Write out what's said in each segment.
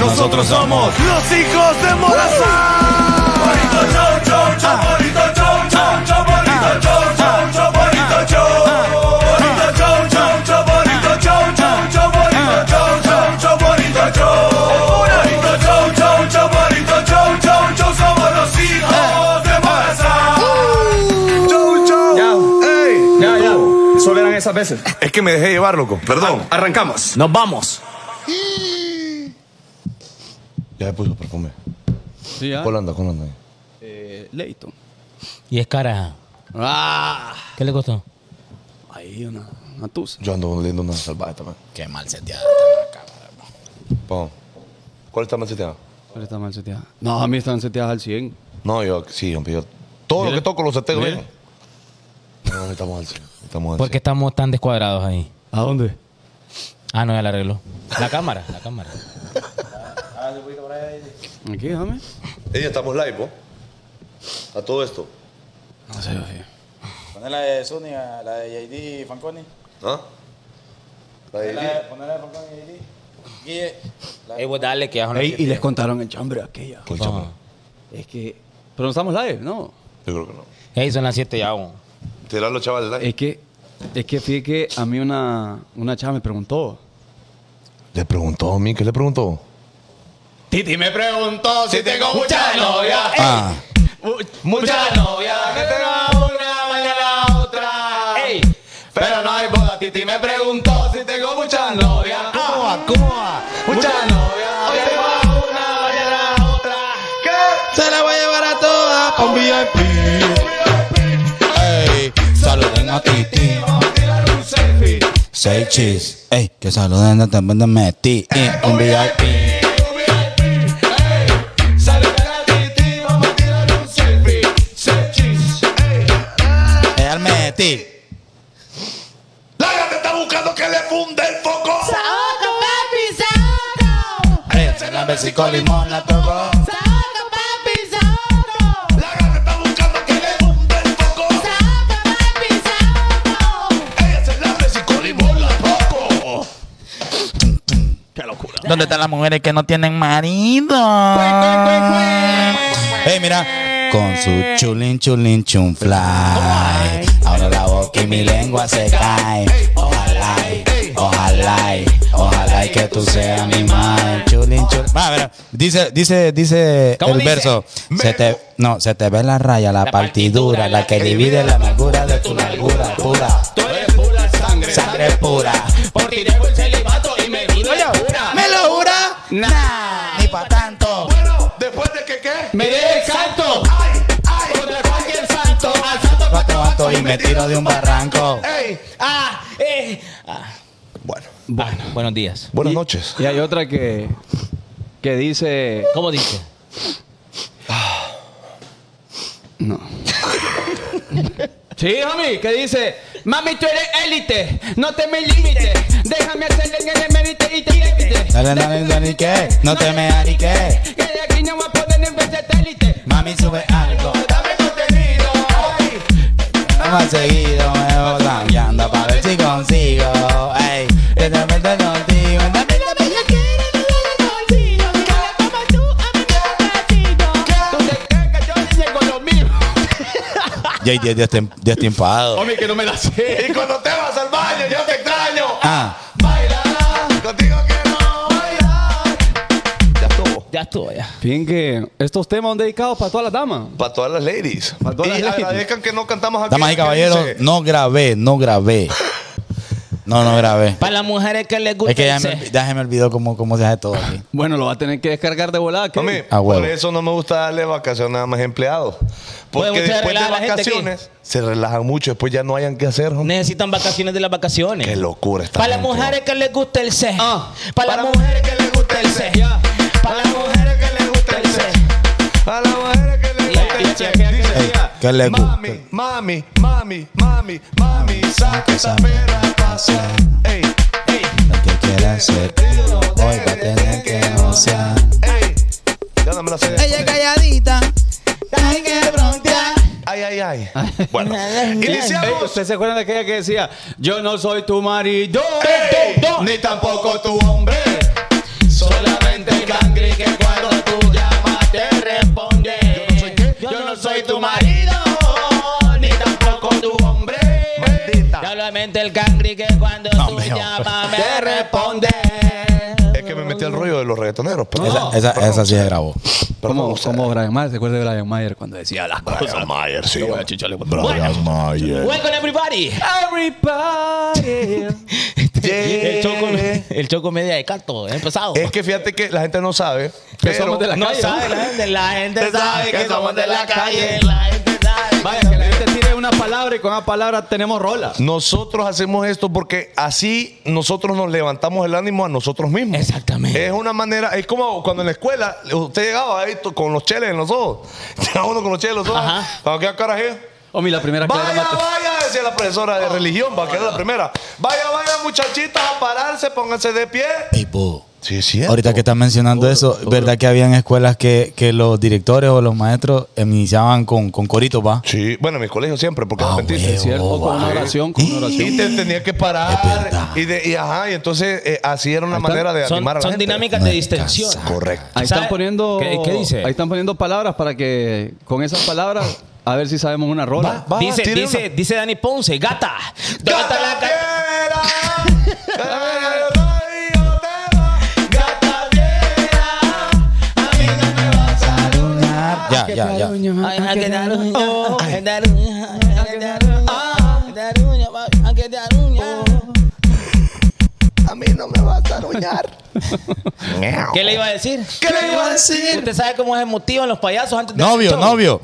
Nosotros somos los hijos de Morazán. Chapolito show, show, chapolito show, show, chapolito show, show, chapolito show. Chapolito show, show, chapolito show, show, chapolito show, show, chapolito show. Chapolito show, show, chapolito show, show, show. Somos los hijos de Morazán. Chau, chau. Ey. Ya, ya. Solo eran esas veces. Es que me dejé llevar, loco. Perdón. Arrancamos. Nos vamos. Ya me puso perfume. Sí, ¿ah? ¿Cuál anda? ¿Cuál anda? Eh, Leito. Y es cara. Ah. ¿Qué le costó? Ahí una, una tusa. Yo ando oliendo una salvaje también. Qué mal seteada está la cámara. bro. Pon. ¿Cuál está más seteado? ¿Cuál está mal seteada? No, a mí están seteadas al 100. No, yo, sí, hombre, yo. Todo Mire. lo que toco lo seteo Mire. bien. No, no, estamos al cien, Estamos al Porque cien. estamos tan descuadrados ahí. ¿A dónde? Ah, no, ya la arregló. La cámara, la cámara. Aquí, déjame. Ey, estamos live, ¿no? A todo esto. No sé, oye. Poner la de Sony, a la de JD y Fanconi. ¿Ah? La Poner de- la de- poner la de Fanconi y JD. Guille, la- Ey, vos dale, que ya son las Ey, y siete. les contaron el chambre aquella. Uy, chamo, Es que. Pero no estamos live, ¿no? Yo creo que no. Ey, son las 7 ya, bro. Tirarlo, los chavales live. Es que. Es que fíjate que a mí una, una chava me preguntó. Le preguntó a mí, ¿qué le preguntó? Titi me preguntó si tengo mucha mucha novia. novia. Ah. Mucha mucha novia, que tengo una, mañana otra. Ey. Pero no hay boda. Titi me preguntó si tengo mucha novia. ¿Cómo va? ¿Cómo va? Mucha novia. Hoy tengo a una, mañana otra. ¿Qué? Se la voy a llevar a todas con VIP. Ey, saluden a Titi. Vamos a tirar un selfie. Seis chis. Ey, que saluden a también de ti. Un VIP. El Meti. ¡Laga te está buscando que le funde el foco! Saoco, papi, saoco. Se la besé con limón, la tocó. Saoco, papi, saoco. ¡Laga te está buscando que le funde el foco! Saoco, papi, saoco. ¡Ella se la hace con limón la foco! ¿Dónde están las mujeres que no tienen marido? Hey, mira. Con su chulín, chulín, chunfly. Ahora la boca y mi lengua se cae. Ojalá, ojalá, ojalá y que tú seas mi madre. Chulín, chulín. Va, a ver, dice, dice, dice ¿Cómo el dice? verso. Se te, no, se te ve la raya, la, partidura, la que divide la amargura de tu largura pura. Tú eres pura sangre. Sangre pura. Por ti dejo el celibato y me vino la cura. ¿Me lo jura? Nah, ni pa' tanto. Bueno, después de que qué? Me deje el salto. ¡Ay, ay! Contra cualquier santo. Al santo Cuatro vatos y me tiro de un barranco. ¡Ey! Ah, eh. Bueno, Bueno. buenos días. buenas noches. Y hay otra que. Que dice. ¿Cómo dice? No. Sí, mami, que dice, mami, tú eres élite, no te me límites, déjame hacerle que le merite y te límite. Dale, dale, dale, que no te me arique. Que de aquí no voy a poder en vez de satélite. Mami, sube algo. Dame contenido. Ay. Más seguido me voy cambiando para ver si consigo. Ey, que te metas contigo. en la Dame la bella que era mi lado contigo. Que la como tú a mí me da castigo. Tú te crees que yo niña con lo mío. Ya hay 10 destiempado. Mami, que no me la sé. Y cuando te vas al baño, yo te extraño. Ah, Contigo que no bailar. Ya estuvo. Ya estuvo, ya. Bien que estos temas son dedicados para todas las damas. Para todas las ladies. Pa' todas y las ladies. agradezcan que no cantamos aquí. damas y caballeros, no grabé, no grabé. No, no grabé. Para las mujeres que les gusta. Es que ya el me, sexo. ya se me olvidó cómo, cómo se hace todo aquí. Bueno, lo va a tener que descargar de volada. ¿qué? Mami, A Ah, huevo. por eso no me gusta darle vacaciones a mis empleados. Porque usted después de relaja a la gente aquí. vacaciones se relajan mucho. Después ya no hayan que hacer. hombre. Necesitan vacaciones de las vacaciones. Qué locura está. Para las mujeres que les gusta el sex. Ah. Para las mujeres que les gusta el sex. Ya. Para las mujeres que les gusta el sex. A las mujeres que les La gusta el chicha sexo. que hay que Dice, Ey, ¿qué le gusta? Mami, mami, mami, mami, mami, saca esa pera a pasear. Ey, ey, Lo que quieras ser, hoy va a tener que negociar. ey. Ya no me la sé. calladita, hay que broncear. Ay, ay, ay. Bueno, Ey, iniciamos. ¿Ustedes se acuerdan de aquella que decía, yo no soy tu marido? Ey, Ni tampoco tu hombre. Solamente cangri que cuando tú llamas te responde. Yo no soy qué? Yo no soy tu marido, ni tampoco tu hombre. Solamente el cangri que cuando No, tú me- llamas Te me responde. Es que me metí al rollo de los reggaetoneros. pues. pero- Esa, esa, esa sí se grabó. pero no Como, sé. como Brian Mayer, ¿se acuerda de Brian Mayer cuando decía las cosas? Brian Ah, Mayer, sí. Brian Mayer. Welcome everybody. Este, El choco, el choco media de canto, he empezado. Es que fíjate que la gente no sabe. Que pero- somos de la no calle. sabe la gente, la gente sabe que somos de la calle, la gente sabe. Vaya, que la gente tire una palabra y con una palabra tenemos rola. Nosotros hacemos esto porque así nosotros nos levantamos el ánimo a nosotros mismos. Exactamente. Es una manera, es como cuando en la escuela usted llegaba ahí to- con los cheles en los ojos. Llegaba uno con los cheles en los ojos. Ajá. ¿Para qué carajillo? O mi Oh, la primera clase de Vaya, mate- vaya, decía la profesora de religión, va a quedar la primera. Vaya, vaya, muchachitos, a pararse, pónganse de pie. Ey, bu, Sí, sí. Ahorita que estás mencionando eso, ¿verdad que habían escuelas que, que los directores o los maestros em, iniciaban con, con coritos, va? Sí, bueno, en mis colegios siempre, porque Ah, adventistas. huevo, ¿cierto? O con una va. oración, con una oración. Y te tenía que parar. verdad. Y, de, y ajá, y entonces eh, así era una Ahí está. manera de Son, animar a la son gente. dinámicas No de es distensión. casado. Correcto. Ahí ¿Sabe? están poniendo. ¿Qué- qué dice? Ahí están poniendo palabras para que con esas palabras a ver si sabemos una rola. Va, dice, tiene dice, una- dice Dani Ponce, gata. Gata la gata. fiera, gata yo soy, yo te va. Gata fiera, a mí no me vas a- Ya, ya, ya. Ay, ay, que daruña, ay, daruña, ay, daruña, Ah. ay, daruña, papi, ay, que daruña. Oh. A mí no me vas a aruñar. ¿Qué le iba a decir? ¿Qué le iba a decir? Usted sabe cómo es emotivo en los payasos antes de Novio, show? novio.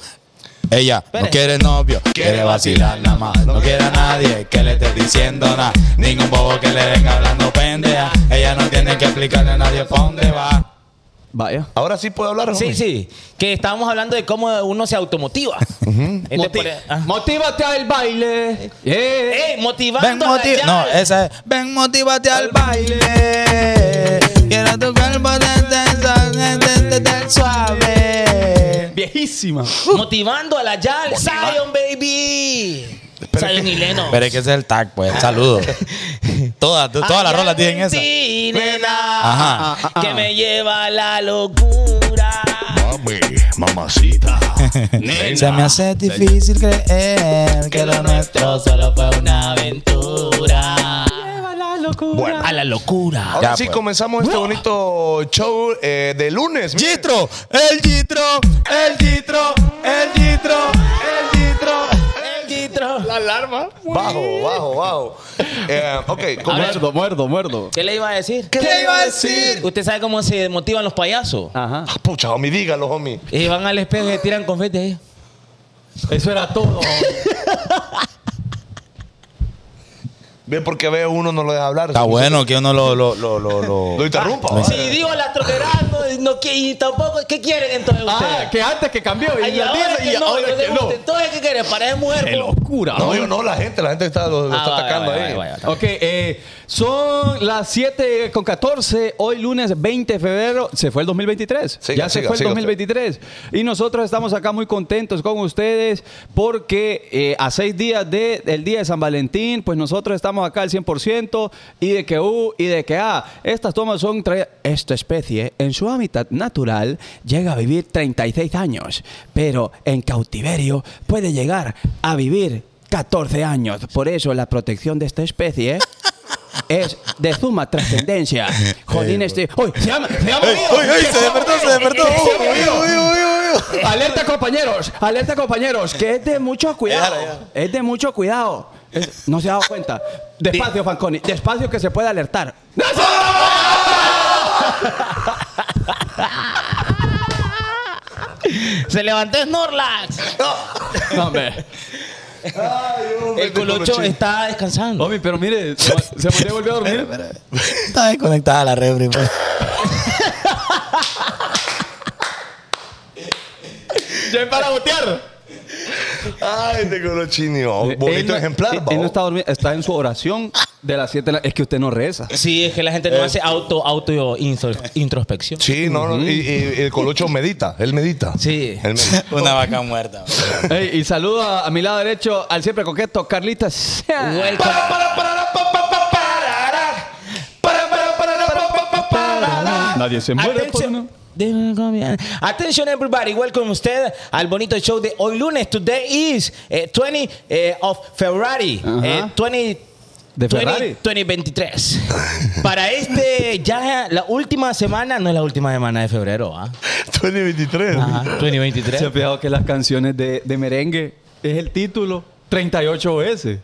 Ella Espere. no quiere novio, quiere vacilar nada más. No quiere a nadie que le esté diciendo nada. Ningún bobo que le venga hablando pendeja. Ella no tiene que explicarle a nadie pa' dónde va. Vaya. Ahora sí puedo hablar, Sí, homie. sí. Que estábamos hablando de cómo uno se automotiva. Este por- ah. Motívate al baile. Eh, Yeah. ¡Ey, motivando! Ven, moti allá. no, esa es. Ven, motivate al baile. Quiero tu cuerpo desde- desde- desde el suave. Viejísima. Motivando a la Yal. Zion, baby. Zion y Leno. Pero es que ese es el tag, pues. Saludos. Todas, todas las Hay rolas algo tienen en esa. Ah, ti, nena, Ajá. que me lleva a la locura. Mami, mamacita. Se me hace difícil creer que lo nuestro solo fue una aventura. Bueno, A la locura. ahora Ya, sí pues. comenzamos este bonito show eh, de lunes. miren. Gitro, el Gitro, el Gitro, el Gitro, el Gitro. El Gitro. Bajo, bajo, bajo. Eh, ok, como- Ahora- Muerdo, muerdo, muerdo. ¿Qué le iba a decir? ¿Qué le iba a decir? ¿Usted sabe cómo se motivan los payasos? Ajá. Ah, Pucha, homie, dígalo, homie. Y van al espejo y le tiran confeti ahí. Eso era todo. Ve porque veo uno no lo deja hablar. Está bueno que uno lo, lo, lo, lo, lo- Lo interrumpo. Lo Si digo la troquerada, no, no qui- y tampoco, ¿qué quieren entonces ah, ustedes? que antes que cambió. Y, Ay, la ahora dice, que y no, ahora entonces, que no. usted- entonces, ¿qué quiere? Parecer mujer. Qué locura. Ah, No, yo no, la gente, la gente está, lo, lo Ah, está vaya, atacando vaya, ahí. vaya, vaya. Ok, eh, son las 7 con 14, hoy lunes 20 de febrero, se fue el 2023, Siga, ya se siga, fue el siga 2023 y nosotros estamos acá muy contentos con ustedes porque eh, a seis días de- del día de San Valentín, pues nosotros estamos acá al 100% y de que U y de que A, estas tomas son, tra- esta especie en su hábitat natural llega a vivir 36 años, pero en cautiverio puede llegar a vivir 14 años, por eso la protección de esta especie es de suma trascendencia. Jodín, este. ¡Uy! ¡Se llama! ¡Se llama! se despertó, se despertó. ¡Alerta, compañeros! ¡Alerta, compañeros! Que es de mucho cuidado. Es de mucho cuidado. Es- No se ha dado cuenta. Despacio, Fanconi. Despacio que se puede alertar. Se levantó Snorlax. No, hombre. El este colocho está descansando. Omi, pero mire, se se volvió- volvió a dormir. Está desconectada la refri, pues. ¡Ya para botear! Ay, te colochinio. Eh, Él no- Bonito ejemplar, él- babo. Él no está durmiendo, está en su oración de las 7 de la. Es que usted no reza. Sí, es que la gente no hace auto, auto intro- introspección. Sí, no, no, y, y- y el colocho medita, él medita. Sí. Él medita. Una vaca muerta. Ey, y saludo a, a mi lado derecho al siempre coqueto Carlitos. Welcome. No, Nadie se muere por Atención. uno. Déjame cambiar. Attention everybody, welcome usted al bonito show de hoy lunes. Today is eh, 20 eh, of February, Ajá. eh, 20 ¿De 20 Ferrari? 2023. Para este, ya la última semana, no es la última semana de febrero, ¿ah? 2023. Ajá, 2023. Se ha fijado que las canciones de, de merengue es el título 38 veces.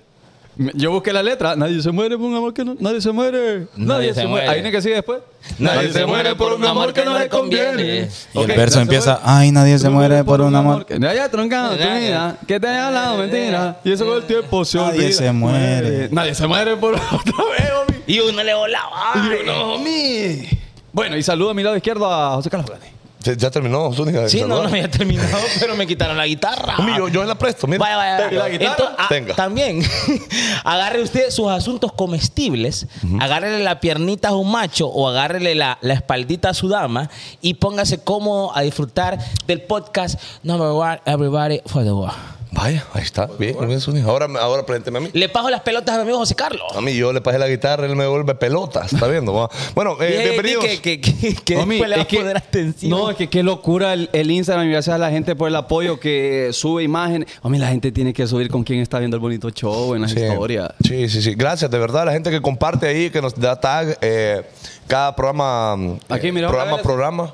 Me- Yo busqué la letra. Nadie se muere por un amor que no. Nadie se muere. Nadie, se, muere. Ahí viene que sigue después. Nadie se muere por un amor que no le conviene. Y el verso empieza, ay, nadie se muere por un amor. que- Nadie ha troncado tu Nadie. vida. Que te haya hablado mentira. Y eso con el tiempo se Nadie olvida. se muere. Nadie se muere por otra vez, homie. Y uno le volaba. Y uno, homie. Bueno, y saludo a mi lado izquierdo a José Carlos Blane. Ya- Ya terminó, Zúñiga. de Sí, no, saludar. no había terminado, pero me quitaron la guitarra. Homie, yo, yo la presto, mira. Vaya, vaya, vaya. Tenga. Entonces, ah, Tenga. También, agarre usted sus asuntos comestibles, agárrele la piernita a un macho o agárrele la, la espaldita a su dama y póngase cómodo a disfrutar del podcast Number One Everybody for the World. Vaya, ahí está. Bien, muy bien, Zúñiga. Ahora, ahora presénteme a mí. Le paso las pelotas a mi amigo José Carlos. A mí yo le pasé la guitarra, él me devuelve pelotas, ¿está viendo? va? Bueno, eh, Dije, bienvenidos. Que, que, que, que Homie, después le va es a que- poner atención. No, es que qué locura el, el Instagram. y Gracias a la gente por el apoyo que sube imágenes. Hombre, la gente tiene que subir con quién está viendo el bonito show en las Sí. historias. Sí, sí, sí. Gracias, de verdad, la gente que comparte ahí, que nos da tag, eh, cada programa, mm, Aquí, eh, mira, programa, hágale. programa.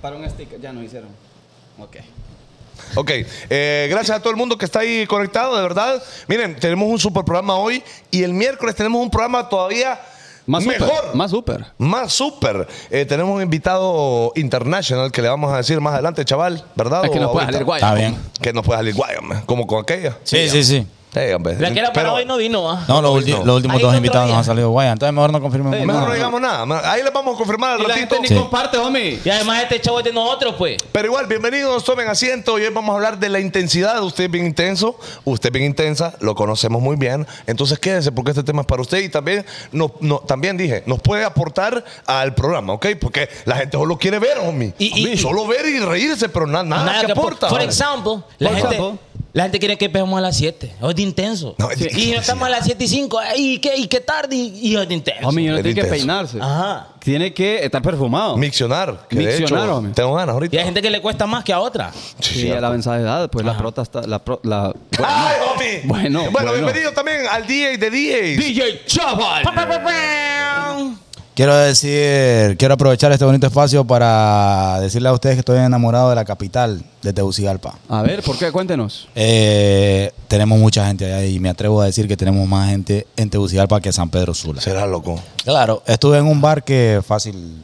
para un sticker, ya no hicieron. Ok. Ok, eh, gracias a todo el mundo que está ahí conectado, de verdad. Miren, tenemos un super programa hoy y el miércoles tenemos un programa todavía Más mejor. super. Más super. Más súper. Eh, tenemos un invitado internacional que le vamos a decir más adelante, chaval, ¿verdad? Es que nos O puede ahorita. salir guay. Está bien. Que nos puede salir guay, hombre, como con aquella. Sí, sí, sí. Sí, hombre. la que era para Pero hoy no vino, ¿ah? No, los, ulti- los últimos Ahí dos no invitados traía. nos han salido guay. Entonces mejor no confirmemos Ey, Mejor no nada. digamos nada. Ahí les vamos a confirmar al Y la ratito. gente ni Sí. comparte, homie. Y además este chavo es de nosotros, pues. Pero igual, bienvenidos, tomen asiento y hoy vamos a hablar de la intensidad. Usted es bien intenso, usted es bien intensa, lo conocemos muy bien. Entonces quédense porque este tema es para usted y también, nos- no- también dije, nos puede aportar al programa, ¿ok? Porque la gente solo quiere ver, homie. Y- y- Homie, solo ver y reírse, pero na- nada, Nada que que aporta. Por vale. ejemplo, la Por gente, ejemplo. la gente quiere que empecemos a las 7. Hoy es de intenso. No, es de- Y no estamos a las 7 y 5. ¿Y qué, y qué tarde? Y y hoy es de intenso. Homie, yo no Es tiene que intenso. Ah. peinarse. Ajá. Tiene que estar perfumado. Miccionar, que Miccionar, de hecho, homie. tengo ganas ahorita. Y hay gente que le cuesta más que a otra. Sí, Sí, a la avanzada edad, pues la prota está. La pro- la, Ah. ¡Ay, homie! Bueno, bueno, bueno. bienvenido también al DJ de DJs. DJ Chaval. Pa, pa, pa, pa. Quiero decir, quiero aprovechar este bonito espacio para decirle a ustedes que estoy enamorado de la capital, de Tegucigalpa. A ver, ¿por qué? Cuéntenos. Eh, tenemos mucha gente allá y me atrevo a decir que tenemos más gente en Tegucigalpa que San Pedro Sula. Será loco. Claro, estuve en un bar que fácil.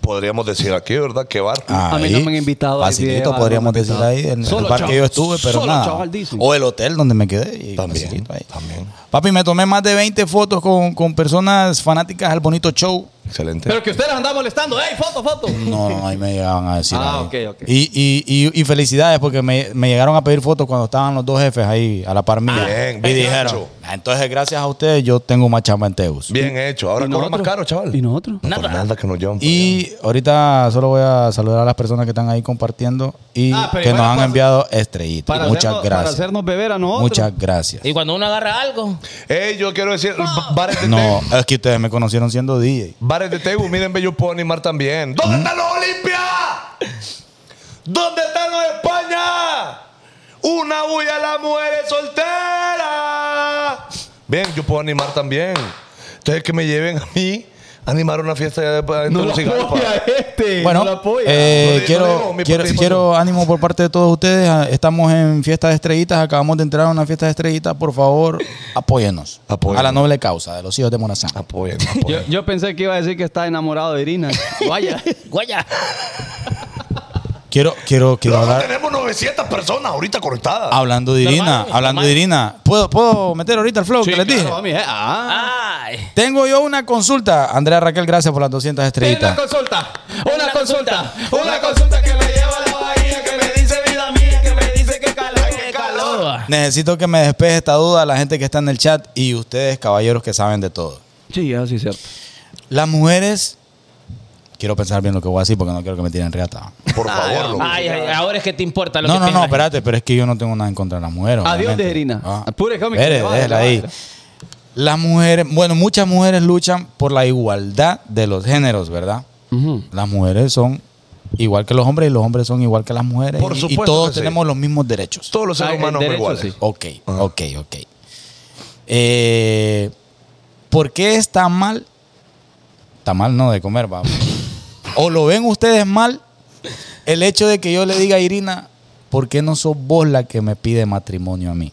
Podríamos decir aquí, ¿verdad? Qué bar. A mí ahí, no me han invitado, ahí sí, Facilito, Eva, podríamos no me han decir invitado. ahí, en Solo el bar chaval- que yo estuve, pero solo nada. chaval dicen. O el hotel donde me quedé. y También, facilito ahí. también. Papi, me tomé más de 20 fotos con, con personas fanáticas al bonito show. Excelente. Pero que ustedes andan molestando. ¡Ey, foto, foto! No, no, ahí me llegaban a decir. Ah, ahí. ok, ok. Y, y, y, y felicidades porque me, me llegaron a pedir fotos cuando estaban los dos jefes ahí a la par mía. bien, y bien dijeron, hecho. "Ah, entonces gracias a ustedes yo tengo más chamba en Teus. Bien hecho. Ahora ¿Y cobra más nosotros? caro, chaval. ¿Y nosotros? Por Nada. que nos llevan. por allá. Y ahorita solo voy a saludar a las personas que están ahí compartiendo y Ah, pero que nos igual, han pues, enviado estrellitas. Para Muchas hacernos- Para gracias. hacernos beber a nosotros. Muchas gracias. Y cuando uno agarra algo, Ey, yo quiero decir, b- bares de No, Tegu. es que ustedes me conocieron siendo DJ. Bares de Tegu, miren, yo puedo animar también. ¿Dónde Mm. están los Olimpia? ¿Dónde están los España? Una bulla a las mujeres solteras. Bien, yo puedo animar también. Entonces que me lleven a mí a animar una fiesta de de No lo Tegucigalpa. apoya este. Bueno, no lo apoya. eh, No le- no le quiero, digo, mi quiero, participación. quiero ánimo por parte de todos ustedes. Ah, Estamos en fiesta de estrellitas, acabamos de entrar a una fiesta de estrellitas. Por favor, apóyenos Apóyenos. a la noble causa de los hijos de Morazán. Apoyen, yo, apoyen. yo pensé que iba a decir que está enamorado de Irina. Vaya. guaya. Quiero, quiero, quiero Loco, hablar. tenemos 900 personas ahorita conectadas. Hablando de Normal, Irina, normal. hablando de Irina, ¿puedo, ¿puedo meter ahorita el flow que les dije? Claro, mami, eh, ah. Ay. Tengo yo una consulta. Andrea Raquel, gracias por las 200 Una estrellitas. consulta, una Una consulta, una una consulta que me lleva a la bahía que me dice vida mía, que me dice que calor, que calor. Necesito que me despeje esta duda la gente que está en el chat y ustedes, caballeros, que saben de todo. Sí, así es cierto. Las mujeres. Quiero pensar bien lo que voy a decir porque no quiero que me tiren reata. Por Ah, favor, loco. Ay, ay, ahora es que te importa lo No, que no, piensa no, la espérate, pero es que yo no tengo nada en contra de las mujeres. Adiós, obviamente. Ah. Tejerina. Apure, Jami, que espere, se va, déjela se va. ahí. Las mujeres, bueno, muchas mujeres luchan por la igualdad de los géneros, ¿verdad? Las mujeres son igual que los hombres y los hombres son igual que las mujeres. Por y- y, supuesto todos que sí. tenemos los mismos derechos. Todos los Ah, seres el humanos son derecho, iguales. sí. Ok, ok, ok. Eh, ¿Por qué está mal? Está mal no de comer, vamos. ¿O lo ven ustedes mal el hecho de que yo le diga a Irina, ¿por qué no sos vos la que me pide matrimonio a mí?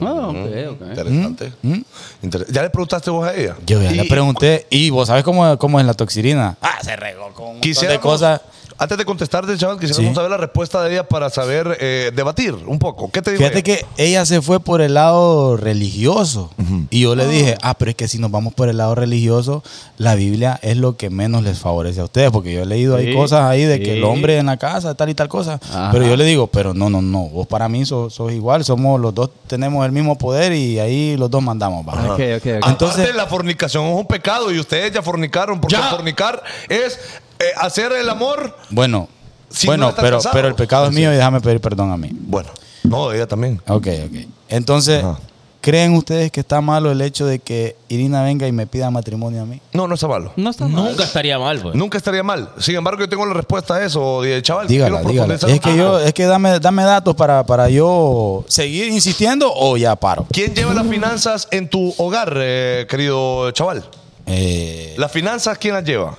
Ah, ok, ok. Interesante. ¿Mm? Inter- ¿Ya le preguntaste vos a ella? Yo ya Y- le pregunté, y vos sabés cómo, cómo es la toxirina. Ah, se regó con un montón de Quisiéramos- cosas. Antes de contestarte, chaval, quisiéramos Sí. saber la respuesta de ella para saber eh, debatir un poco. ¿Qué te dijo? Fíjate ella? que ella se fue por el lado religioso. Y yo le dije, ah, pero es que si nos vamos por el lado religioso, la Biblia es lo que menos les favorece a ustedes. Porque yo he leído Sí, hay cosas ahí de que sí. el hombre en la casa, tal y tal cosa. Ajá. Pero yo le digo, pero no, no, no. Vos para mí sos, sos igual. Somos los dos, tenemos el mismo poder y ahí los dos mandamos. va". Ok, ok, ok. Aparte, entonces- la fornicación es un pecado y ustedes ya fornicaron porque Ya. fornicar es eh, hacer el amor. Bueno, Si no bueno están pero, casados. pero el pecado es mío y déjame pedir perdón a mí. Bueno, no, ella también. Ok, ok. Entonces, Ajá. ¿creen ustedes que está malo el hecho de que Irina venga y me pida matrimonio a mí? No, no está malo. No está mal. Nunca estaría mal, pues. Nunca estaría mal. Sin embargo, yo tengo la respuesta a eso, eh, chaval. Dígala, quiero dígala. profundizar Es un que poco. yo, es que dame, dame datos para, para yo seguir insistiendo o ya paro. ¿Quién lleva las finanzas en tu hogar, eh, querido chaval? Eh, ¿Las finanzas quién las lleva?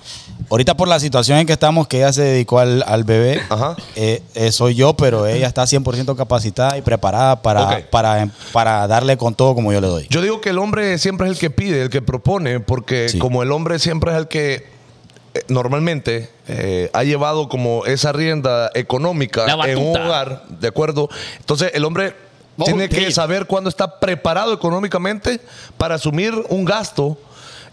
ahorita por la situación en que estamos, que ella se dedicó al, al bebé, Ajá. eh, eh, soy yo, pero ella está 100% capacitada y preparada para, Ok. para, em, para darle con todo como yo le doy. Yo digo que el hombre siempre es el que pide, el que propone, porque Sí. como el hombre siempre es el que eh, normalmente eh, ha llevado como esa rienda económica La en un batuta. hogar, ¿de acuerdo? Entonces el hombre Vamos tiene que bien. saber cuándo está preparado económicamente para asumir un gasto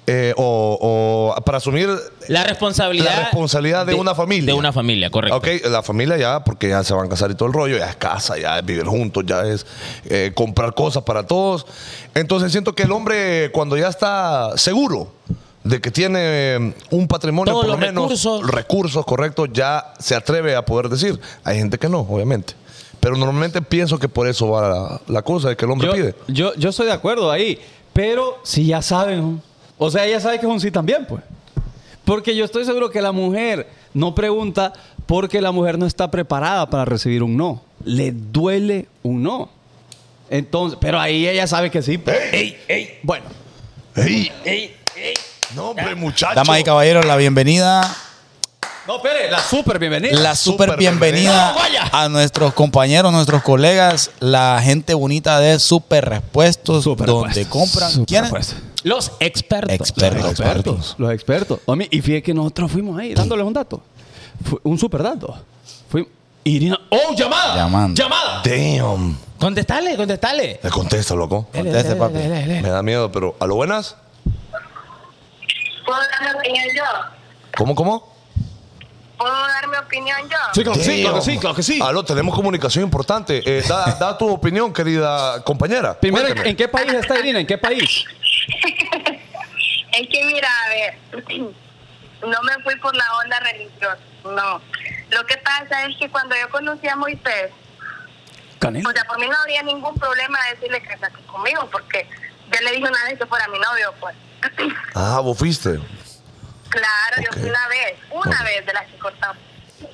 eh, o, o para asumir... La responsabilidad. La responsabilidad de una familia. De una familia, correcto. Ok, la familia ya, porque ya se van a casar y todo el rollo, ya es casa, ya es vivir juntos, ya es eh, comprar cosas para todos. Entonces siento que el hombre, cuando ya está seguro de que tiene mm, un patrimonio, Todos por lo los menos recursos. recursos correctos, ya se atreve a poder decir. Hay gente que no, obviamente. Pero normalmente pienso que por eso va la, la cosa, de que el hombre yo, pide. Yo, yo estoy de acuerdo ahí, pero si ya saben, o sea, ella sabe que es un sí también, pues. Porque yo estoy seguro que la mujer no pregunta porque la mujer no está preparada para recibir un no. Le duele un no. Entonces, pero ahí ella sabe que sí. pues. Bueno, ¡Ey! No, hombre, muchacho. Damas y caballeros, la bienvenida no, espere, la súper bienvenida. La super Súper bienvenida a nuestros compañeros, nuestros colegas, la gente bonita de Super Respuestos, Súper donde puesta, compran súper ¿quiénes? puesta. Los expertos. expertos. Expertos. Los expertos. Homie, y fíjate que nosotros fuimos ahí dándoles un dato. Fue un super dato. Fuimos. Irina. ¡Oh, llamada! Llamando. ¡Llamada! Damn. Contestale, contestale. Le contesta, loco. Conteste, papi. Eh. Me da miedo, pero ¿a lo buenas? ¿Puedo dar mi opinión yo? ¿Cómo, cómo? ¿Puedo dar mi opinión yo? claro que sí, claro que sí, Ah, Aló, tenemos comunicación importante. Eh, da, da tu opinión, querida compañera. Primero, ¿en, Cuéntame. en qué país está Irina? ¿En qué país? Es que mira, a ver, no me fui por la onda religiosa, no. Lo que pasa es que cuando yo conocí a Moisés, o sea, por mí no habría ningún problema decirle que saque conmigo, porque yo le dije una vez que fuera mi novio, pues. Ah, vos fuiste. Claro, yo Ok. fui una vez, una Ok. vez de las que cortamos.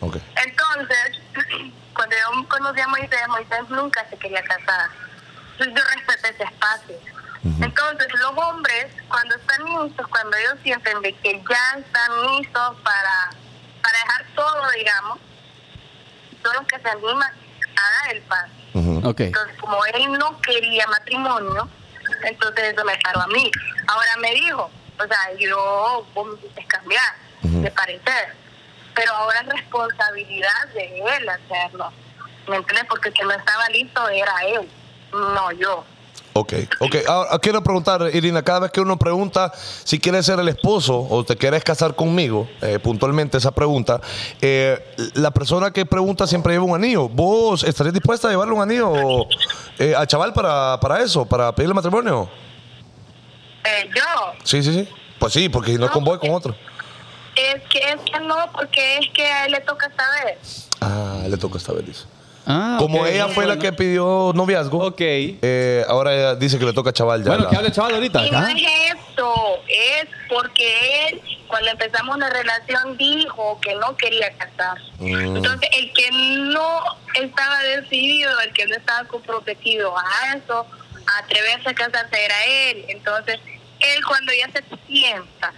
Ok. Entonces, cuando yo conocí a Moisés, Moisés nunca se quería casar. Entonces yo respeté ese espacio. Entonces, los hombres, cuando están listos, cuando ellos sienten de que ya están listos para, para dejar todo, digamos, son los que se animan a dar el paso. Ok. Entonces, como él no quería matrimonio, entonces eso me paró a mí. Ahora me dijo, o sea, yo, vos me hiciste cambiar de parecer, pero ahora es responsabilidad de él hacerlo. ¿Me entiendes? Porque el que no estaba listo era él, no yo. Ok, ok. Ahora quiero preguntar, Irina, cada vez que uno pregunta si quieres ser el esposo o te quieres casar conmigo, eh, puntualmente esa pregunta, eh, la persona que pregunta siempre lleva un anillo. ¿Vos estarías dispuesta a llevarle un anillo eh, al chaval para, para eso, para pedirle matrimonio? Eh, yo, Sí, sí, sí. Pues sí, porque si no es con vos, es con otro. es que, es que no, porque es que a él le toca saber. Ah, le toca esta vez, dice. Ah, Como ok, ella muy fue la bueno. que pidió noviazgo, Ok. eh, ahora ella dice que le toca a chaval ya. Bueno, la- que hable el chaval ahorita. Y no ¿ah? es eso, es porque él cuando empezamos una relación dijo que no quería casar. Entonces, el que no estaba decidido, el que no estaba comprometido a eso, a atreverse a casarse era él. Entonces, él cuando ya se sienta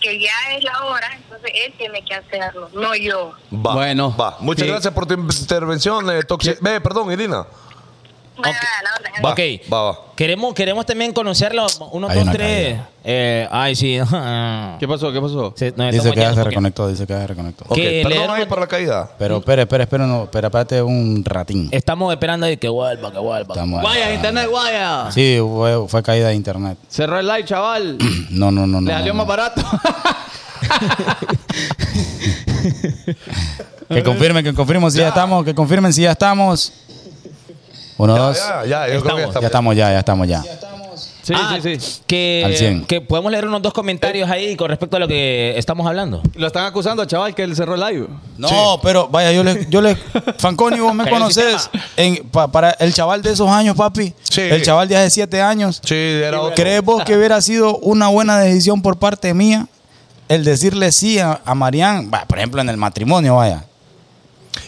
que ya es la hora, entonces él tiene que hacerlo, no yo. Va, Bueno. va. Muchas Sí. gracias por tu intervención, eh, Toxi- eh, perdón, Irina. Bueno, la orden. Va, Ok. va, va. Queremos, queremos también conocerlo. Uno, Hay dos, una tres. caída. Eh, ay, sí. ¿Qué pasó? ¿Qué pasó? Se- nos Dice estamos que ya yendo se porque- reconectó, dice que ya se reconectó. Ok, Que le perdón dieron- ahí por la caída. Pero espera, espera, espera, no, espera, espérate un ratín. Eh, Estamos esperando de que vuelva, que vuelva. Estamos- Guaya, internet, guaya. Sí, fue, fue caída de internet. Cerró el live, chaval. No, no, no, no. Le salió no, más barato. no. Eh, Que confirmen, que confirmen si ya, estamos, que confirmen si ya estamos. Uno, Ya, dos. ya, Ah, ya, yo creo que ya Ya estamos. estamos ya, ya estamos ya. sí, Ah, sí, sí. Al Que, cien. que podemos leer unos dos comentarios ahí con respecto a lo que estamos hablando. Lo están acusando al chaval que él cerró el live. No, pero vaya, yo le, yo le, Fanconi, vos me Cayó el conoces. En- pa- para el chaval de esos años, papi. Sí. El chaval de hace siete años. Sí, era otro. ¿Crees vos que hubiera sido una buena decisión por parte mía el decirle sí a, a Marianne? Va, por ejemplo, en el matrimonio, vaya.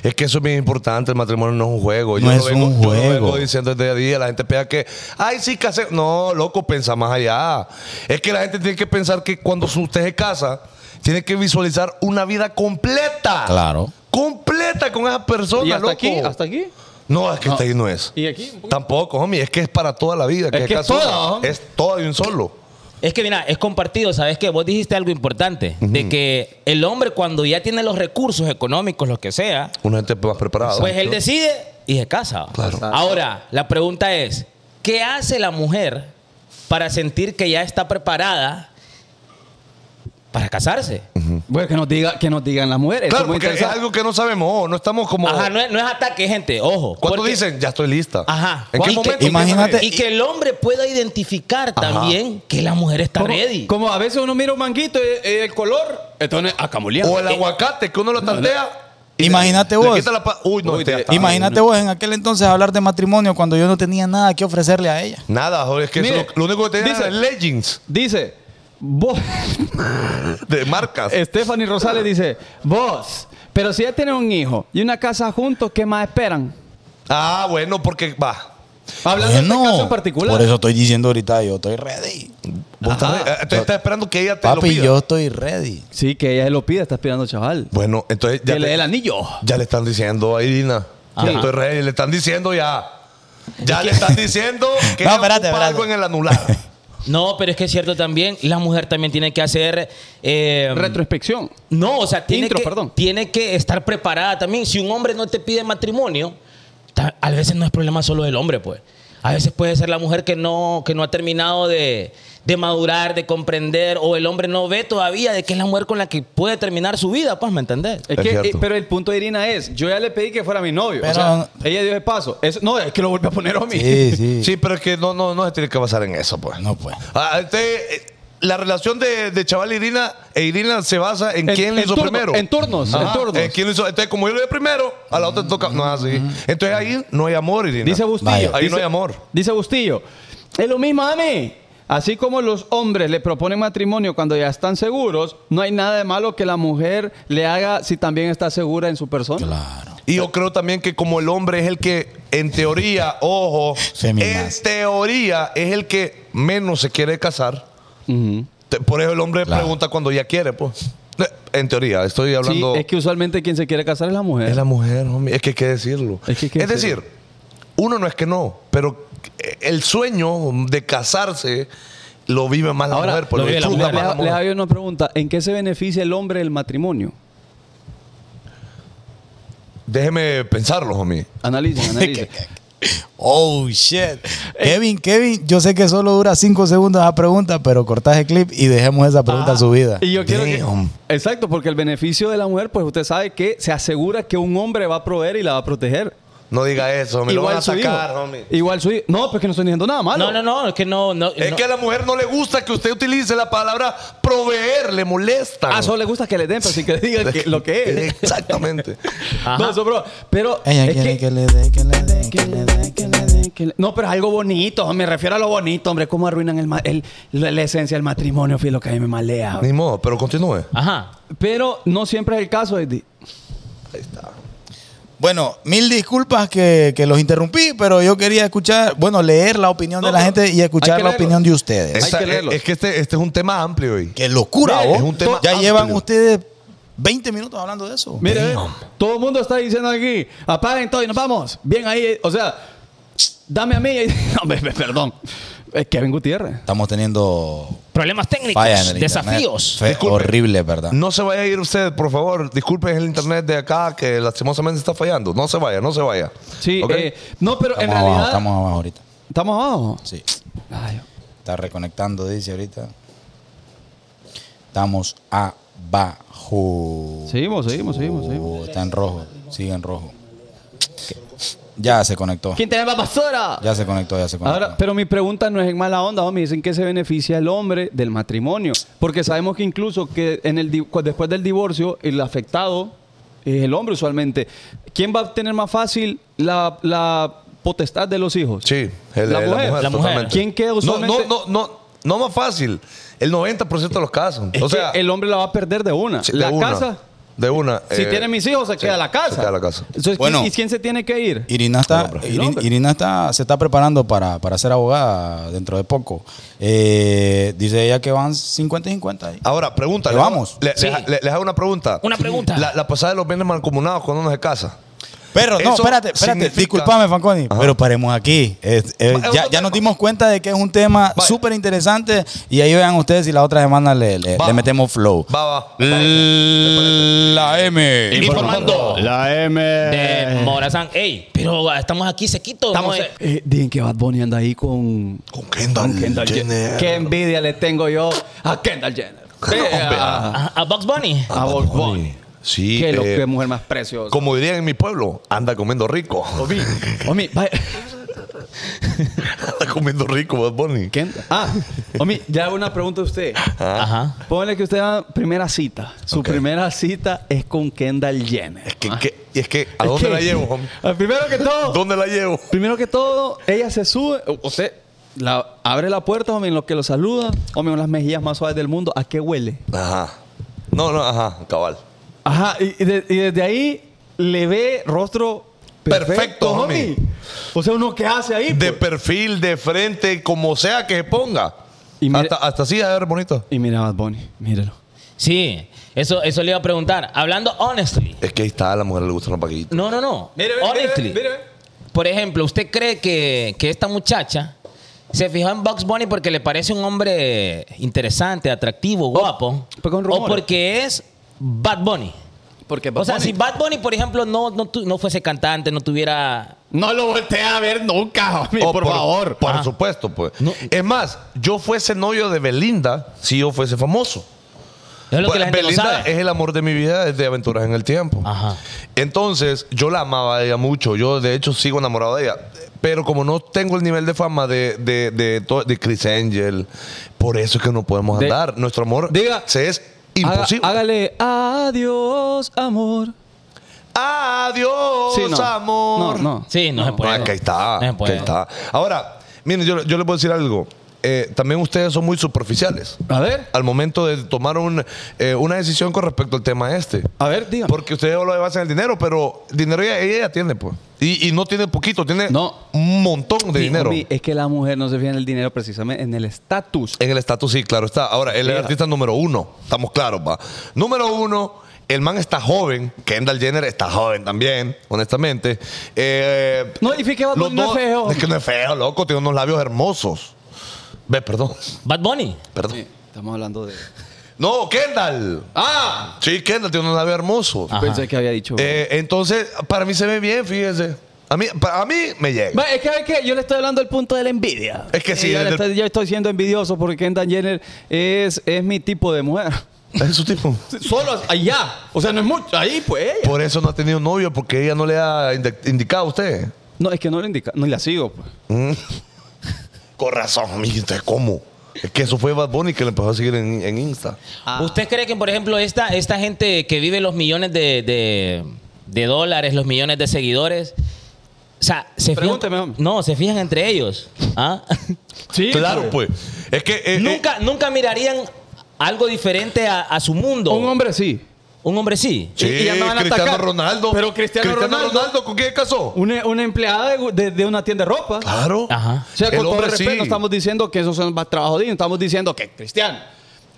Es que eso es bien importante. El matrimonio no es un juego. No es un yo lo juego. vengo diciendo desde día a día. La gente piensa que, ay, sí, casé. No, loco, piensa más allá. Es que la gente tiene que pensar que cuando su- usted se casa, tiene que visualizar una vida completa. Claro. Completa con esa persona, ¿Y hasta loco. aquí? ¿Hasta aquí? No, es que hasta ahí no es. ¿Y aquí? Un poquito. Tampoco, homie. Es que es para toda la vida. Es se que es casa uno. toda, homie. Es toda de un solo. Es que mira, es compartido, ¿sabes qué? Vos dijiste algo importante, de que el hombre cuando ya tiene los recursos económicos, los que sea, Una gente más preparada. pues él decide y se casa. Claro. Ahora, la pregunta es, ¿qué hace la mujer para sentir que ya está preparada para casarse? Bueno, que nos, diga, que nos digan las mujeres. Claro, Eso es muy porque es interesante. algo que no sabemos. oh, No estamos como. Ajá, no es, no es ataque, gente, ojo. ¿Cuánto porque- dicen? Ya estoy lista. Ajá. ¿En qué Y que- momento? imagínate- Y que el hombre pueda identificar también que la mujer está Como- ready. Como a veces uno mira un manguito y, y el color. Entonces, acamuleando. O el aguacate que uno lo tantea. y Eh, Imagínate le- le vos. quita la pa- Uy, no, Uy, este ya te- está. Imagínate vos en aquel entonces hablar de matrimonio cuando yo no tenía nada que ofrecerle a ella. Nada, joder, es que Mire, eso- lo único que tenía dice- era Legends Dice, vos, de marcas. Stephanie Rosales dice, vos, pero si ya tienen un hijo y una casa juntos, ¿qué más esperan? Ah, bueno, porque va. Hablando de este Bueno, caso en particular. Por eso estoy diciendo ahorita, yo estoy ready. Vos estás, eh, te estás esperando que ella te lo Papi, pida. yo estoy ready. Sí, que ella se lo pide, está aspirando chaval. Bueno, entonces ya, que le dé te- el anillo. ya le están diciendo a Irina. Ajá. Ya estoy ready. Le están diciendo ya. Ya le están diciendo que No, ella espérate, ocupa algo espérate. en el anular. No, pero es que es cierto también, la mujer también tiene que hacer... Mm. eh, Retroinspección. no, o sea, tiene, Intro, que, perdón. tiene que estar preparada también. Si un hombre no te pide matrimonio, ta- a veces no es problema solo del hombre, pues. A veces puede ser la mujer que no, que no ha terminado de, de madurar, de comprender, o el hombre no ve todavía de que es la mujer con la que puede terminar su vida, pues, ¿me entendés? Es Es que, cierto. eh, pero el punto de Irina es, yo ya le pedí que fuera mi novio. Pero- o sea, ella dio el paso. Es- no, es que lo volvió a poner a mí. Sí, sí. Sí, pero es que no, no, no se tiene que basar en eso, pues. No, pues. Ah, este, eh, la relación de, de chaval Irina e Irina se basa en, En- quién lo en hizo turno- primero. en turnos, Ajá, en turnos. eh, quién lo hizo- entonces, como yo lo hice primero, a la otra te toca. No es así. Entonces ahí no hay amor, Irina. Dice Bustillo. Vaya. ahí dice- no hay amor. Dice Bustillo, es lo mismo a mí. Así como los hombres le proponen matrimonio cuando ya están seguros, no hay nada de malo que la mujer le haga si también está segura en su persona. Claro. Y yo creo también que como el hombre es el que, en teoría, ojo, en Feminazi. teoría es el que menos se quiere casar. Te- Por eso el hombre Claro. pregunta cuando ya quiere, pues. Eh, En teoría, estoy hablando. Sí, es que usualmente quien se quiere casar es la mujer. Es la mujer, homie. Es que hay que decirlo. Es Es, que hay que decir, decirlo. uno no es que no, pero el sueño de casarse lo vive más la Ahora, mujer. Pues lo lo vive la disfruta mujer. más la Les, les mujer. hago una pregunta. ¿En qué se beneficia el hombre del matrimonio? Déjeme pensarlo, homie. Analicen, analicen. Oh, shit. Kevin, Kevin, yo sé que solo dura cinco segundos la pregunta, pero cortás el clip y dejemos esa pregunta subida. Ah. Y yo quiero que- Damn. Exacto, porque el beneficio de la mujer, pues usted sabe que se asegura que un hombre va a proveer y la va a proteger. No diga eso, me lo van a su hijo. sacar, homie. Igual su hijo. No, pues que no estoy diciendo nada malo. No, no, no, es que no. no Es no. que a la mujer no le gusta que usted utilice la palabra proveer, le molesta. Ah, solo le gusta que le den, pero sin que digan que- lo que es. Exactamente. No, eso, bro. Pero Ella es quiere que, que, le dé, que le dé, que le dé, que le dé. que le- No, pero es algo bonito. Me refiero a lo bonito, hombre. ¿Cómo arruinan el, ma- el- la, la esencia del matrimonio? Fíjate lo que a mí me malea. Ni modo, pero continúe. Ajá. Pero no siempre es el caso, Eddie. Bueno, mil disculpas que, que los interrumpí, pero yo quería escuchar, bueno, leer la opinión de la gente y escuchar que la leerlo. opinión de ustedes. Esta- que leerlo. es que este, este es un tema amplio hoy. ¡Qué locura, Ve, vos! es un tema ya amplio. llevan ustedes 20 minutos hablando de eso. Mire, ve, todo el mundo está diciendo aquí, apaguen todo y nos vamos. Bien ahí, eh, o sea, dame a mí. No, me- me- perdón. Es Kevin Gutiérrez. Estamos teniendo Problemas técnicos, fallas en el internet. desafíos. Fue Disculpe. horrible, ¿verdad? No se vaya a ir usted, por favor. Disculpe, es el internet de acá que lastimosamente está fallando. No se vaya, no se vaya. Sí, ¿Ok? eh, no, pero en estamos, realidad. abajo, estamos abajo ahorita. ¿Estamos abajo? Sí. Ay, Está reconectando, dice ahorita. Estamos abajo. Seguimos, seguimos, seguimos, seguimos. Oh, está en rojo, sigue en rojo. Ya se conectó. ¿Quién tiene más basura? Ya se conectó, ya se conectó. Ahora, pero mi pregunta no es en mala onda, homie. Dicen que se beneficia el hombre del matrimonio. Porque sabemos que incluso que en el, di- cu- después del divorcio, el afectado es el hombre usualmente. ¿Quién va a tener más fácil la, la potestad de los hijos? Sí, el- la, el- mujer. la mujer. totalmente. ¿Quién queda No, usualmente? no, no, no, no más fácil. El 90% de los casos. Es o que sea, el hombre la va a perder de una. sí, de la una, casa. De una. Si eh, tiene mis hijos, se sí, queda la casa. Se queda la casa. Entonces, ¿quién- Bueno. ¿y quién se tiene que ir? Irina está, Hombre. Irin- Irina está, se está preparando para, para ser abogada dentro de poco. Eh, dice ella que van 50 y 50. ahí. Ahora, pregunta. Que les- vamos. le- Les, Sí. le- les hago una pregunta. Una pregunta. La, la pasada de los bienes mancomunados cuando uno se casa. Pero no, Eso espérate, espérate. significa- Disculpame, Fanconi. Ajá. Pero paremos aquí. Es- es- Va, es ya, otro ya tema. nos dimos cuenta de que es un tema Vaya. súper interesante. Y ahí vean ustedes si la otra semana le, le- Va. le metemos flow. Va, va. La M. Informando. La M. De Morazán. Ey, pero estamos aquí sequitos. Estamos- no es- eh, dicen que Bad Bunny anda ahí con. Con Kendall, Jenner. Qué envidia le tengo yo a Kendall Jenner. Vea. A, a Bugs Bunny. A Bad Bunny. Sí. Qué, lo, eh, qué mujer más preciosa. como dirían en mi pueblo, anda comiendo rico. Omi, Omi, vaya. anda comiendo rico, Bad Bunny. Kendall. Ah, Omi, ya hago una pregunta a usted. Ah. Ajá. Póngale que usted va a primera cita. Su Ok. primera cita es con Kendall Jenner. Es Ah. que, que- y es que, ¿a dónde Es que- la llevo? homie? Ah, Primero que todo, ¿Dónde la llevo? Primero que todo, ella se sube, u- usted la, abre la puerta, hombre, en lo que lo saluda, hombre, con las mejillas más suaves del mundo, ¿a qué huele? Ajá. No, no, ajá, cabal. Ajá, y, y de- y desde ahí le ve rostro perfecto, Perfecto, homie. homie. O sea, uno que hace ahí. De pues? perfil, de frente, como sea que se ponga. Y mire- hasta, hasta así a ver bonito. y mira a Bad Bunny, míralo. Sí, eso, eso le iba a preguntar. Hablando honestly. Es que ahí está, a la mujer le gustan los paquitos. No, no, no. honestly. Por ejemplo, ¿usted cree que, que esta muchacha se fijó en Bugs Bunny porque le parece un hombre interesante, atractivo, guapo? pues con o rumores. porque es Bad Bunny. Porque o sea, si Bad Bunny, por ejemplo, no, no, tu- no fuese cantante, no tuviera... No lo voltea a ver nunca, homie, Oh, por, favor. Por Ajá. supuesto, pues. Ah. No. Es más, yo fuese novio de Belinda si yo fuese famoso. Es lo que Pues, la gente no Belinda sabe. es el amor de mi vida desde Aventuras en el Tiempo. Ajá. Entonces, yo la amaba a ella mucho. Yo, de hecho, sigo enamorado de ella. Pero como no tengo el nivel de fama de, de, de, to- de Chris Angel, por eso es que no podemos De- andar. Nuestro amor Diga- se es Haga- imposible. hágale adiós, amor. Adiós, Sí, no. amor. No, Eh, no. Sí, no, se No, puede. es que ahí está. No se que puede. ahí está. Ahora, miren, yo, yo les puedo decir algo. Eh, también ustedes son muy superficiales A ver, al momento de tomar un, eh, una decisión con respecto al tema este. a ver, dígame. Porque ustedes lo basan en el dinero, pero dinero ella, ella ya tiene, pues. Y, y no tiene poquito, tiene No. un montón de Sí, dinero. homie, es que la mujer no se fija en el dinero precisamente, en el estatus. En el estatus, sí, claro está. Ahora, él es el artista número uno. Estamos claros, va. Número uno, el man está joven. Kendall Jenner está joven también, honestamente. Eh, No, y fíjate, Bad los Bunny no es dos- feo. Es que no es feo, loco. Tiene unos labios hermosos. Ve, perdón. Bad Bunny. Perdón. Estamos hablando de. No, Kendall. ¡Ah! Sí, Kendall tiene unos labios hermosos. Pensé que había dicho. Eh, entonces, para mí se ve bien, fíjese. A mí, para, a mí me llega. Va, es que, es que yo le estoy hablando del punto de la envidia. Es que sí, Eh, yo, le desde- estoy, yo estoy siendo envidioso porque Kendall Jenner es, es mi tipo de mujer. Es su tipo. Solo allá. O sea, no es mucho. Ahí, pues ella. Por eso no ha tenido novio, porque ella no le ha indi- indicado a usted. No, es que no le indica. No la sigo, pues. Mm. Con razón, amiguito, ¿cómo? Es que eso fue Bad Bunny que le empezó a seguir en, en Insta. ¿Usted cree que, por ejemplo, esta, esta gente que vive los millones de, de- de dólares, los millones de seguidores, o sea, se Pregúnteme, fijan, hombre. no, se fijan entre ellos? ¿ah? Sí. claro, pues. Es que. eh, eh, nunca, nunca mirarían algo diferente a, a su mundo. Un hombre sí. Un hombre sí. sí, y- y andaban a Cristiano atacar. Ronaldo. Pero Cristiano Ronaldo- ¿con quién casó? Una, una empleada de, de- de una tienda de ropa. Claro. Ajá. O sea, El con todo hombre respeto, sí. no estamos diciendo que eso son más trabajos dignos. Estamos diciendo que, Cristian,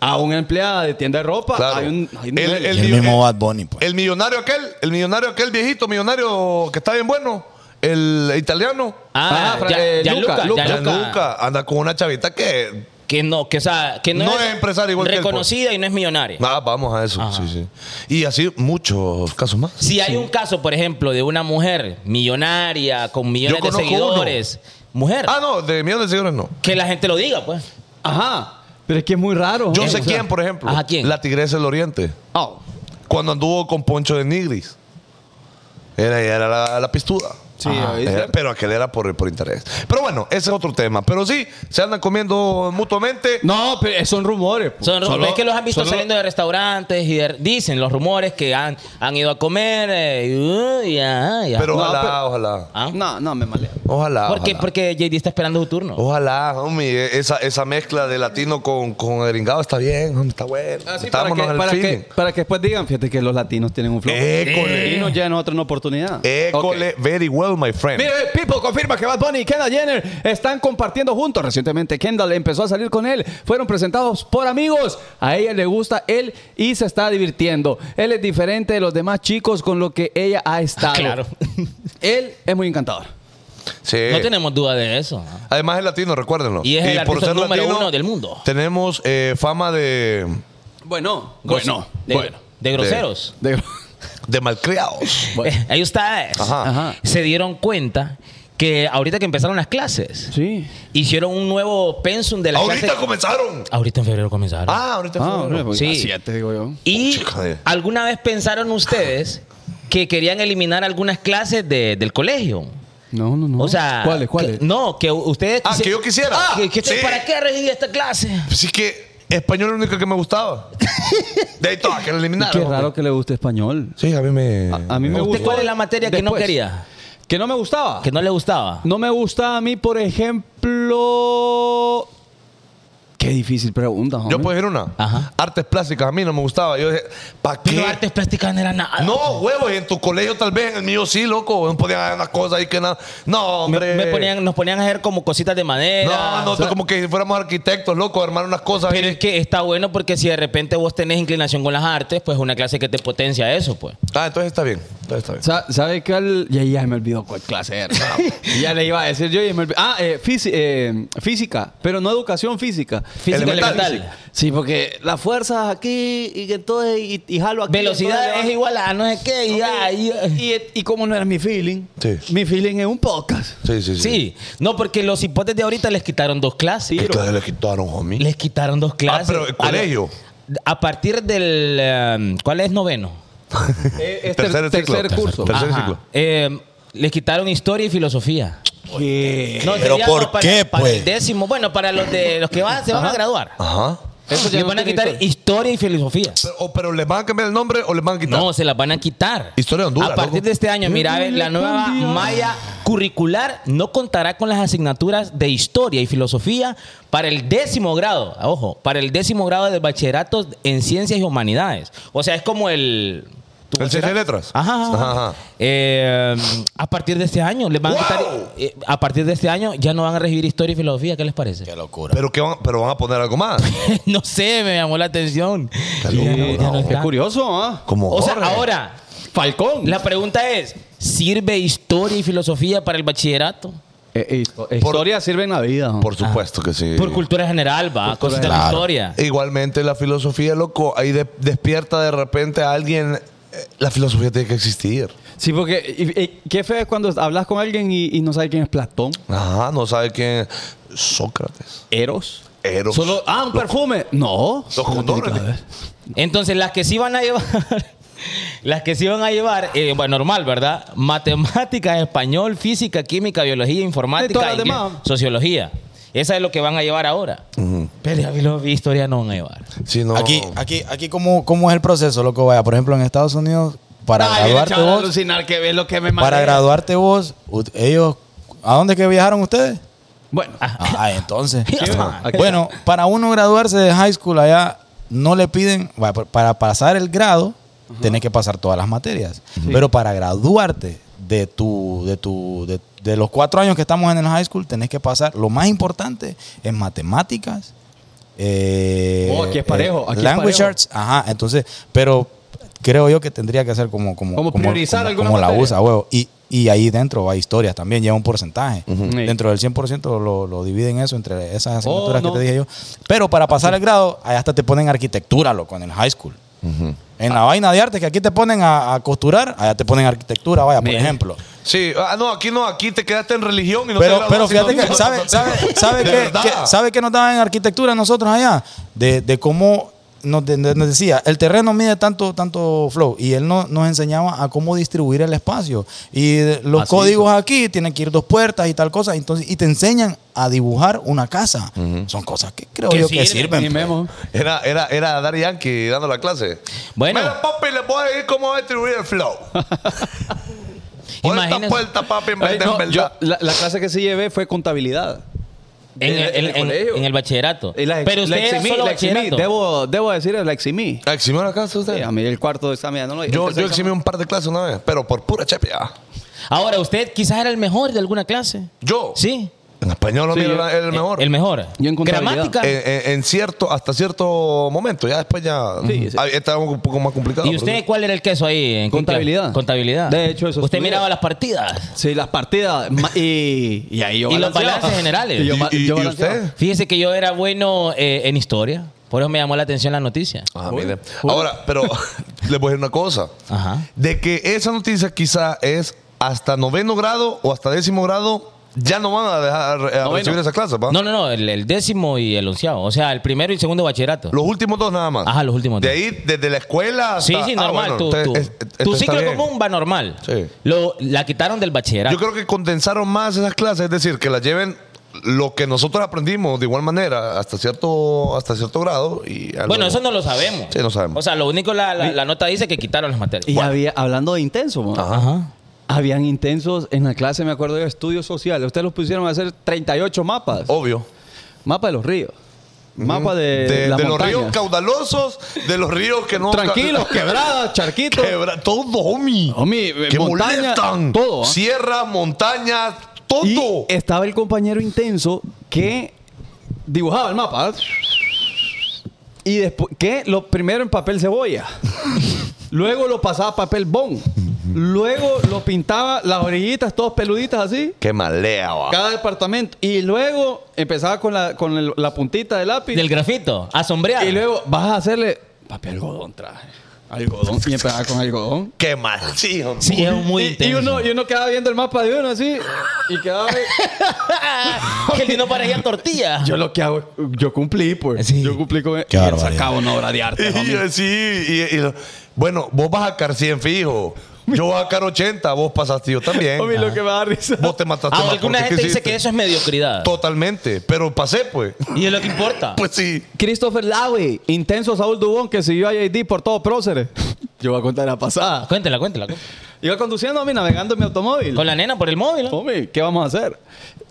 a una empleada de tienda de ropa Claro. hay un. hay un- El- el- Eh, Y el mismo Bad Bunny, pues. El millonario aquel, el millonario aquel viejito, millonario que está bien bueno, el italiano. Ah, Fra- ya, eh, ya Luca, Luca, Luca. ya Ya Luca. nunca anda con una chavita que. Que no, que, o sea, que no, No es empresario igual que él, pues. reconocida y no es millonaria. Ah, vamos a eso. Sí, sí. Y así muchos casos más. Si hay un caso, por ejemplo, de una mujer millonaria con millones Yo de conozco seguidores, mujer, Ah, no, de millones de seguidores no. que la gente lo diga, pues. Ajá. Pero es que es muy raro. Yo ¿no? sé O sea, quién, por ejemplo. Ajá, ¿quién? La Tigresa del Oriente. ah, Cuando anduvo con Poncho de Nigris. Era, era la, la pistuda. Sí, Ajá. ahí está. Era- pero aquel era por, por interés. Pero bueno, ese es otro tema. Pero sí, se andan comiendo mutuamente. No, pero son rumores. pues. Son, Solo- es que los han visto solo- saliendo de restaurantes y de- dicen los rumores que han, han ido a comer. eh, y, uh, y, ajá, y, ajá. Pero No, ojalá, pero- ojalá. Ah. No, no, me malea. Ojalá. ¿Por qué? ojalá. Porque JD está esperando su turno. Ojalá, homie, esa, esa mezcla de latino con, con gringado está bien, homie, está bueno. Así Ah, para, que, Estámonos en el para, que, feeling. para que después digan, fíjate que los latinos tienen un flow. École. Y nos llegan nosotros una oportunidad. École, Ok. very well, my friend. Mire, People confirma que Bad Bunny y Kendall Jenner están compartiendo juntos. Recientemente Kendall empezó a salir con él. Fueron presentados por amigos. A ella le gusta él y se está divirtiendo. Él es diferente de los demás chicos con lo que ella ha estado. Claro. él es muy encantador. Sí. No tenemos duda de eso. ¿ah? Además es latino, recuérdenlo. Y es el artista número uno del mundo. Tenemos eh, fama de, Bueno, de, de groseros. De- de malcriados. Eh, Ahí ustedes Ajá. Ajá. se dieron cuenta que ahorita que empezaron las clases, Sí. hicieron un nuevo pensum de las Ahorita clases. comenzaron. Ahorita en febrero comenzaron. Ah, ahorita Ah, fueron. hombre, pues, Sí. a siete, digo yo. Y Chica de- alguna vez pensaron ustedes que querían eliminar algunas clases de- del colegio. No, no, no. O sea, ¿Cuáles, cuáles? que- no, que u- ustedes. Ah, quisi- que yo quisiera. Ah, que- que- Sí. ¿Para qué regí esta clase? Pues es que español es lo único que me gustaba. de ahí todas que lo eliminaron. Qué raro que le guste español. Sí, a mí me... A mí me ¿Usted gustó. cuál es la materia que no Después. quería? Que no me gustaba. Que no le gustaba. No me gusta a mí, por ejemplo. Qué difícil pregunta, hombre. Yo puedo decir una. Ajá. Artes plásticas a mí no me gustaba. Yo dije, ¿para qué? Pero artes plásticas no era nada. No, huevos, en tu colegio tal vez, en el mío sí, loco. No podían hacer unas cosas ahí que nada. No, Me- hombre. me ponían- nos ponían a hacer como cositas de No, madera. no, tú como que fuéramos arquitectos, loco, armar unas cosas. Pero ahí. es que está bueno porque si de repente vos tenés inclinación con las artes, pues es una clase que te potencia eso, pues. Ah, entonces está bien. Entonces está bien. Sa- ¿Sabe qué? al- Ya, ya me olvidó cuál clase era. ya le iba a decir yo y me olvidó. Ah, eh, fisi- eh, física, pero no educación física. Física Elemental. física. Sí, porque la fuerza aquí y que entonces y, y jalo aquí. Velocidad entonces- es igual a no sé qué. y ahí- Y, y como no era mi feeling, Sí. mi feeling es un podcast. Sí, sí, sí. Sí, no, porque los hipotes de ahorita les quitaron dos clases. Entonces le quitaron, homie. Les quitaron dos clases. pero el A la- colegio. A, partir del. eh, ¿Cuál es noveno? Eh, es Tercer ter- ciclo. tercer curso. Tercer Este Ajá. ciclo. Eh, les quitaron historia y filosofía. Ah, Eh, No, ¿Pero sería por no, para- qué, para pues? el décimo, bueno, para los de los que van, se van a graduar. Ajá. Ah. Eso ya Le no van a tiene quitar historia. historia y filosofía. Pero, o- pero le van a cambiar el nombre o le van a quitar. No, se las van a quitar. Historia de Honduras, A partir loco. de este año, mira, a ver, la nueva malla curricular no contará con las asignaturas de historia y filosofía para el décimo grado, ojo, para el décimo grado de bachillerato en ciencias y humanidades. O sea, es como el... ¿tu El ciencia bachillerato? de letras. Ajá. ajá. Ajá, ajá. Eh, a partir de este año, les van ¡Wow! a quitar... eh, a partir de este año ya no van a recibir historia y filosofía, ¿qué les parece? Qué locura. Pero, que van, pero van a poner algo más. no sé, me llamó la atención. loco, Ya no- ya no. no Qué está. curioso, ¿ah? Como O sea, Jorge. ahora, Falcón. la pregunta es, ¿sirve historia y filosofía para el bachillerato? Eh, eh, histo- historia sirve en la vida. ¿no? Por supuesto que sí. Ah. Por cultura general, va, cosas de la general. historia. Igualmente la filosofía, loco, ahí de- despierta de repente a alguien. eh, La filosofía tiene que existir. Sí, porque y- y- qué feo es cuando hablas con alguien y, y no sabes quién es Platón, Ajá, no sabe quién. Sócrates. Eros, Eros. Solo, ah, un perfume. No. Los condones. Entonces, las que sí van a llevar, las que sí van a llevar, eh, bueno, normal, ¿verdad? Matemáticas, español, física, química, biología, Y todas informática, las inglés, demás. sociología. Esa es lo que van a llevar ahora. Pero ya vi los historia no van a llevar. Sí, no. Aquí, aquí, aquí ¿cómo, ¿cómo es el proceso, loco? Vaya, por ejemplo, en Estados Unidos, para Ay, viene el graduarte chaval a vos, alucinar que ve lo que me para mandé. graduarte vos, ut- ellos, ¿a dónde que viajaron ustedes? Bueno. Ah, entonces. Ajá. bueno, para uno graduarse de high school allá, no le piden, va, pa- para pasar el grado, tenés que pasar todas las materias. Pero para graduarte de tu, de tu, de, de los cuatro años que estamos en el high school, tenés que pasar. Lo más importante es matemáticas. eh, Oh, aquí es parejo, aquí es language parejo. arts, ajá. Entonces, pero creo yo que tendría que ser como, como, Como priorizar alguna como la materia. USA, huevo. Y, y ahí dentro va historias también, lleva un porcentaje. Sí. Dentro del 100% lo, lo dividen eso entre esas asignaturas Oh, no. que te dije yo. Pero para pasar el grado, ahí hasta te ponen arquitectura, loco, en el high school. En la vaina de arte que aquí te ponen a, a costurar, allá te ponen arquitectura, vaya, por Mira. ejemplo. Sí, ah, no, aquí no, aquí te quedaste en religión y no pero te pero graduaste, fíjate no, que, no, ¿sabe, no, sabe, sabe, De que, verdad. que- sabe que nos daban en arquitectura nosotros allá? De, de cómo nos, de- de- nos decía, el terreno mide tanto, tanto flow y él no, nos enseñaba a cómo distribuir el espacio. Y de- los Así códigos aquí tienen que ir dos puertas y tal cosa. Entonces, y te enseñan a dibujar una casa. Son cosas que creo yo que sirven. Ni pues. memo. Era, era, era Daddy Yankee dando la clase. Bueno. Mira, papi, le voy a decir cómo va a distribuir el flow. Puerta a Imagínense. puerta, papi, en vez Ay, de no, en verdad. yo- la, la clase que sí llevé fue contabilidad. En, En- el, en el en- en- colegio. en el bachillerato. Y la ex- Pero usted la era eximí, solo la eximí. bachillerato. Debo, debo decir, la eximí. Ah, ¿Eximió la clase usted? Sí, a mí el cuarto de examen. ya No lo, el yo tercer yo examen- eximí un par de clases una vez, pero por pura chepia. Ahora, usted quizás era el mejor de alguna clase. Yo. Sí. Eh, En español no Sí, mira yo- la- el mejor. El mejor. Yo en contabilidad. Gramática. en, en- en cierto, hasta cierto momento, ya después ya Sí, sí. Ah, estaba un poco más complicado. ¿Y usted cuál era el queso ahí? en qué Contabilidad. clase? Contabilidad. De hecho, eso Usted estudié. miraba las partidas. Sí, las partidas. ma- Y, y ahí yo Y los balanceaba. balances generales. Y yo, ¿Y- ma- y- yo y balanceaba. usted? Fíjese que yo era bueno eh, en historia. Por eso me llamó la atención la noticia. Ah, mire. Ahora, pero les voy a decir una cosa. Ajá. De que esa noticia quizá es hasta noveno grado o hasta décimo grado, ya no van a dejar eh, a Noveno. recibir esa clase, ¿va? No, no, no. El, el décimo y el onceavo. O sea, el primero y el segundo bachillerato. Los últimos dos nada más. Ajá, los últimos De dos. ahí, desde la escuela hasta... Sí, sí, Ah, normal. bueno, tu entonces, tu- es- es- tu está ciclo bien. común va normal. Sí. Lo, la quitaron del bachillerato. Yo creo que condensaron más esas clases, es decir, que las lleven lo que nosotros aprendimos de igual manera hasta cierto hasta cierto grado y ya bueno, luego- eso no lo sabemos. Sí, no sabemos. O sea, lo único la, la- la nota dice que quitaron las materias. Y había, hablando de intenso, ma, Ajá. habían intensos en la clase, me acuerdo yo, estudios sociales. Ustedes los pusieron a hacer 38 mapas. obvio. Mapa de los ríos. Mapa de, De, Eh, las de los montañas. ríos caudalosos, de los ríos que no Tranquilos, quebradas, charquitos. Quebra, todo, homie. Homie, que montaña, molestan. todo, ¿ah? Sierra, montaña, Y todo. estaba el compañero intenso que dibujaba el mapa. ¿ah? Y después, que lo primero en papel cebolla. Luego lo pasaba a papel bond. Luego lo pintaba las orillitas todas peluditas así. Qué malea, va. Cada departamento. Y luego empezaba con la, con el- la puntita del lápiz. Del grafito. Asombreado. y luego vas a hacerle papel algodón traje. Algodón. Y empezaba con algodón. Qué mal. Sí, homie. Sí, es muy Y- y, intenso. uno, y uno quedaba viendo el mapa de uno así. Y quedaba. que el no parecía tortilla. yo lo que hago, yo cumplí, pues. Sí. Yo cumplí con. Qué y él barbaridad. sacaba una obra de arte. Y homie. yo, sí, y- y- bueno, vos vas a sacar 100 fijo. Yo voy a sacar 80, vos pasaste yo también. Homie, lo que me da risa. Vos te mataste. Ah, más alguna porque gente dice quisiste. que eso es mediocridad. Totalmente, pero pasé pues. Y es lo que importa. Pues sí. Christopher Lawe, intenso Saúl Dubón que siguió a JD por todo próceres. Yo voy a contar la pasada. Cuéntela, cuéntela. cuéntela. Iba conduciendo a mí, navegando en mi automóvil. Con la nena por el móvil. ¿no? Homie, ¿qué vamos a hacer?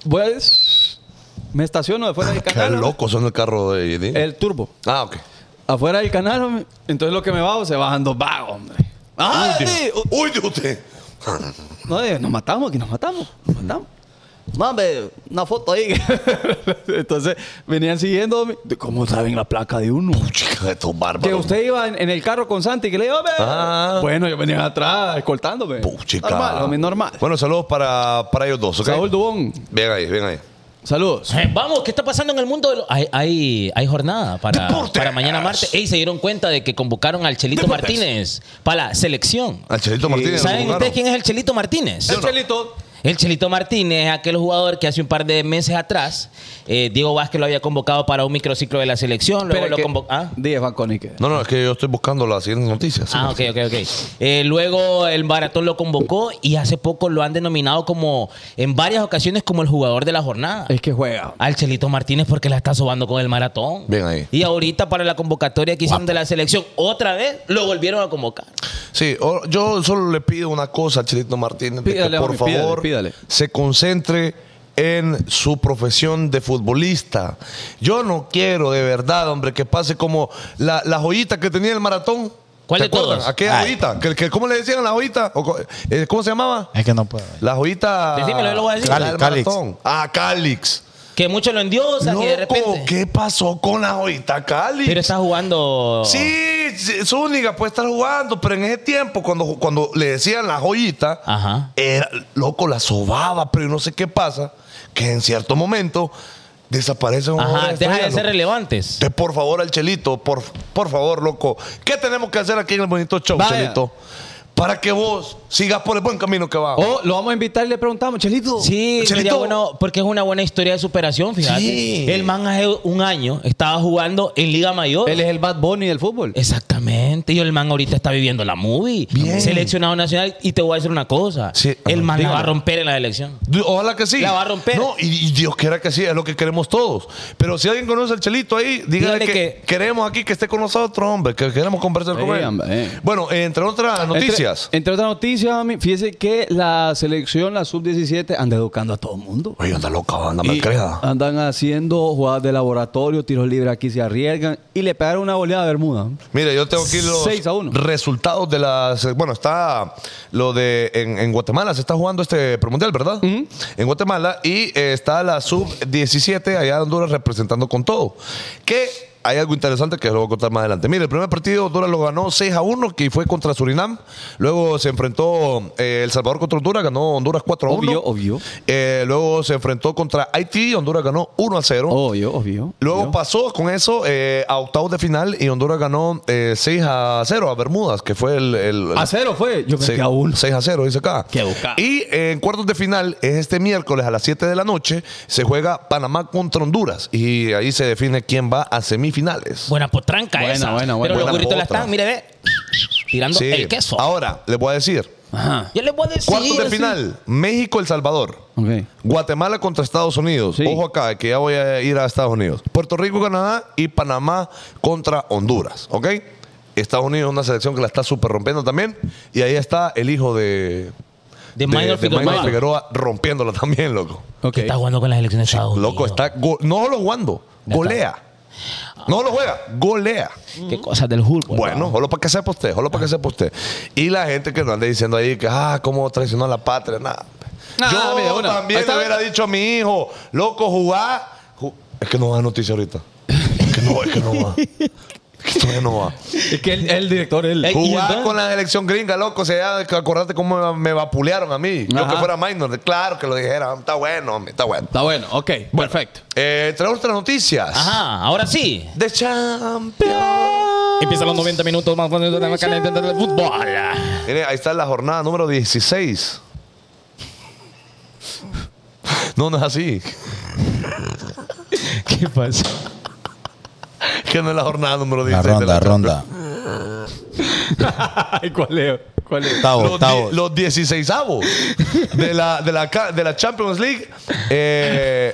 Pues. Me estaciono afuera del Ah, Qué canal. homie. loco son el carro de JD. El turbo. Ah, ok. Afuera del canal, homie. entonces lo que me bajo se bajan dos vagos, hombre. ¡Ah, Uy, sí! Dios. Uy, Dios, usted. No, eh, nos matamos, que nos matamos, nos matamos. No, hombre, una foto ahí. Entonces, venían siguiendo. hombre. ¿Cómo saben la placa de uno? Chica de estos bárbaros. Que usted iba en, en el carro con Santi, que le digo, hombre. Ah. Bueno, yo venía atrás, escoltándome. Puchica. Normal, hombre, normal. Bueno, saludos para, para ellos dos, ¿ok? Saúl Dubón, Ven ahí, ven ahí. saludos. Eh, Vamos, ¿qué está pasando en el mundo? de lo- Hay, hay, hay jornada para, Deportes. para mañana martes. Ey, se dieron cuenta de que convocaron al Chelito Deportes. Martínez para la selección. Al Chelito Martínez. lo ¿Saben buscaron. ustedes quién es el Chelito Martínez? El Chelito. El Chelito Martínez, aquel jugador que hace un par de meses atrás, eh, Diego Vázquez lo había convocado para un microciclo de la selección, luego Espere lo que- convocó. ¿Ah? Díaz Van Conique. No, no, es que yo estoy buscando las siguientes noticias. Ah, ok, ok, ok. Eh, luego el maratón lo convocó y hace poco lo han denominado como, en varias ocasiones, como el jugador de la jornada. Es que juega. Al Chelito Martínez porque la está sobando con el maratón. Bien ahí. Y ahorita para la convocatoria que hicieron de la selección, otra vez lo volvieron a convocar. Sí, o- yo solo le pido una cosa a Chilito Martínez, de Pídale, que por hombre, pídale, favor pídale. se concentre en su profesión de futbolista. Yo no quiero de verdad, hombre, que pase como la, la joyita que tenía el maratón. ¿Cuál ¿Te de todas? acuerdas? Ah. Aquella Ay. joyita. Que, que- ¿Cómo le decían la joyita? O co- eh, ¿Cómo se llamaba? Es que no puedo. La joyita. Decímelo, yo lo voy a decir. La del Cálix. maratón. Ah, Cálix. Que muchos lo endiosan y de Loco, repente. ¿qué pasó con la joyita Cálix? Pero está jugando. Sí, sí, Zúñiga puede estar jugando, pero en ese tiempo, cuando, cuando le decían la joyita, Ajá. era, loco, la sobaba, pero no sé qué pasa, que en cierto momento desaparecen los Ajá, jugadores deja de estrellas, ser loco. relevantes. Entonces, por favor, al Chelito, por, por favor, loco, ¿qué tenemos que hacer aquí en el bonito show, Vaya. Chelito? Para que vos sigas por el buen camino que vas. Oh, O Oh, lo vamos a invitar y le preguntamos, Chelito. Sí, Chelito. sería bueno, porque es una buena historia de superación, fíjate. Sí. El man hace un año estaba jugando en Liga Mayor. Él es el Bad Bunny del fútbol. Exactamente. Y el man ahorita está viviendo la movie. Bien. Seleccionado nacional. Y te voy a decir una cosa. Sí, ajá. el man la va a Dígame. romper en la elección. Du- Ojalá que sí. La va a romper. No, y, y Dios quiera que sí, es lo que queremos todos. Pero si alguien conoce al Chelito ahí, dígale Dígale que, que- queremos aquí que esté con nosotros, hombre, que queremos conversar Sí, con él. hombre, eh. Bueno, entre otras Entre- noticias. Entre, otras noticias, mami, fíjese que la selección, la sub-17, anda educando a todo el mundo. Oye, anda loca, anda Y malcriada. andan haciendo jugadas de laboratorio, tiros libres aquí se arriesgan y le pegaron una goleada a Bermuda. Mire, yo tengo aquí los Seis a uno. resultados de las. Bueno, está lo de. En, en Guatemala se está jugando este premundial, ¿verdad? En Guatemala. Y eh, está la sub-17 allá en Honduras representando con todo. Que hay algo interesante que lo voy a contar más adelante. Mire, el primer partido Honduras lo ganó 6 a 1, que fue contra Surinam. Luego se enfrentó eh, El Salvador contra Honduras, ganó Honduras 4 a 1. Obvio, obvio. Eh, luego se enfrentó contra Haití, Honduras ganó 1 a 0. Obvio, obvio. Luego obvio. pasó con eso eh, a octavos de final y Honduras ganó eh, 6 a 0 a Bermudas, que fue el. el- A cero fue. Yo pensé Sí, Ah, que a uno. 6 a 0, dice acá. Qué buscado. Y eh, en cuartos de final, es este miércoles a las 7 de la noche, se juega Panamá contra Honduras. Y ahí se define quién va a semifinales. Buena potranca Buena, esa. buena, Pero buena. los Buena burritos la potra. están, mire, ve. Tirando Sí. el queso. Ahora, les voy a decir: Ajá. Yo les voy a decir. cuartos de final, México-El Salvador. Ok. Guatemala contra Estados Unidos. Sí. Ojo acá, que ya voy a ir a Estados Unidos. Puerto Rico, Canadá y Panamá contra Honduras. ¿Ok? Estados Unidos es una selección que la está súper rompiendo también. Y ahí está el hijo de. De Minor Figueroa. Minor Figueroa rompiéndola también, loco. Ok. Está jugando con las elecciones de Estados Unidos. Loco, está. go- no lo jugando. Golea. No lo juega, golea. Qué cosas del Pues fútbol. Bueno, ¿no? solo para que sepa usted, solo para que sepa usted. Y la gente que nos anda diciendo ahí que, ah, cómo traicionó a la patria, nada. Nah, Yo mire, una. Ahí también está. le hubiera dicho a mi hijo, loco, jugá. ju- es que no va a noticia ahorita. Es que no, es que no va. Es que todavía no va. Es que el, el director, él. Ey, ¿y Jugá entonces? con la elección gringa, loco. O sea, acordate cómo me vapulearon a mí. Yo Ajá. que fuera minor. Claro que lo dijera. Está bueno, hombre, está bueno. Está bueno, ok. Perfecto. Eh, trae otras noticias. Ajá, ahora sí. De Champions. Empieza los 90 minutos más cuando tenemos que entender el fútbol. Mire, ahí está la jornada número 16. No, no es así. ¿Qué pasa? Que no es la jornada número La 16. de ronda, Champions. ronda. Ay, ¿cuál es? ¿Cuál es? Octavo, Los, octavo. di- los 16 avos de la, de, la, ca- de la Champions League. Eh,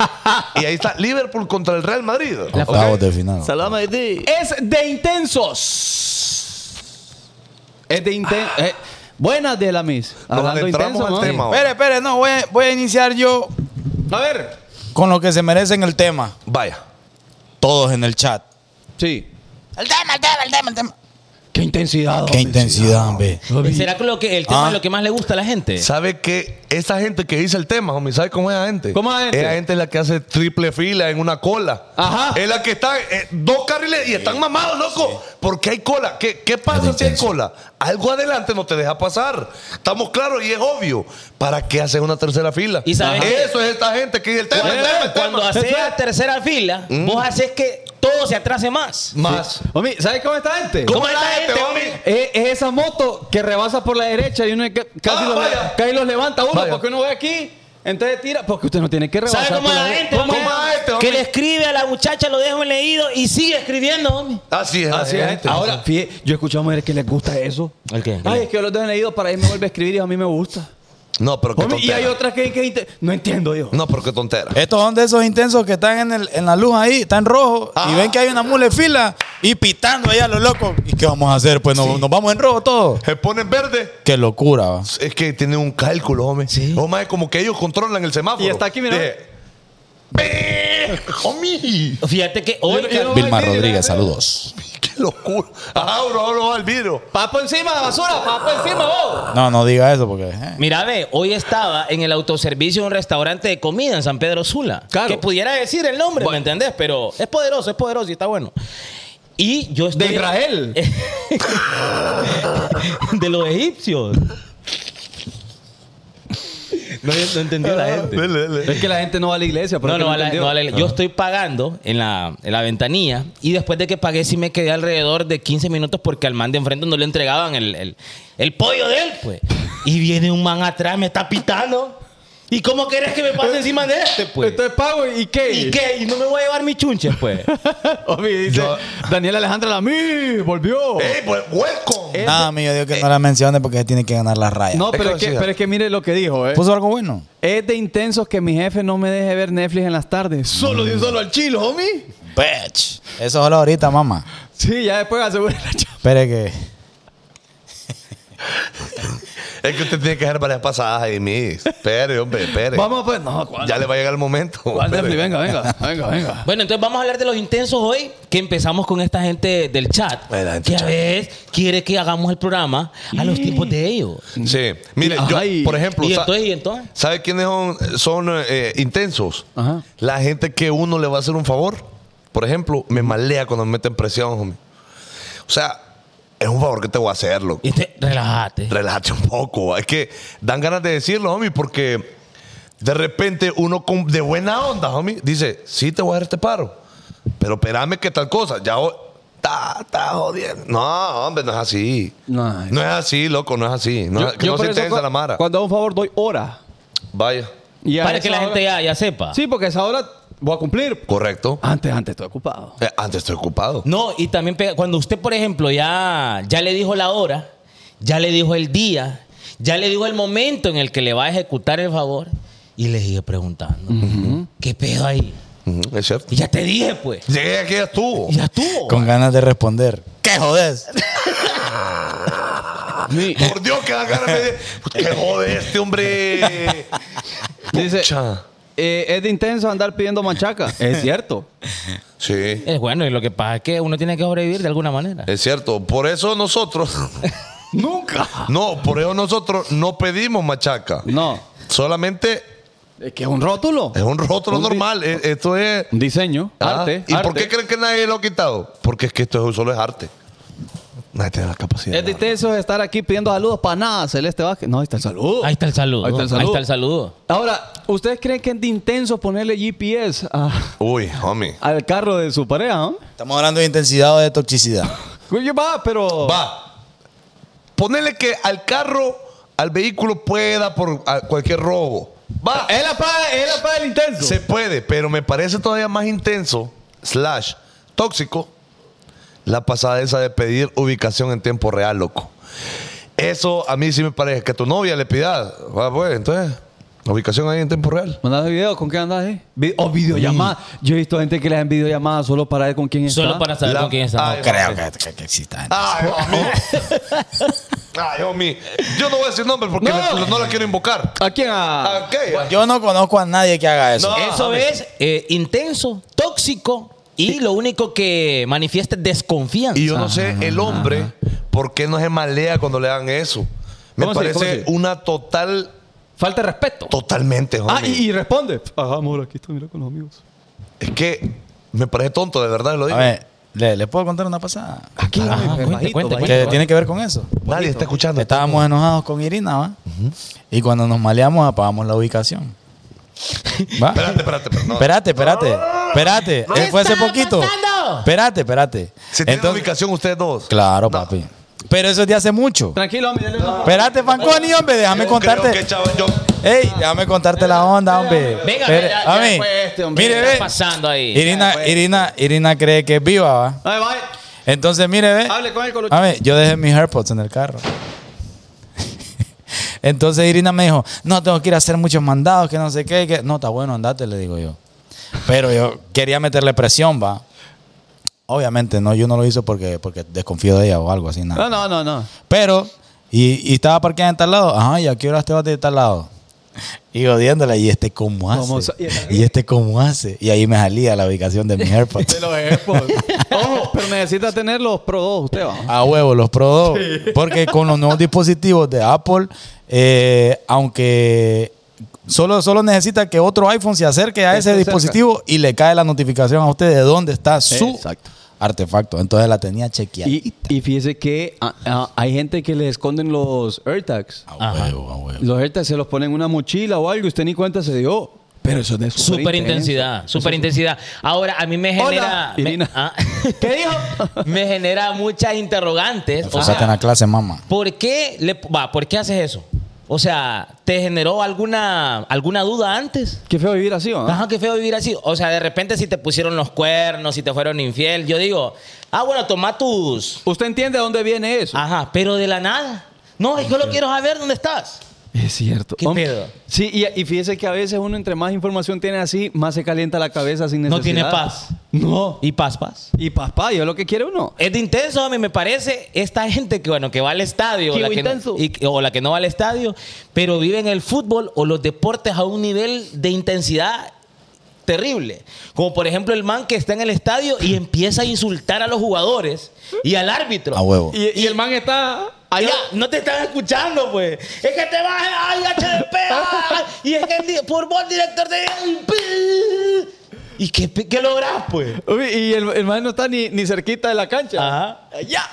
y ahí está Liverpool contra el Real Madrid. Octavos de final. Salame de Es de intensos. Ah. Es de intensos. buenas de la mis. Hablando adentramos intenso, al ¿no? tema, Sí. vos. Espere, espere, no, voy a, voy a iniciar yo A ver. con lo que se merecen el tema. Vaya. Todos en el chat. Sí. El tema, el tema, el tema, el tema. Qué intensidad. Qué intensidad, hombre. ¿Será que, lo que el tema Ah. es lo que más le gusta a la gente? ¿Sabe que esa gente que dice el tema, homie, ¿sabe cómo es la gente? ¿Cómo es la gente? Esa gente es la que hace triple fila en una cola. Ajá. Es la que está eh, dos carriles y están mamados, loco. Porque hay cola. ¿Qué, qué pasa Es si hay intenso. cola? Algo adelante no te deja pasar. Estamos claros y es obvio. ¿Para qué haces una tercera fila? ¿Y sabes Ajá. qué? Eso es esta gente que dice el tema, Mm. el tema, el Cuando tema. haces la tercera fila, vos haces que todos todo se atrase más. Más. Homie, ¿sabes cómo está gente? ¿Cómo está este, homie? Es, es esa moto que rebasa por la derecha y uno que- casi, Ah, los, vaya. casi los levanta uno Vaya. porque uno ve aquí, entonces tira, porque usted no tiene que rebasar. ¿Sabe cómo por es la de- gente? ¿Cómo homie? es? es este, homie? que le escribe a la muchacha, lo dejo en leído y sigue escribiendo, homie. Así es. Así Ah, es. Ahora, fíjate, yo he escuchado mujeres que les gusta eso. ¿El qué? Ay, es que yo los dejo leídos para irme vuelve a escribir y a mí me gusta. No, pero qué Homie, y tontera. hay otras que, que inte- no entiendo yo. No, pero qué tontera. Estos son de esos intensos que están en, el- en la luz ahí, están rojos, y ven que hay una mule fila y pitando ahí a los locos. ¿Y qué vamos a hacer? Pues nos, nos vamos en rojo todos. Se ponen verde. Qué locura, va. Es que tienen un cálculo, hombre. Sí. O más, como que ellos controlan el semáforo. Y está aquí, mira. Dije, "Ve, ¡Homie! Fíjate que hoy. Yo no- Vilma Rodríguez, saludos. ¡Qué locura! ¡Ah, bro, bro, al vidrio! Papo encima de la basura, papo encima vos. No, no diga eso porque. eh. Mira, ve, hoy estaba en el autoservicio de un restaurante de comida en San Pedro Sula. Claro. Que pudiera decir el nombre, ¿me entendés? Pero es poderoso, es poderoso y está bueno. Y yo estoy. De Israel. de los egipcios. No, no entendió la gente. Dele, dele. Es que la gente no va a la iglesia. por No, eso no, Ah. que a la- entendió. no, a la- yo estoy pagando en la, en la ventanilla y después de que pagué sí me quedé alrededor de 15 minutos porque al man de enfrente no le entregaban el, el- el pollo de él, pues. Y viene un man atrás, me está pitando. ¿Y cómo querés que me pase encima de este, pues? Entonces pago y qué. ¿Y qué? ¿Y no me voy a llevar mi chunche, pues? Omi dice, Daniel Alejandra Lamí volvió. ¡Ey, pues, welcome! Nada, mío, Dios que no la mencione porque se tiene que Pues- ganar la raya. no, pero es, que, conocida. pero es que mire lo que dijo, eh. ¿Puso algo bueno? es de intensos que mi jefe no me deje ver Netflix en las tardes. Solo de un solo al chilo, homie. Bitch. Eso solo ahorita, mamá. Sí, ya después asegura la chapa. Espere que. Es que usted tiene que hacer varias pasadas ahí, mis. Espere, hombre, espere. Vamos pues, no, ¿cuál? Ya le va a llegar el momento. ¿Cuál Espere. Netflix? Venga, venga, venga, venga. Bueno, entonces vamos a hablar de los intensos hoy, que empezamos con esta gente del chat, Ay, la gente que del a veces quiere que hagamos el programa a los tipos de ellos. Sí. Mire, yo, Ay. por ejemplo, Y sa- entonces, y entonces. ¿sabe quiénes son, son, eh, intensos? Ajá. La gente que uno le va a hacer un favor. Por ejemplo, me malea cuando me meten presión, homie. O sea, es un favor que te voy a hacer, loco. Y entonces, Este, relájate. Relájate un poco. Es que dan ganas de decirlo, homie, porque de repente uno con- de buena onda, homie, dice, sí te voy a dar este paro, pero espérame que tal cosa. Ya hoy- ta, ta, jodiendo. No, hombre, no es así. No. No es así, loco, no es así. No, que no por se eso tensa cu- la mara. Cuando hago un favor doy hora. Vaya. Y a Para esa que la hora- gente ya, ya sepa. Sí, porque a esa hora voy a cumplir. Correcto. Antes, antes estoy ocupado. Eh, antes estoy ocupado. No, y también pega- cuando usted, por ejemplo, ya, ya le dijo la hora, ya le dijo el día, ya le dijo el momento en el que le va a ejecutar el favor y le sigue preguntando. ¿Qué pedo ahí? Ujú, Es cierto. Y ya te dije, pues. Llegué aquí, ya estuvo. Y Ya estuvo. Con ganas de responder. ¿Qué jodés? Por Dios, que da ganas de... ¡Qué jode este hombre! Dice, Pucha. eh, es de intenso andar pidiendo machaca. es cierto. Sí. Es bueno, y lo que pasa es que uno tiene que sobrevivir de alguna manera. Es cierto, por eso nosotros, Nunca. no, por eso nosotros no pedimos machaca. No. Solamente Es que es un rótulo. es un rótulo Un di- normal. e- Esto es Un diseño. Ah, Arte. ¿Y por arte. qué creen que nadie lo ha quitado? Porque es que esto es- solo es arte. Nadie tiene la capacidad. Es de de arte. intenso estar aquí pidiendo saludos para nada, Celeste Vázquez. No, ahí está el saludo. Ahí está el saludo. Ahí está el saludo. Ahí está el saludo. Ahora, ¿ustedes creen que es de intenso ponerle GPS a- Uy, homie. al carro de su pareja? ¿no? Estamos hablando de intensidad o de toxicidad. Oye, va, pero. Va. Ponele que al carro, al vehículo pueda por a cualquier robo. Va. Es la paga, es la paga del intenso. Se puede, pero me parece todavía más intenso, slash, tóxico, la pasada esa de pedir ubicación en tiempo real, loco. Eso a mí sí me parece que a tu novia le pidas. Va, pues, entonces, ubicación ahí en tiempo real. ¿Mandas video? ¿Con qué andas ahí? Vi- o videollamada. Yo he visto gente que le dan videollamada solo para ver con quién está. Solo para saber La- con quién estamos. Ay, Creo que, que, que exista. Ay, homie. Ay, homie. Yo no voy a decir nombre porque No. le- no la quiero invocar. ¿A quién? A- Ah, ¿qué? Yo no conozco a nadie que haga eso. Eso es eh, intenso, tóxico y lo único que manifiesta es desconfianza. Y yo no sé el hombre por qué no se malea cuando le dan eso. Me ¿Cómo se- cómo parece se- una total, Falta de respeto. totalmente, homie. Ah, y, y responde. Ajá, amor, aquí estoy, mira con los amigos. Es que me parece tonto, de verdad lo A digo. ver, ¿le, le puedo contar una pasada? Ah, Aquí, Ajá, bajito, Ah, cuente, cuente, bajito. Que tiene que ver con eso. Nadie está escuchando. Estábamos enojados con Irina, ¿va? Y cuando nos maleamos, apagamos la ubicación. ¿Va? Espérate, espérate, espérate. No. Espérate, espérate. Espérate. Eh, Fue hace poquito. pasado? Espérate, espérate. Si tienen Entonces- ubicación ustedes dos. Claro, papi. Pero eso es de hace mucho. Tranquilo, hombre. dale, dale. Espérate, Fanconi, hombre, déjame Yo contarte. creo que, chaval, yo- Ey, déjame contarte la onda, hombre. Venga, Pero- ya- ya a mí, fue este, hombre. mire, ¿Qué ve. está pasando ahí? Irina, pues. Irina, Irina cree que es viva, ¿va? Ay, va, eh. Entonces, mire, ve. Hable con el colo- A ver, yo dejé mis AirPods en el carro. Entonces Irina me dijo, no, tengo que ir a hacer muchos mandados, que no sé qué, que no, está bueno, andate, le digo yo. Pero yo quería meterle presión, va. Obviamente, no, yo no lo hice porque, porque desconfío de ella o algo así, nada. No, no, no, no. Pero, y, y estaba parqueada en tal lado. Ajá, ¿y a qué hora te vas de tal lado? Y odiándola, ¿y este cómo hace? ¿Cómo so- y y, esta- este cómo hace? Y ahí me salía la ubicación de mis AirPods. Ojo, pero necesita tener los Pro 2 usted, va. A huevo, los Pro 2. Porque con los nuevos dispositivos de Apple, eh, aunque solo, solo necesita que otro iPhone se acerque a Que ese esté dispositivo y le cae la notificación a usted de dónde está su Exacto. artefacto. Entonces la tenía chequeada. Y, y fíjese que ah, ah, hay gente que le esconden los AirTags. a huevo, a huevo. Los AirTags se los ponen en una mochila o algo y usted ni cuenta se dio. Pero eso es de Super intensidad, super intensidad. Ahora, a mí me genera. Hola, me- Irina. ah, me genera muchas interrogantes. pues, O Enfócate en la sea, clase, mamá. ¿por qué, le, va, ¿por qué haces eso? O sea, ¿te generó alguna, alguna duda antes? Qué feo vivir así, ¿va? Ajá, qué feo vivir así. O sea, de repente si te pusieron los cuernos, si te fueron infiel, yo digo, ah, bueno, toma tus... ¿Usted entiende de dónde viene eso? Ajá, pero de la nada. No, es que yo lo quiero saber dónde estás. Es cierto. ¿Qué Hombre, pedo? Sí, y, y fíjese que a veces uno entre más información tiene así, más se calienta la cabeza sin necesidad. No tiene paz. No. Y paz, paz. Y papá, yo lo que quiere uno. Es de intenso, a mí me parece. Esta gente que, bueno, que va al estadio o Chivo la que, intenso. no, y- o la que no va al estadio, pero viven el fútbol o los deportes a un nivel de intensidad terrible. Como por ejemplo el man que está en el estadio y empieza a insultar a los jugadores y al árbitro. A huevo. Y, y el man está Allá, no te están escuchando, pues. Es que te vas ay, HDP, ay, y es que el di- por vos, director de. ¿Y qué, qué lográs, pues? Uy, y el, el man no está ni, ni cerquita de la cancha. Ajá. Ya.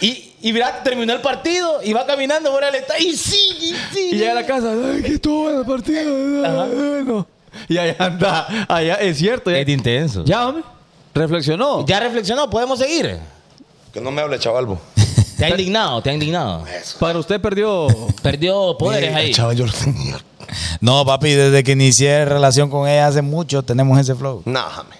Y, y mira, terminó el partido y va caminando por el estadio y sigue, y sigue. Y llega a la casa, ay, que estuvo en el partido. ay, bueno". Y allá anda, allá, es cierto. Ya, intenso. Ya, ya, hombre, reflexionó. ya reflexionó, podemos seguir. Que no me hable, chaval. bo. Te ha indignado, te ha indignado. Para usted perdió. Perdió poderes Mira, ahí. Chaval, yo lo tenía. No, papi, desde que inicié relación con ella hace mucho tenemos ese flow. Nah, jame.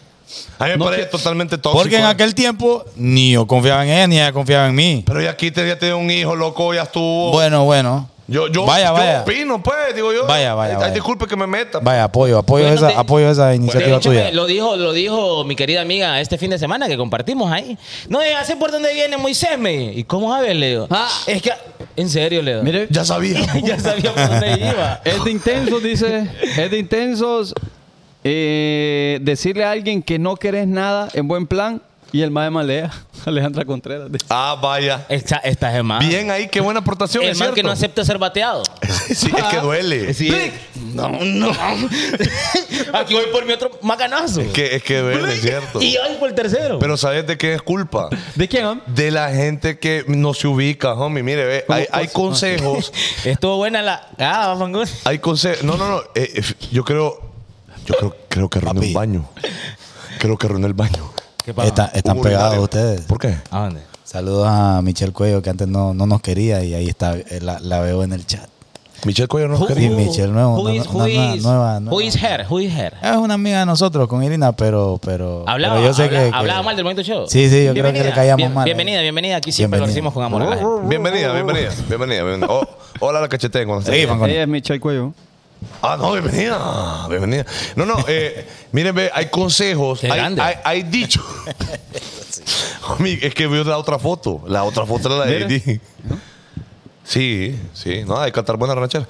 A mí me parece totalmente tóxico. Porque en aquel tiempo ni yo confiaba en ella ni ella confiaba en mí. Pero ya aquí te, ya tiene un hijo, loco, ya estuvo. Bueno, bueno. Yo, yo, vaya, yo vaya. opino, pues, digo yo. Vaya, vaya, Ay, vaya. Ay, disculpe que me meta. Vaya, apoyo, apoyo, Bueno, esa, te- apoyo esa iniciativa De hecho, tuya. me- Lo dijo, lo dijo mi querida amiga este fin de semana que compartimos ahí. No, ya sé por dónde viene Moisés, me dijo. ¿Y cómo sabes, Leo? Ah. Es que, en serio, Leo. Mire, Ya sabía. ya sabía por dónde iba. es de intensos, dice. Es de intensos eh, decirle a alguien que no querés nada en buen plan y el más malea. Alejandra Contreras. dice. Ah, vaya. Esta, esta es más. Bien ahí, qué buena aportación. Ah. El es man cierto. que no acepta ser bateado. Sí, es que duele. Sí. No, no. Aquí voy por mi otro macanazo. Es que, es que duele, es cierto. Y voy por el tercero. Pero ¿sabes de qué es culpa? ¿De quién, hombre? De la gente que no se ubica, homie. Mire, ve, hay, hay consejos. Estuvo buena la. Ah, Fangón. Hay consejos. No, no, no. eh, eh, yo creo. Yo creo, creo que arruiné Papi. un baño. Creo que arruiné el baño. Está- están Un pegados urinario. ustedes. ¿Por qué? ¿A dónde? Saludos a Michelle Cuello, que antes no, no nos quería y ahí está, eh, la, la veo en el chat. Michelle Cuello no Who- quería. Sí, Uh, Michelle, nuevo, Who no- is, no- who no- is- nueva, nueva. who is her? Who is her? Es una amiga de nosotros con Irina, pero, pero, Hablaba, pero yo sé habla- que- que- hablaba mal del momento show. Sí, sí, yo creo que le caíamos Bien- mal. eh. Bienvenida, bienvenida. Aquí siempre Bienvenida. lo recibimos con amor. a la gente. Bienvenida, bienvenida, bienvenida. bienvenida. Oh, hola, la cacheteen cuando se- Sí, Fanconi. Ella es Michelle Cuello. Ah, no, bienvenida. Bienvenida. No, no, eh, miren, ve, hay consejos, Qué hay, grande. hay, hay dicho. Homie, es que veo la otra foto. La otra foto era la de Didi. Sí, sí, no, hay que cantar buena ranchera.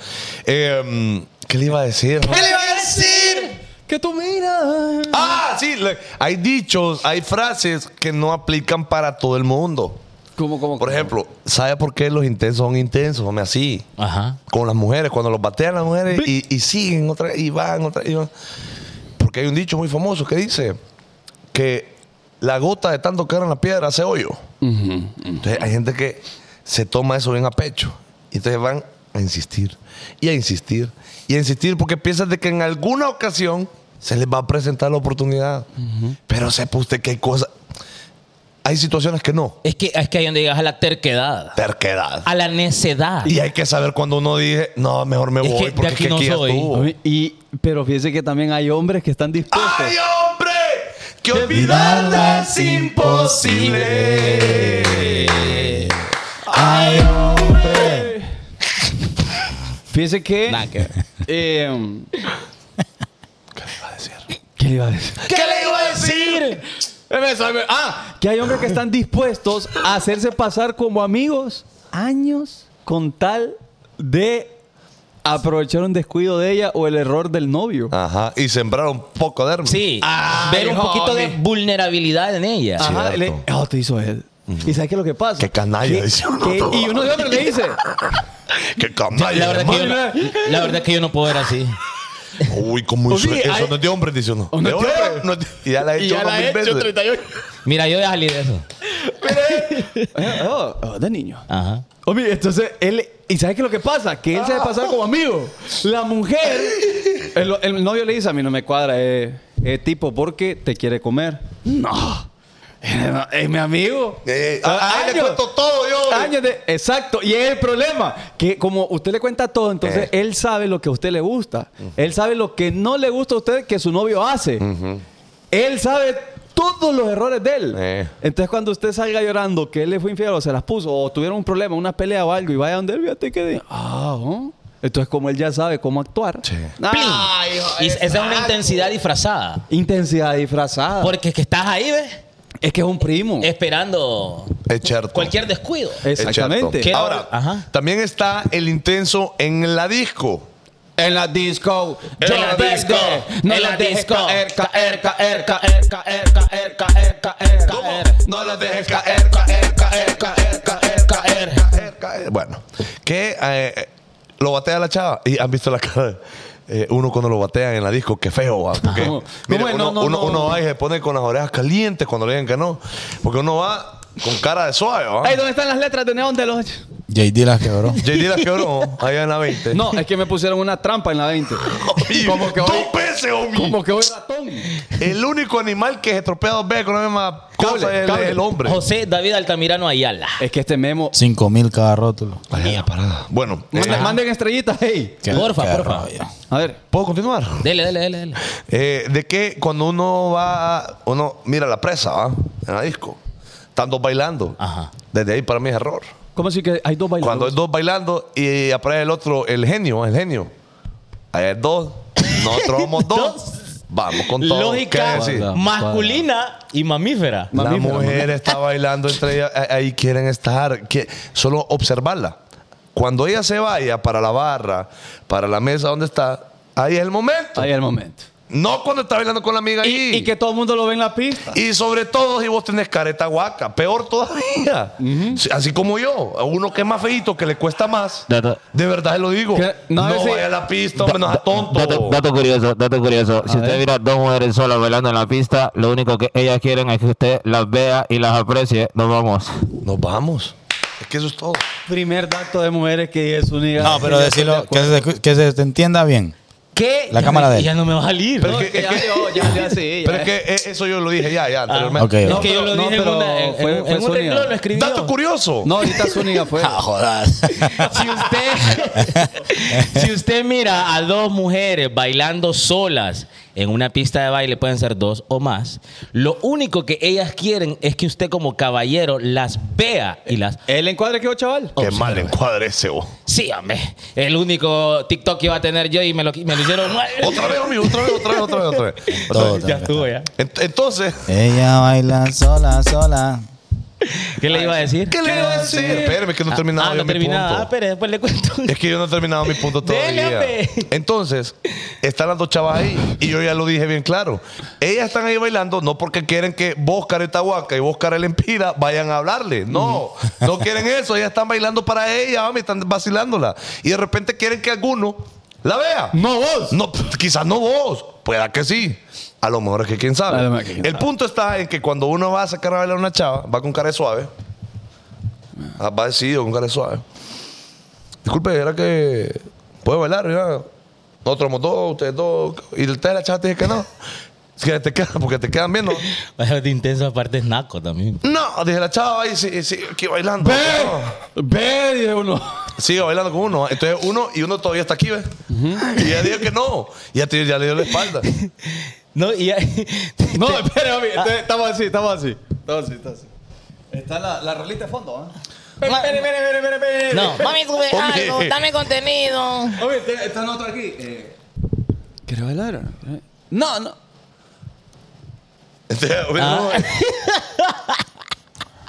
Eh, ¿Qué le iba a decir? ¿Qué le iba a decir? Que tú miras. Ah, sí, le- hay dichos, hay frases que no aplican para todo el mundo. Como, como. Por ejemplo, ¿sabe por qué los intensos son intensos? Homie, así Ajá. con las mujeres, cuando los batean las mujeres y, y siguen otra y van otra y van. Porque hay un dicho muy famoso que dice que la gota de tanto caer en la piedra hace hoyo. Entonces hay gente que se toma eso bien a pecho. Y entonces van a insistir y a insistir y a insistir porque piensan de que en alguna ocasión se les va a presentar la oportunidad. Pero sepa usted que hay cosas. hay situaciones que no. Es que, es que ahí donde llegas a la terquedad, Terquedad. a la necedad. Y hay que saber cuando uno dice, no, mejor me Es voy que de porque es aquí que no aquí ya soy. estuvo. Oye, Y, pero fíjese que también hay hombres que están dispuestos. ¡Ay, hombre! Que olvidarla es imposible. Ay, hombre. Fíjese que. Nada que ver. eh, ¿Qué le iba a decir? ¿Qué le iba a decir? Ah, que hay hombres que están dispuestos a hacerse pasar como amigos años con tal de aprovechar un descuido de ella o el error del novio. Ajá. Y sembraron un poco de hermos. Sí, ver un poquito de vulnerabilidad en ella. Ajá, cierto. le, "Ah, te hizo él. ¿Y sabes qué es lo que pasa? Qué canalla, Que- dice uno. que- y uno de otro le dice, ¡Qué canalla! La verdad, que yo no, hermano! la verdad que yo no puedo ver así. Uy, cómo hizo Oye, eso. hay- no es de hombre, dice uno. no es de hombre? hombre. No es de- Y ya la he Y hecho ya unos la mil he hecho veces. 38. Mira, yo voy a salir de eso. oh, oh, de niño. Ajá. Oye, entonces él. ¿Y sabes qué es lo que pasa? Que él se debe pasar como amigo. La mujer. El, el novio le dice: A mí no me cuadra, eh, eh, tipo, porque te quiere comer. No. Es mi amigo. Eh, a- a él le cuento todo yo. Años de- exacto. Y es el problema. Que como usted le cuenta todo, entonces Eh. él sabe lo que a usted le gusta. Él sabe lo que no le gusta a usted que su novio hace. Él sabe todos los errores de él. Eh. Entonces, cuando usted salga llorando que él le fue infiel o se las puso o tuvieron un problema, una pelea o algo y vaya donde él, fíjate que diga, ah, ¿oh? entonces, como él ya sabe cómo actuar, Ah, ¡Plin! Y esa es una intensidad disfrazada. intensidad disfrazada. Porque es que estás ahí, ¿ves? es que es un primo. Eh, Esperando Es cierto. cualquier descuido. Eh, Es cierto. Exactamente. ¿Qué? Ahora, Ajá. también está el intenso en la disco. En la disco, yo En la verde, disco, no en la la dejes disco. caer, caer, caer, caer. No la dejes caer, caer, caer, caer, caer, caer, caer, caer. Bueno, que eh, lo batea la chava y han visto la cara de, eh, uno cuando lo batean en la disco, qué feo, va. Porque, ¿Cómo? mire, ¿Cómo es? uno, No, no, uno- no. uno va y se pone con las orejas calientes cuando le digan que no. Porque uno va con cara de suave, va. Ey, ¿dónde están las letras de neón de los.? JD la quebró. JD la quebró allá en la 20. No, es que me pusieron una trampa en la 20. Oye, como que dos hoy- veces, homie. Como que hoy ratón. El único animal que se estropea dos veces con la misma Cable, cosa es el- cable. el hombre. José David Altamirano Ayala. Es que este memo. 5 mil cada rótulo. Vaya la parada. Bueno, Manda- eh, manden estrellitas, hey. Qué- Porfa, qué porfa. rollo. A ver. ¿puedo continuar? Dele, dele, dele, dele. Eh, de que cuando uno va, uno mira la presa, ¿va? En la disco. Están dos bailando. Ajá. Desde ahí para mí es error. ¿Cómo así que hay dos bailadores? Cuando hay dos bailando y aparece el otro, el genio, el genio. Ahí hay dos. Nosotros somos dos. Vamos con todo. Lógica ¿Qué decir? masculina y mamífera. La mujer está bailando entre ellas, a- ahí quieren estar, que, solo observarla. Cuando ella se vaya para la barra, para la mesa donde está, ahí es el momento. Ahí es el momento. No cuando está bailando con la amiga ahí. Y, y que todo el mundo lo ve en la pista. Y sobre todo si vos tenés careta guaca, peor todavía. Si- Así como yo, a uno que es más feito, que le cuesta más. De verdad se lo digo. Que- no, No, a ver si- vaya a la pista, hombre, no seas tonto. Dato, dato curioso, dato curioso. si usted mira dos mujeres solas bailando en la pista, lo único que ellas quieren es que usted las vea y las aprecie. Nos vamos. Nos vamos. Es que eso es todo. Primer dato de mujeres que es unida. No, pero decirlo, que se, que se te entienda bien. ¿Qué? La Ya cámara me- de él. Ya no me va a salir. Pero No, es que- Ya, yo, ya, ya, sí. Pero ya. es que eh, eso yo lo dije ya, ya anteriormente. ok. es no, que yo pero- Ah. lo no, dije en, pero una, en- en- fue- en fue un Sonia. renglón, lo escribió. Dato curioso. No, ahorita Zúñiga fue. Ah, joder. Si usted, si usted mira a dos mujeres bailando solas en una pista de baile, pueden ser dos o más, lo único que ellas quieren es que usted como caballero las vea y las... El encuadre quedó, chaval. Qué mal encuadre ese vos. Sí, hombre, el único TikTok que iba a tener yo y me lo, me lo hicieron mal. Otra vez, amigo, otra vez, otra vez, otra vez, otra vez. Otra Todo vez. también. ya. Ent- Entonces, Ella baila sola, sola. ¿Qué le iba a decir? ¿qué le iba a decir? Espérame, que no he terminado ah, yo no mi terminaba. Ah, punto. pero después le cuento. Es que yo no he terminado mi punto Dele, todavía. hombre. Entonces, están las dos chavas ahí y yo ya lo dije bien claro. Ellas están ahí bailando no porque quieren que vos, Careta Huaca y vos, Carel Empira, vayan a hablarle. No, no quieren eso. Ellas están bailando para ella, mami, están vacilándola. Y de repente quieren que alguno la vea. No, vos. No, p- quizás no vos, pueda que sí. A lo mejor es que quién sabe. A lo mejor que quién el punto está en que cuando uno va a sacar a bailar a una chava, va con cara de suave. Ah, Va decidido con cara de suave. Disculpe, era que puede bailar, ya. Nosotros somos dos, ustedes dos. Y el de la chava te dice que no. que te quedan, porque te quedan viendo. de intenso aparte es naco también. No, dije la chava, ahí sí, sí, aquí bailando. ¡Ve! ¡Ve! Dije uno. Sigue bailando con uno. Entonces uno y uno todavía está aquí, ¿ves? Y ella dijo que no. Y ya, te- ya le dio la espalda. No, y No, espera, mami. Entonces, Estamos así, estamos así. Estamos así, estamos así. Está la, la rolita de fondo, ¿ah? Espere, espere, espere, espere, espere. No. Mami, sube Hombre. algo, dame contenido. Oye, este, te- está en otro aquí. Eh. ¿Quieres bailar? o no? No, no. Ah. Entonces, bueno,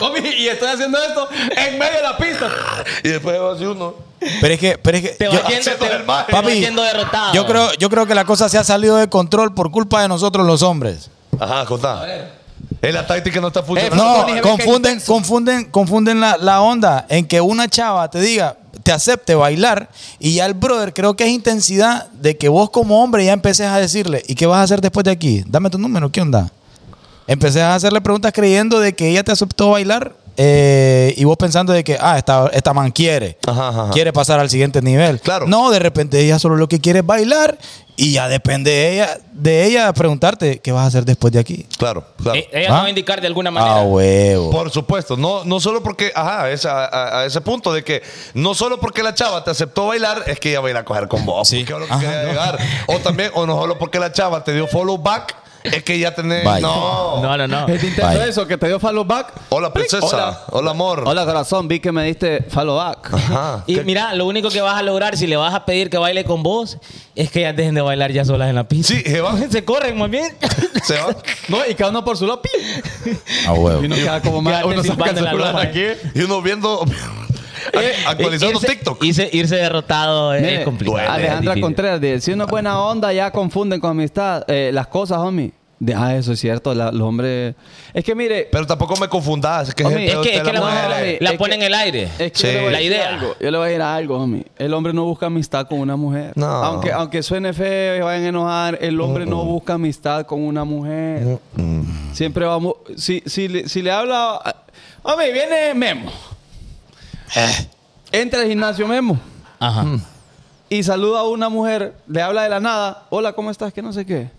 Homie, y estoy haciendo esto en medio de la pista. Y después va así uno. Pero es que, pero es que. Te yo- Ah, vas yendo, te, te vas Papi, yendo derrotado. yo creo, yo creo que la cosa se ha salido de control por culpa de nosotros los hombres. Ajá, contá. Es la táctica no está Eh, No, funcionando. confunden, confunden, confunden la, la onda en que una chava te diga, te acepte bailar y ya el brother creo que es intensidad de que vos como hombre ya empeces a decirle, ¿y qué vas a hacer después de aquí? Dame tu número, ¿qué onda? Empecé a hacerle preguntas creyendo de que ella te aceptó bailar eh, y vos pensando de que, ah, esta, esta man quiere, quiere pasar al siguiente nivel. Claro. No, de repente ella solo lo que quiere es bailar y ya depende de ella, de ella preguntarte, ¿qué vas a hacer después de aquí? Claro, claro. Eh, Ella ¿Ah? te va a indicar de alguna manera. Ah, huevo. Por supuesto, no, no solo porque, ajá, es a, a- a ese punto de que no solo porque la chava te aceptó bailar, es que ella va a ir a coger con vos. porque es lo que Ajá, quería no. llegar. O también, o no solo porque la chava te dio follow back, es que ya tenés. Vaya. No. No, no, no. Es distinto Vaya. eso, que te dio follow back. Hola, princesa. Ah. Hola, Hola. amor. Hola, corazón, vi que me diste follow back. Ajá. Y ¿Qué- mira, lo único que vas a lograr si le vas a pedir que baile con vos es que ellas dejen de bailar ya solas en la pista. Sí, se va. Se corren más bien. Se va. No, y cada uno por su lado. pi. Ah, huevo. Y uno queda como más. Quédate Uno saca el silbando en la celular loma, aquí. Y uno viendo. Eh, actualizando Irse- TikTok. Irse, irse derrotado eh, es, Mire, es complicado. es Alejandra difícil. Contreras dice: Si uno es buena onda, ya confunden con amistad eh, las cosas, homie. De- ah, eso es cierto. la- los hombres. Es que mire. Pero tampoco me confundas. Es que, Homie, es Es que, es que la, No, mujer homie, la es pone que- en el aire. Es que Sí. yo le voy a La decir idea. algo, Yo le voy a decir algo, homie. El hombre no busca amistad con una mujer. No. Aunque, aunque suene feo y vayan a enojar, el hombre no busca amistad con una mujer. Siempre vamos. Si, si, le- si le habla. Homie, viene Memo. Eh. Entra al gimnasio Memo Ajá. y saluda a una mujer, le habla de la nada, hola, ¿cómo estás? Que no sé qué.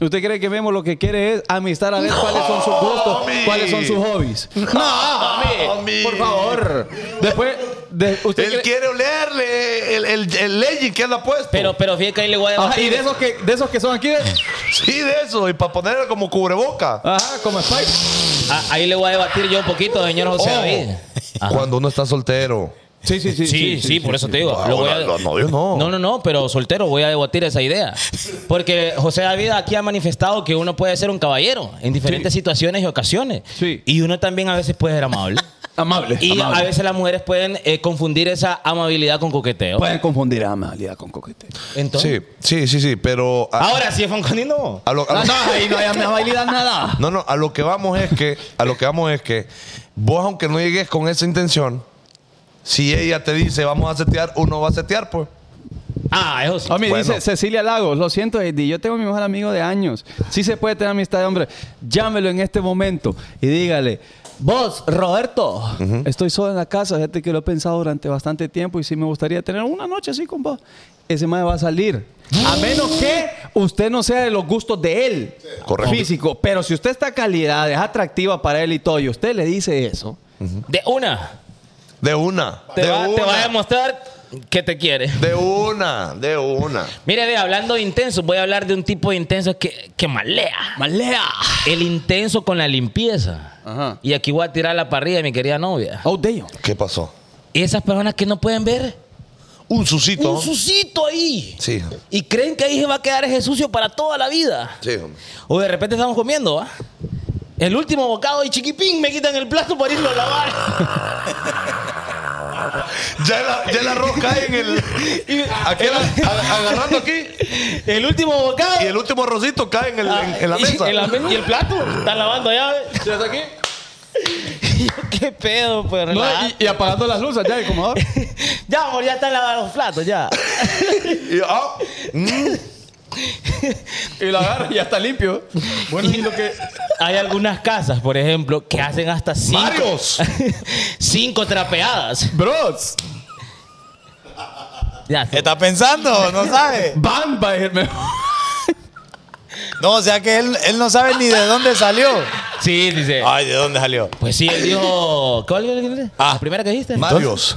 ¿Usted cree que Memo lo que quiere es amistar a ver cuáles son sus gustos, homie. cuáles son sus hobbies? No, homie. por favor. Después, de- usted Oh, Él cree- quiere olerle el, el, el legging que anda puesto. Pero, pero fíjate que ahí le voy a Ajá, debatir. y de esos que, de esos que son aquí, de- Sí, de eso. Y para ponerle como cubreboca. ajá, como Spike. Ah, ahí le voy a debatir yo un poquito, señor José Ojo, David. Ajá. Cuando uno está soltero. Sí, Oh. sí, sí. Sí, sí, por eso te digo. Ah, lo voy bueno, a- los novios no. No, no, no, pero soltero voy a debatir esa idea. Porque José David aquí ha manifestado que uno puede ser un caballero en diferentes situaciones y ocasiones. Sí. Y uno también a veces puede ser amable. Amable. y amable. a veces las mujeres pueden eh, confundir esa amabilidad con coqueteo. Pueden confundir a amabilidad con coquete. Sí, Entonces, sí, sí, sí. Pero. a- ahora sí, Fonconi no. a lo- a lo- y no hay amabilidad nada. No, no, a lo que vamos es que, a lo que vamos es que vos aunque no llegues con esa intención, si ella te dice vamos a setear, uno va a setear, pues. Ah, eso sí. A mí Bueno. dice Cecilia Lagos, lo siento, Eddie, yo tengo a mi mejor amigo de años. Sí se puede tener amistad de hombre. Llámelo en este momento y dígale, vos, Roberto, estoy solo en la casa, fíjate que lo he pensado durante bastante tiempo y sí me gustaría tener una noche así con vos. Ese mae va a salir. A menos que usted no sea de los gustos de él, Correcto. físico. Pero si usted está calidad, es atractiva para él y todo, y usted le dice eso, De una. De una. Te de va, una. te va a demostrar que te quiere. de una, de una. Mire, ve, hablando de intenso, voy a hablar de un tipo de intenso que, que malea. Malea. El intenso con la limpieza. Ajá. Y aquí voy a tirar la parrilla de mi querida novia. oh, damn. ¿Qué pasó? Esas personas que no pueden ver Un susito. un sucito ahí. Sí. Y creen que ahí se va a quedar ese sucio para toda la vida. Sí, hombre. O de repente estamos comiendo, ¿va? El último bocado y chiquipín me quitan el plato para irlo a lavar. Ya la, ya la rosca en el. Aquí la- a- agarrando aquí. El último bocado. Ah, Y el último arrocito cae en, el, en, en la y- mesa. en la me- Y, el plato. Están lavando allá. ¿ve? ¿Qué pedo, pues? No, relaja. y, y apagando las luces ya, y como ahora. Ya, amor, ya están lavados los platos, ya. Y- ah, mm, Y lo agarra y ya está limpio. Bueno, y lo que... Hay algunas casas, por ejemplo, que hacen hasta cinco. ¡Varios! cinco trapeadas. Bros, Ya, ¿Está pensando? ¿No sabe? van va a ir mejor. No, o sea que él, él no sabe ni de dónde salió. Sí, dice. Ah. Ay, ¿de dónde salió? Pues sí, él dijo. ¿Cuál era el ¿La primera que dijiste? Marios.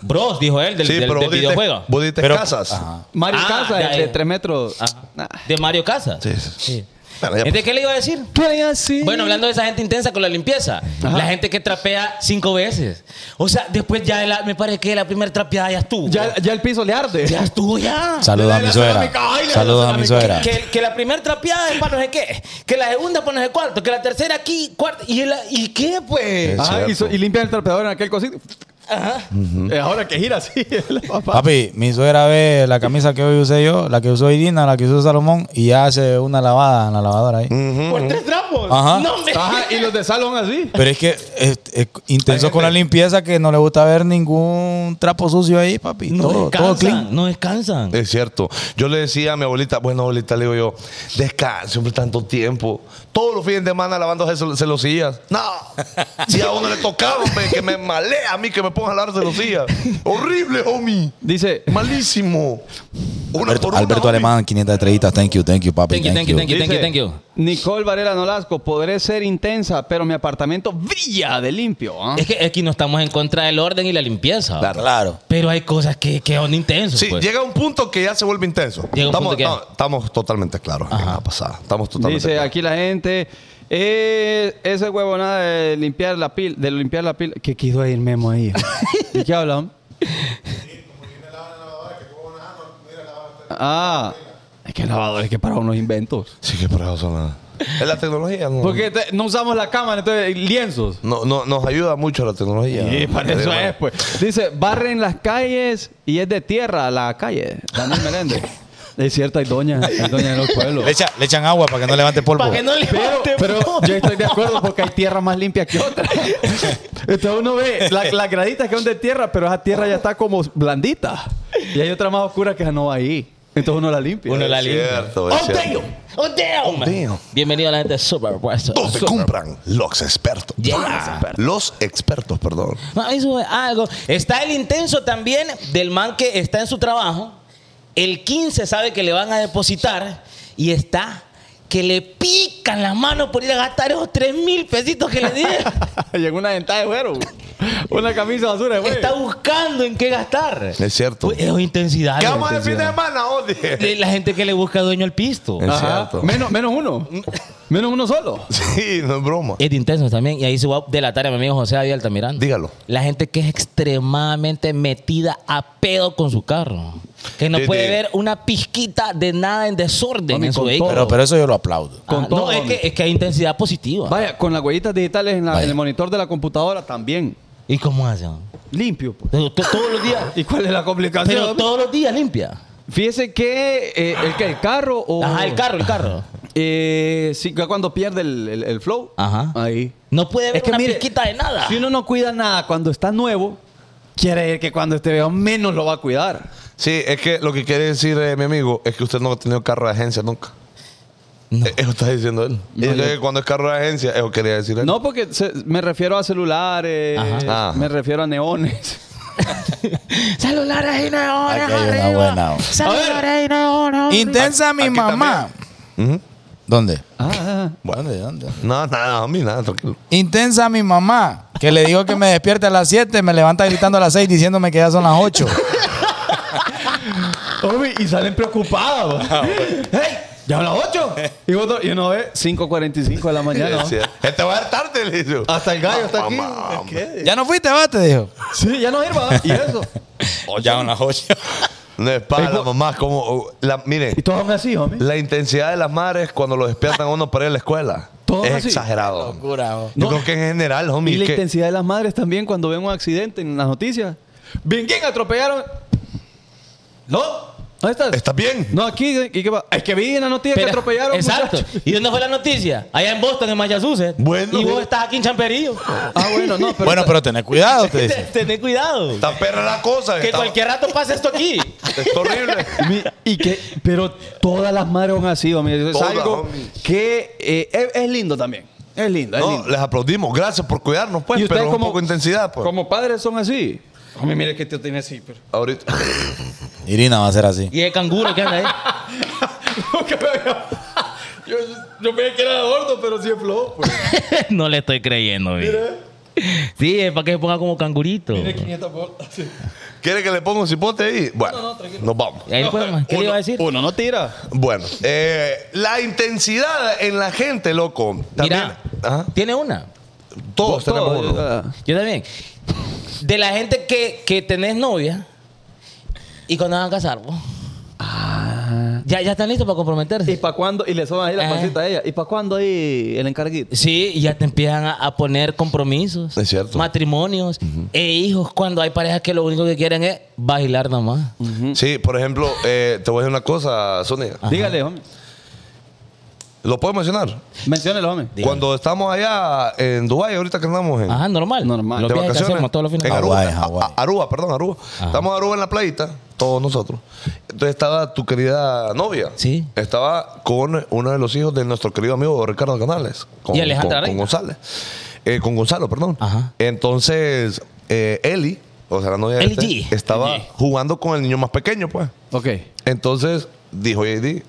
Bros, dijo él, del, Ah. Sí, del- pero del vos dijiste- videojuego. vos dijiste Pero- casas. Ajá. Mario Ah, Casa, ya, el de ya. 3 metros. Ah. ¿De Mario Casas? Sí, pues. Sí. Bueno, ya ¿Entonces qué le iba a decir? Bueno, hablando de esa gente intensa con la limpieza, la gente que trapea cinco veces. O sea, después ya de la- me parece que la primera trapeada ya estuvo. Ya, ya el piso le arde. Ya estuvo ya. Saludos a mi suegra. Saludos a mi suegra. Que, que la primera trapeada es para no sé qué, que la segunda para no sé cuánto, que la tercera aquí, cuarto, y, la- ¿y qué pues? Ajá, y, so- y limpia el trapeador en aquel cosito. Ajá. Eh, Ahora que gira así. la papá. Papi, mi suegra ve la camisa que hoy usé yo, la que usó Irina, la que usó Salomón, y ya hace una lavada en la lavadora ahí. Por tres trapos. Ajá. No, hombre. Ajá, y los de salón así. Pero es que es, es intenso con la limpieza que no le gusta ver ningún trapo sucio ahí, papi. No todo, todo clean. descansan, no descansan. pues, Es cierto. Yo le decía a mi abuelita, bueno, abuelita, le digo yo, descanse, hombre, tanto tiempo. Todos los fines de semana lavándose cel- celosías. No. Si a uno le tocaba, hombre, que me malea a mí que me ponga a lavar celosías. Horrible, homie. Dice, Malísimo. Una Alberto, por una, Alberto homie. Alemán, 500 estrellitas. Thank you, thank you, papi. Thank you, thank you, thank you, thank you, dice, thank you. Nicole Varela Nolasco, podré ser intensa, pero mi apartamento brilla de limpio. ¿ah? Es que aquí no estamos en contra del orden y la limpieza. Claro. claro. Pero hay cosas que, que son intensos. Sí, pues. llega un punto que ya se vuelve intenso. Llega un estamos, punto que ya- estamos- estamos totalmente claros en la pasada. Estamos totalmente Dice claros. aquí la gente, eh, ese huevonada de limpiar la pila, de limpiar la pila, que quiso ir memo ahí. ¿De qué hablan? Ah, es que el lavador es que para unos inventos. Sí, que por eso son nada. Es la tecnología, ¿no? Porque te- no usamos la cámara, entonces lienzos. No, no, nos ayuda mucho la tecnología. Y para eso Además, es, pues. Dice, barren las calles y es de tierra la calle. Daniel Meléndez. Es cierto, hay doña, hay doña en los pueblos. Le, echa- le echan agua para que no levante polvo. Para que no levante Pero yo estoy de acuerdo porque hay tierra más limpia que otra. Entonces uno ve la- las graditas que son de tierra, pero esa tierra ya está como blandita. Y hay otra más oscura que esa no va ahí. Entonces uno la limpia. Uno la es limpia. cierto, es Oh, cierto. damn. Oh, damn. damn. Bienvenido a la gente de Super West. Donde compran los expertos. Yes. Ah, Los expertos, perdón. No, eso es algo. Está el intenso también del man que está en su trabajo. El 15 sabe que le van a depositar y está que le pican las manos por ir a gastar esos 3 mil pesitos que le dieron. Llegó una ventaja de güero. Una camisa basura de güero. está buscando en qué gastar. Es cierto. Pues, es intensidad. ¿Qué es vamos a decir de intensidad. semana, Odi? De La gente que le busca dueño al pisto. Es Ajá. cierto. Menos, menos uno. Menos uno solo. Sí, no es broma. Es de intenso también. Y ahí se va a delatar a mi amigo José David Altamirano. Dígalo. La gente que es extremadamente metida a pedo con su carro. Que no Sí, puede sí. ver una pizquita de nada en desorden Mami, en su con vehículo. Pero, pero eso yo lo aplaudo. Ah, con todo, no, es mami. que, es que hay intensidad positiva. Vaya, con las huellitas digitales en, la- Vaya. en el monitor de la computadora también. ¿Y cómo hacen? Limpio. pues. Pero to- Todos los días. ¿Y cuál es la complicación? pero todos los días limpia. Fíjese que eh, el, que- el carro o... Ajá, el carro, el carro. Eh, sí, ya cuando pierde el, el- el flow. Ajá. Ahí. No puede ver Es que una mire, pizquita de nada. Si uno no cuida nada cuando está nuevo, quiere decir que cuando esté viejo menos lo va a cuidar. Sí, es que lo que quiere decir eh, mi amigo es que usted no ha tenido carro de agencia nunca. No. Eh, Eso está diciendo él. No, Es que yo- cuando es carro de agencia, eso quería decir él. No, porque se- me refiero a celulares, Ajá. me refiero a neones. Celulares y neones Aquí hay una buena, arriba. oh. Celulares y neones. Intensa mi Aquí mamá. Ujú. ¿Dónde? Ah, ¿Dónde? ¿Dónde? No, nada, a mí nada, tranquilo. Intensa mi mamá, que le digo que me despierte a las 7, me levanta gritando a las 6 diciéndome que ya son las 8. Obi, y salen preocupados. ¡Hey! ¡Ya son las 8! Y, vos do- y uno ve 5.45 de la mañana. Sí, sí. Este va a dar tarde, le dice. Hasta el gallo está aquí. Mamá, hombre. ¿Ya no fuiste, va? Te dijo. Sí, ya no sirva. ¿Y eso? ya son las 8. No es para la mamá, como. oh, La, mire, Y todos son así, homie. la intensidad de las madres cuando lo despiertan a uno para ir a la escuela Todo es así. exagerado. Locura, vos. Yo No. creo que en general, homie. Y la que- intensidad de las madres también cuando ven un accidente en las noticias. ¿Bien quién atropellaron? ¿No? ¿Dónde estás? ¿Estás bien? No, aquí. ¿y qué va? Es que vi en la noticia que Pero- atropellaron. Exacto. muchacho. ¿Y dónde fue la noticia? Allá en Boston, en Massachusetts. Bueno. Y vos estás aquí en Champerillo. Ah, bueno, no, pero. Bueno, pero tenés cuidado, te dice. Tened cuidado. Está perra la cosa. Que está- cualquier rato pasa esto aquí. Es horrible. Mi- y que, pero todas las madres son así, homie. Eso es Todas, algo homie. que eh, es, es lindo también. Es lindo, es No, lindo. les aplaudimos. Gracias por cuidarnos, pues. Pero un poco de intensidad, pues. como padres son así. Homie, mire este que te tiene así, pero. Ahorita. Irina va a ser así. Y el canguro que anda ahí. Yo, yo pensé que era gordo, pero sí es flojo. Pues. no le estoy creyendo, güey. Sí, es para que se ponga como cangurito. Tiene 500 bolas. Sí. ¿Quiere que le ponga un cipote ahí? Bueno, No, no, tranquilo. nos vamos. Ahí fue, man. ¿Qué le iba a decir? Uno no tira. Bueno, eh, la intensidad en la gente, loco. También, Mira, Ajá. tiene una. todos tenemos Todo, uno. ah. Yo también. De la gente que, que tenés novia y cuando van a casar, vos. Ya, ya están listos para comprometerse. ¿Y para cuándo? Y le sobran ahí la Ah. pancita a ella. ¿Y para cuándo ahí el encarguito? Sí, y ya te empiezan a, a poner compromisos. Es cierto. Matrimonios e hijos cuando hay parejas que lo único que quieren es bailar nada más. Sí, por ejemplo, eh, te voy a decir una cosa, Sonia. Dígale, hombre. ¿Lo puedo mencionar? Menciónelo, hombre. Cuando estamos allá en Dubái, ahorita que andamos en, Ajá, normal. Normal. Los de viajes que vacaciones. hacemos todos los En finales. Aruba, Hawái, Hawái. A- Aruba, perdón, Aruba. Estamos en Aruba en la playita, todos nosotros. Entonces estaba tu querida novia. Sí. Estaba con uno de los hijos de nuestro querido amigo Ricardo Canales. Con, Y con- Alejandra con Reina. González. Eh, con Gonzalo, perdón. Ajá. Eli Eli, o sea, la novia de Eli este, G. estaba Eli G. jugando con el niño más pequeño, pues. Ok. Entonces dijo JD,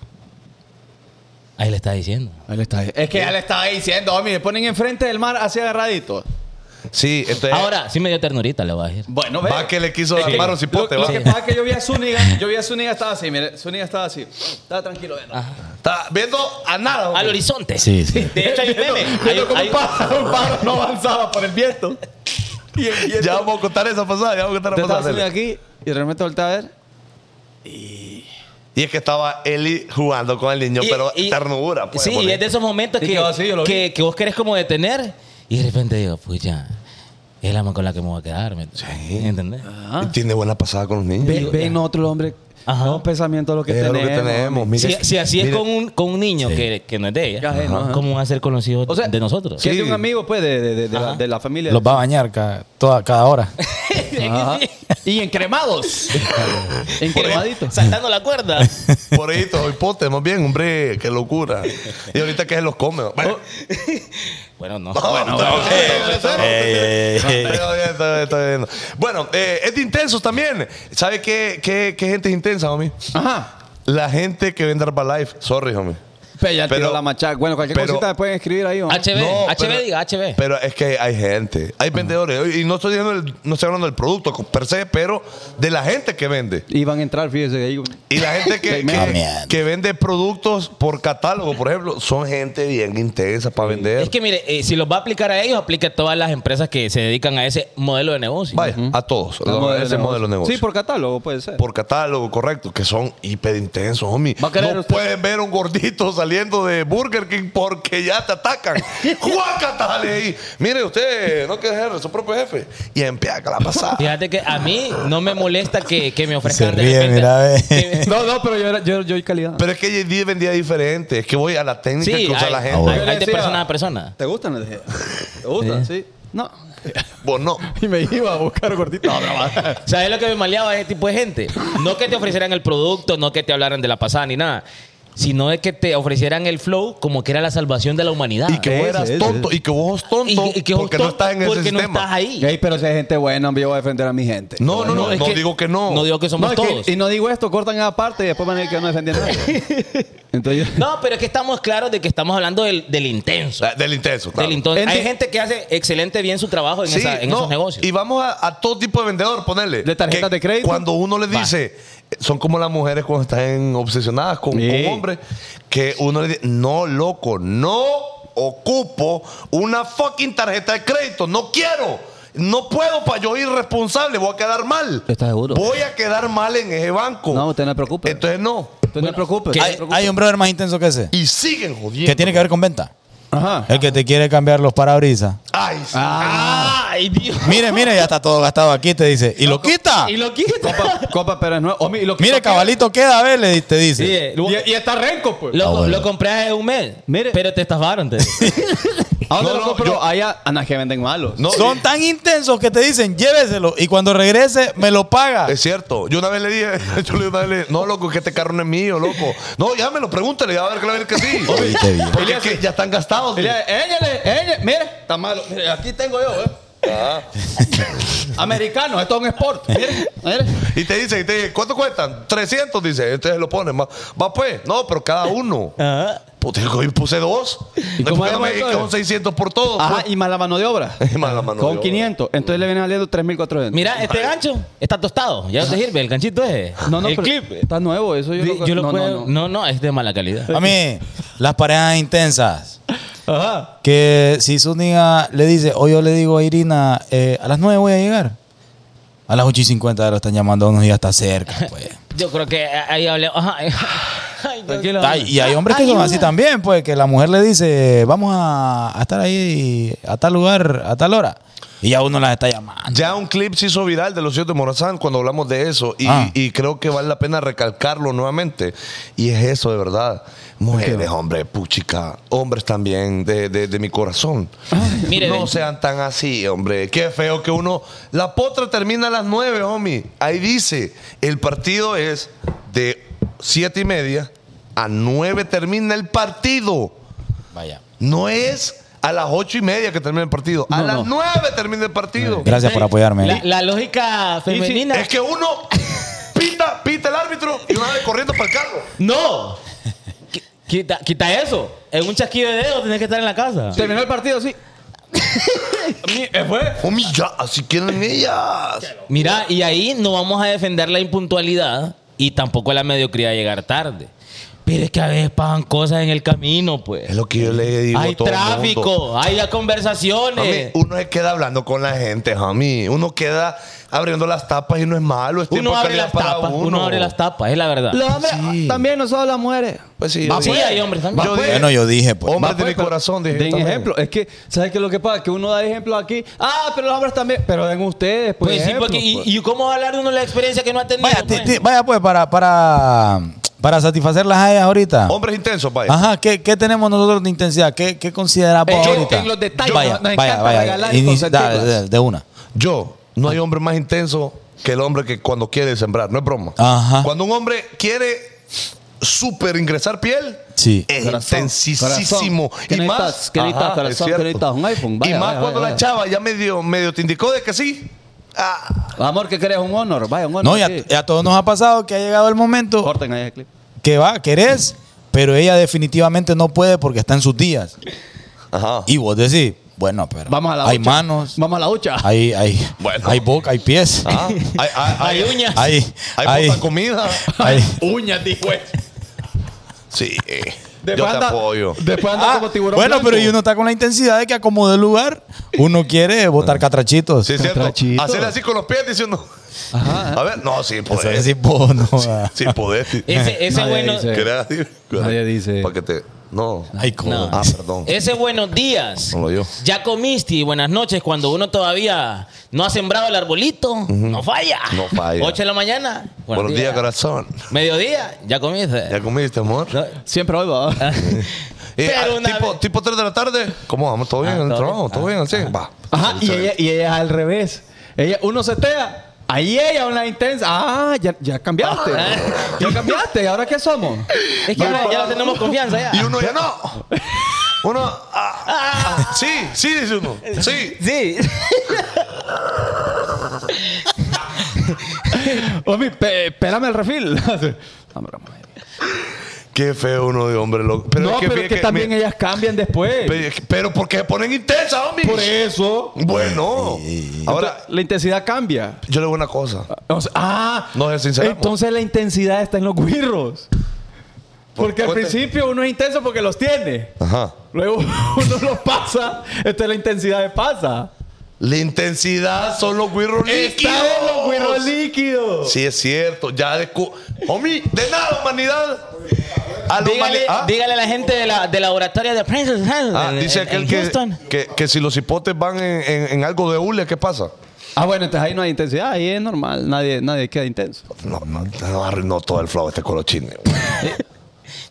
Ahí le está diciendo. Ahí le está. Es que ya le estaba diciendo, hombre. Me ponen enfrente del mar así agarradito. sí, entonces Ahora, sí me dio ternurita, le voy a decir. Bueno, ve. va que le quiso dar un cipote, Lo, va. lo que pasa es que yo vi a Zúñiga. Yo vi a Zúñiga, estaba así. Mire, Zúñiga estaba así. Estaba tranquilo. ve, ¿no? Está viendo a nada. Al horizonte. Sí, sí. De hecho, hay meme. Hay, Viendo como hay- un pájaro, un pájaro no avanzaba por el viento. Y el viento. Ya vamos a contar esa pasada, ya vamos a contar Te la estaba pasada. Zúñiga dele. aquí y realmente volteaba a ver. Y es que estaba Eli jugando con el niño, y- pero y- ternura. pues, sí, y bonito. es de esos momentos Sí, que, yo así, yo lo vi. que, que vos querés como detener y de repente digo, pues ya, es la mano con la que me voy a quedar. ¿me ¿Entendés? Y tiene buena pasada con los niños. Ve, ve en otro hombre. Ajá. No pensamiento lo que es lo tenemos. que tenemos. mira. Si, si así es Mira, con un, con un niño que, que no es de ella, Ya, ajeno, ajá. ¿cómo va a ser con los hijos O sea, de nosotros? Que es de Sí. un amigo, pues, de, de- de- de la, de la familia. Los va a bañar cada, toda, cada hora. Ajá. Y encremados. Encremaditos. Saltando la cuerda. Por ahí, todo hipote, más bien, hombre, qué locura. Y ahorita que se los come. Bueno, bueno, no. bueno, Bueno, eh, es de intensos también. ¿Sabe qué, qué, qué gente es intensa, homie? Ajá. La gente que vende Herbalife. Sorry, homie. Pero ya Pero- tiró la machaca. Bueno, cualquier pero- cosita me pueden escribir ahí. ¿no? HB, No, HB, pero- diga, HB. Pero es que hay gente, hay vendedores. Y no estoy, diciendo el- no estoy hablando del producto per se, pero de la gente que vende. Y van a entrar, fíjese. Ahí. Y la gente que, que, Amen. que vende productos por catálogo, por ejemplo, son gente bien intensa para vender. es que mire, eh, si los va a aplicar a ellos, aplica a todas las empresas que se dedican a ese modelo de negocio. Vaya, a todos. El a modelo ese de modelo de negocio. Sí, por catálogo puede ser. Por catálogo, correcto, que son hiper intensos, homie. Va a querer No usted- pueden ver un gordito saliendo de Burger King porque ya te atacan. ¡Juácata, dale ahí! Mire, usted no quiere ser su propio jefe. Y empieza la pasada. Fíjate que a mí no me molesta que, que me ofrezcan Se de ríe, repente- mira, ve. que- No, no, pero yo, era- yo, yo, hay calidad. Pero es que JD vendía diferente. Es que voy a la técnica Sí, que usa hay, la hay- gente. hay de persona a persona. ¿Te gustan las de- ¿Te gustan? Sí. No. Vos no. Y me iba a buscar gordito. No, no, va. ¿Sabes lo que me maleaba ese tipo de gente? No que te ofrecieran el producto, no que te hablaran de la pasada ni nada, sino de que te ofrecieran el flow como que era la salvación de la humanidad. Y que vos Ese, eras ese, tonto. ese. Y que vos sos tonto. Y- y que vos porque no tonto estás en ese porque no sistema. estás ahí. Ey, pero si hay gente buena, hombre, yo voy a defender a mi gente. No, no, no, es no digo que no. No digo que somos No, es que- todos. y no digo esto, cortan aparte y después van a decir que yo no defendí a nadie. Entonces, yo- No, pero es que estamos claros de que estamos hablando del, del intenso. Ah, Del intenso, claro. Del intenso. Ente- Hay gente que hace excelente bien su trabajo en, Sí, esa- en no, esos negocios. Y vamos a, a todo tipo de vendedor, ponerle. De tarjetas Que de crédito. Cuando uno le dice, eh, son como las mujeres cuando están obsesionadas con, con Sí. hombres, que uno le dice, no, loco, no ocupo una fucking tarjeta de crédito, no quiero. No puedo para yo irresponsable, voy a quedar mal. ¿Estás seguro? Voy a quedar mal en ese banco. No, usted no se preocupe. Entonces no. tú no te preocupes. que- no te Hay, preocupes. hay un brother más intenso que ese. Y siguen jodiendo. Que tiene que ver con venta. Ajá. El que te quiere cambiar los parabrisas. Ay, sí. Ah, ¡Ay, Dios! Mire, mire, ya está todo gastado aquí, te dice. ¿Y lo quita? Y lo quita. Copa, copa, pero es nuevo. Homie, y lo que- Mire, cabalito, queda, ve, le te dice. Sí, eh, lo, Y, y está renco, pues. lo- Ah, bueno. lo compré hace un mes, Mire. pero te estafaron. Te. ¿A dónde No, lo no, compro? yo- Allá, Ana, que venden malos. No, Son tan intensos que te dicen, lléveselo. Y cuando regrese, me lo paga. Es cierto. Yo una vez le dije, yo le- una vez le dije, no, loco, que este carro no es mío, loco. No, ya me lo pregúntale, ya va a ver que le va a decir que sí. Oíste bien. Porque es eh, que ya están gastados. Y le- Ella, le- ella, mire, está malo. Mire, aquí tengo yo, eh. Ah. Americano, esto es un sport. Mire, mire. Y te dice, y te dice, ¿cuánto cuestan? 300, dice. Entonces lo ponen. Va, va, pues. No, pero cada uno. Puta, yo hoy puse dos. ¿Y cómo no hacemos me dediqué entonces? un 600 por todo. Ajá, pues. y más la mano de obra. Más la mano de Con obra. 500. Entonces le viene saliendo 3.400. Mira, este gancho está tostado. Ya no te sirve. El ganchito es. No, no, el pero clip. Está nuevo, eso yo, Yo lo no, puedo- no, no. no, no, es de mala calidad. A mí, las parejas intensas. Ajá. Que si su niña le dice, o yo le digo a Irina, eh, a las 9 voy a llegar. A las 8 y 50 lo están llamando a unos días hasta cerca. Pues. Yo creo que ahí hablé. Ajá. Ay, Tranquilo. Ay, y hay hombres que son así también, pues, que la mujer le dice, vamos a, a estar ahí a tal lugar, a tal hora. Y ya uno las está llamando. Ya un clip se hizo viral de los siete de Morazán cuando hablamos de eso y, Ah. y creo que vale la pena recalcarlo nuevamente. Y es eso, de verdad. Mujeres, hombre, puchica, hombres también, de, de- de mi corazón. Mire, no Ah, ven. sean tan así, hombre. Qué feo que uno... La potra termina a las nueve, homie. Ahí dice, el partido es de siete y media a nueve termina el partido. Vaya. No es a las ocho y media que termina el partido. A No, las no. nueve termina el partido. Gracias por apoyarme. La, la lógica femenina. Eh, Es que uno pita, pita el árbitro y una vez corriendo para el carro. No. Qui- Quita, quita eso. En un chasquido de dedos tenés que estar en la casa. Terminó el partido, sí. Homie, ya, así quieren ellas. Mira, y ahí no vamos a defender la impuntualidad y tampoco la mediocridad de llegar tarde. Pero es que a veces pasan cosas en el camino, pues. Es lo que yo le digo Hay a todo el tráfico, mundo. hay Homie, conversaciones. uno se queda hablando con la gente, homie. Uno queda abriendo las tapas y no es malo. Es tiempo Uno de abre calidad las para tapas, uno. abre las tapas, es la verdad. Los hombres, ah, También no solo las mujeres. Pues sí, Sí, digo, hay hombres también. yo digo, Bueno, yo dije, pues. hombres Va, de pues, mi pero corazón, dije. Den yo también. ejemplo. Es que, ¿sabes qué es lo que pasa? Que uno da ejemplo aquí. Ah, pero los hombres también. Pero den ustedes, pues. Pues sí, ejemplo, porque y, pues. y cómo va a hablar de uno la experiencia que no ha tenido? Vaya, pues? ti- ti- vaya, pues, para, para, para satisfacer las hayas ahorita. Hombres intensos, vaya. Ajá, ¿qué, qué tenemos nosotros de intensidad? ¿Qué, qué consideramos Eh, yo- ahorita? en los detalles, vaya, nos- nos vaya, encanta vaya. regalar y Inici- da- consentirlas. da- de una. Yo, no hay hombre más intenso que el hombre que cuando quiere sembrar, no es broma. Ajá. Cuando un hombre quiere super ingresar piel, Sí. es Corazón, intensísimo. corazón. ¿Qué Y más, necesitas? ¿Qué necesitas, Ajá, corazón? es cierto. ¿Qué necesitas? ¿Un iPhone? y Vaya, más vaya, cuando vaya, la vaya. chava ya medio, medio te indicó de que sí. Ah, pues. Amor, que querés un honor. Vaya, un honor. No, ya, sí. ya a todos nos ha pasado que ha llegado el momento Corten ahí el clip. que va, querés, pero ella definitivamente no puede porque está en sus días. Ajá. Y vos decís, bueno, pero Vamos a la hay hucha. manos, Vamos a la hucha. hay, hay, Bueno. hay boca, hay pies, Ah, hay, hay- hay- Hay uñas. hay, hay hay, poca comida. hay- Uñas, dijo Sí. yo te apoyo. Después anda Ah, como tiburón. bueno, blanco. pero y uno está con la intensidad de que acomode el lugar, uno quiere botar catrachitos. Sí, es cierto. Trachito. Hacer así con los pies, dice uno. A ver, no, sí, Eso podés. es Sí, decir, vos, no, ah. podés. Ese, ese Nadie bueno, dice. Quería decir- Nadie dice. Pa' que te- No. Ay, cómo. Ah, perdón. Ese buenos días. No lo dio. Ya comiste y buenas noches cuando uno todavía no ha sembrado el arbolito. No falla. No falla. 8 de la mañana. Buenos días, corazón. Mediodía. Ya comiste. ¿Ya comiste, amor? No. Siempre hoy va. Eh, Pero ah, una tipo, vez- tipo 3 de la tarde. ¿Cómo vamos? Ah, ¿Todo bien ah, en el todo trabajo? bien. ¿Todo bien? ¿Así? Va. Ajá, y ella, y ella es al revés. Ella, uno setea. Ahí ella, una intensa. Ah, ya, ya cambiaste. Ah. ya cambiaste. ¿Y ahora qué somos? Es que ahora ya, no tenemos confianza. Ya. Y uno ya no. Uno. ah, ah, sí, sí, dice uno. Sí. Sí. Omi, pe- espérame el refil. No, broma. Qué feo uno de hombre, loco. Pero no, es que, pero fíjate que, también mira, ellas cambian después. pero es que- Pero porque se ponen intensas, homie. Por eso. Bueno. Ahora, la intensidad cambia. yo le digo una cosa. O sea, ah, No es sincero. entonces la intensidad está en los guirros. Porque al Ponte- principio uno es intenso porque los tiene. Ajá. Luego uno los pasa. Entonces la intensidad de pasa. La intensidad son los guirros líquidos. Está en los guirros líquidos. Sí, es cierto. Ya de. cu- Homie, de nada, humanidad. A la humani- Dígale, ah. dígale a la gente de la, de la oratoria de Princess Hall Ah, en- dice en- aquel en que, Houston. que, que si los hipotes van en, en- en algo de hule, ¿qué pasa? Ah, bueno, entonces ahí no hay intensidad. Ahí es normal. Nadie, nadie queda intenso. No, no, no arruinó todo el flow este colochine.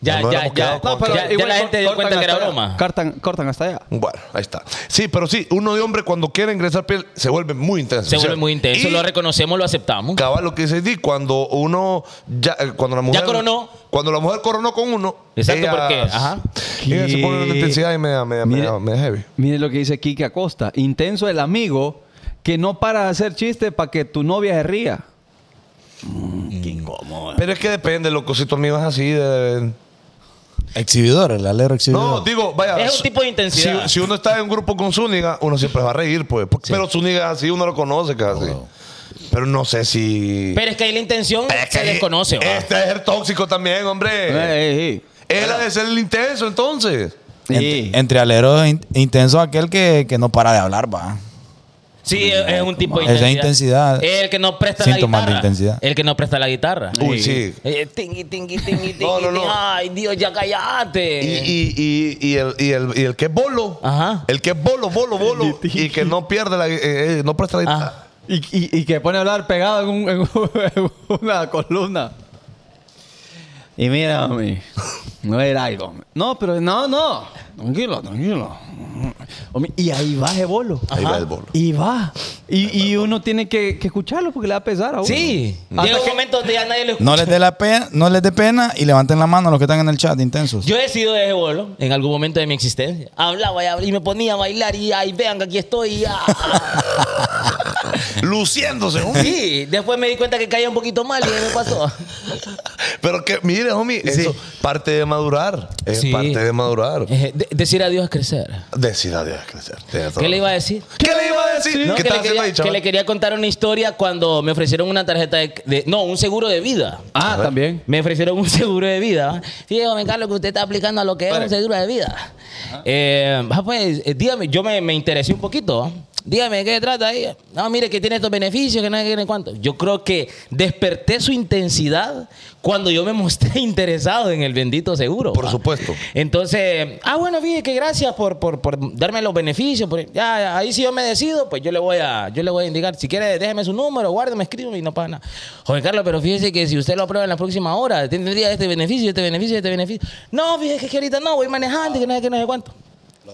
Ya, No, no ya, hemos ya. quedado con- ya- pero ya la gente dio cuenta que era broma. Cortan, cortan hasta allá. bueno, ahí está. Sí, pero sí, uno de hombre cuando quiere ingresar piel se vuelve muy intenso. Se vuelve ¿cierto? muy intenso. Y Lo reconocemos, lo aceptamos. cabal lo que dice Di, cuando uno ya eh, cuando la mujer coronó. Cuando la mujer coronó con uno. Exacto, ellas- porque, ajá. ellas se pone una ¿Qué? intensidad y media, media, media- Mire- media heavy. Mire lo que dice Kike Acosta. Intenso el amigo que no para de hacer chistes para que tu novia se ría. Pero es que depende, loco, si tu amigo es así de. Exhibidor, el alero exhibidor. No, digo, vaya. Es un su- tipo de intensidad. Si, si uno está en un grupo con Zúñiga, uno siempre va a reír, pues. porque- Pero Zúñiga así, uno lo conoce casi. Pero no sé si. Pero es que ahí la intención se desconoce. ¿va? Este es el tóxico también, Eh, hombre. Él ha de ser el intenso, entonces. Ent- entre alero in- intenso aquel que, que no para de hablar, va. Sí, es, es un tipo de Esa intensidad. intensidad. Es el que no presta Síntomas de la guitarra. intensidad. El que no presta la guitarra. Uy, sí. Eh, tingui, tingui, tingui, tingui, No, no, no. tingui. Ay, Dios, ya Y, cállate. y, y, y el, y, el, y el que es bolo. Ajá. El que es bolo, bolo, bolo. y que no pierde la. eh, eh, no presta la guitarra. Ah, Y, y- y que pone a hablar pegado en, un- en un- en una columna. Y mira, mami, no era algo. No, pero no, no. Tranquilo, tranquilo. Homie, Y ahí va ese bolo. Ahí va el bolo. Y va. Y, y uno tiene que, que escucharlo porque le va a pesar a uno. sí. Uh. Mm. Hasta Llega un que- momento donde ya nadie lo escucha. No les dé la pena, no les dé pena y levanten la mano los que están en el chat intensos. Yo he sido de ese bolo en algún momento de mi existencia. Hablaba y, hab- y me ponía a bailar y ay, vean que aquí estoy. y, ah. Luciéndose, hombre. Sí, después me di cuenta que caía un poquito mal y ahí me pasó. Pero que, mire, homie, eso parte de madurar. Es Sí. parte de madurar. Eh, de- decir adiós es crecer. Decir adiós, crecer. Tienes toda ¿Qué la le iba a decir? ¿Qué le iba a decir? No, ¿Qué estás que, le haciendo quería, ahí, que chaval? le quería contar una historia cuando me ofrecieron una tarjeta de, de- No, un seguro de vida. Ah, también. Me ofrecieron un seguro de vida. Fíjate, don Carlos, que usted está aplicando a lo que es Vale. un seguro de vida. Eh, ah, pues, eh, dígame, yo me, me interesé un poquito. ¿ah? Dígame, ¿de qué se trata ahí? No, mire, que tiene estos beneficios, que no tiene cuánto. Yo creo que desperté su intensidad cuando yo me mostré interesado en el bendito seguro. Por ¿va? supuesto. Entonces, ah, bueno, fíjate que gracias por, por, por darme los beneficios. por- ya, ya, ahí si yo me decido, pues yo le voy a, yo le voy a indicar. Si quiere, déjeme su número, guárdeme, escríbeme y no pasa nada. Joven Carlos, pero fíjese que si usted lo aprueba en la próxima hora, tendría este beneficio, este beneficio, este beneficio. No, fíjese que ahorita no, voy manejando, que no sé qué, no sé cuánto.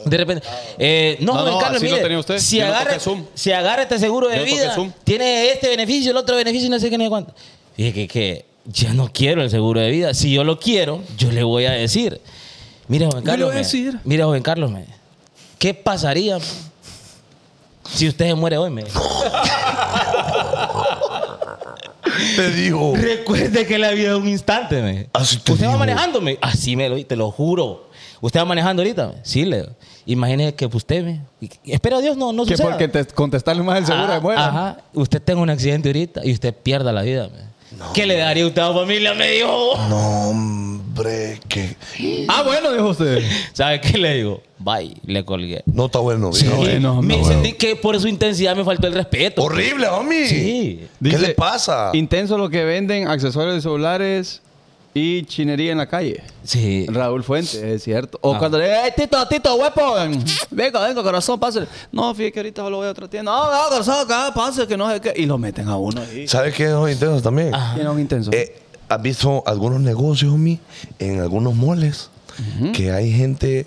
De repente, eh, no, No, joven no, Carlos, así lo mire, tenía usted. Si, Yo no agarra, toqué Zoom. si agarra este seguro de Yo no toqué vida, Zoom. tiene este beneficio, el otro beneficio, y no sé qué, no sé cuánto. Dije que, que ya no quiero el seguro de vida. Si yo lo quiero, yo le voy a decir. Mira, joven Yo le Carlos. voy a me- decir. Mira, joven Carlos, me, ¿qué pasaría si usted se muere hoy? Me? Te digo. Recuerde que la vida es un instante. Me. Ah, Así te ¿Usted va digo. manejándome? Así me lo te lo juro. ¿Usted va manejando ahorita? me? Sí, le digo. Imagínese que usted me. y- y- Espero a Dios, no, no Que suceda. porque te contestarle más el seguro Ah, de muerte. Ajá. Usted tenga un accidente ahorita y usted pierda la vida. me. ¿Qué le daría usted a su familia? Me dijo. No, hombre, que. Ah, bueno, dijo usted. ¿Sabe qué le digo? Bye. Le colgué. No está bueno, eh. viejo. Sí. bueno, me no, sentí que por su intensidad me faltó el respeto. Horrible, homie. Sí. ¿Qué Dice- le pasa? Intenso lo que venden, accesorios de celulares y chinería en la calle. Sí. Raúl Fuentes, es cierto. O Ah. cuando le diga, "Eh, Tito, Tito, huepo, venga, venga, corazón, pase. No, fíjate que ahorita lo voy a otra tienda. No, no, corazón, acá, pase, que no sé qué. Y lo meten a uno ahí. ¿Sabes qué es lo intenso también? Tiene un intenso. Eh, ¿Has visto algunos negocios, homie? En algunos moles que hay gente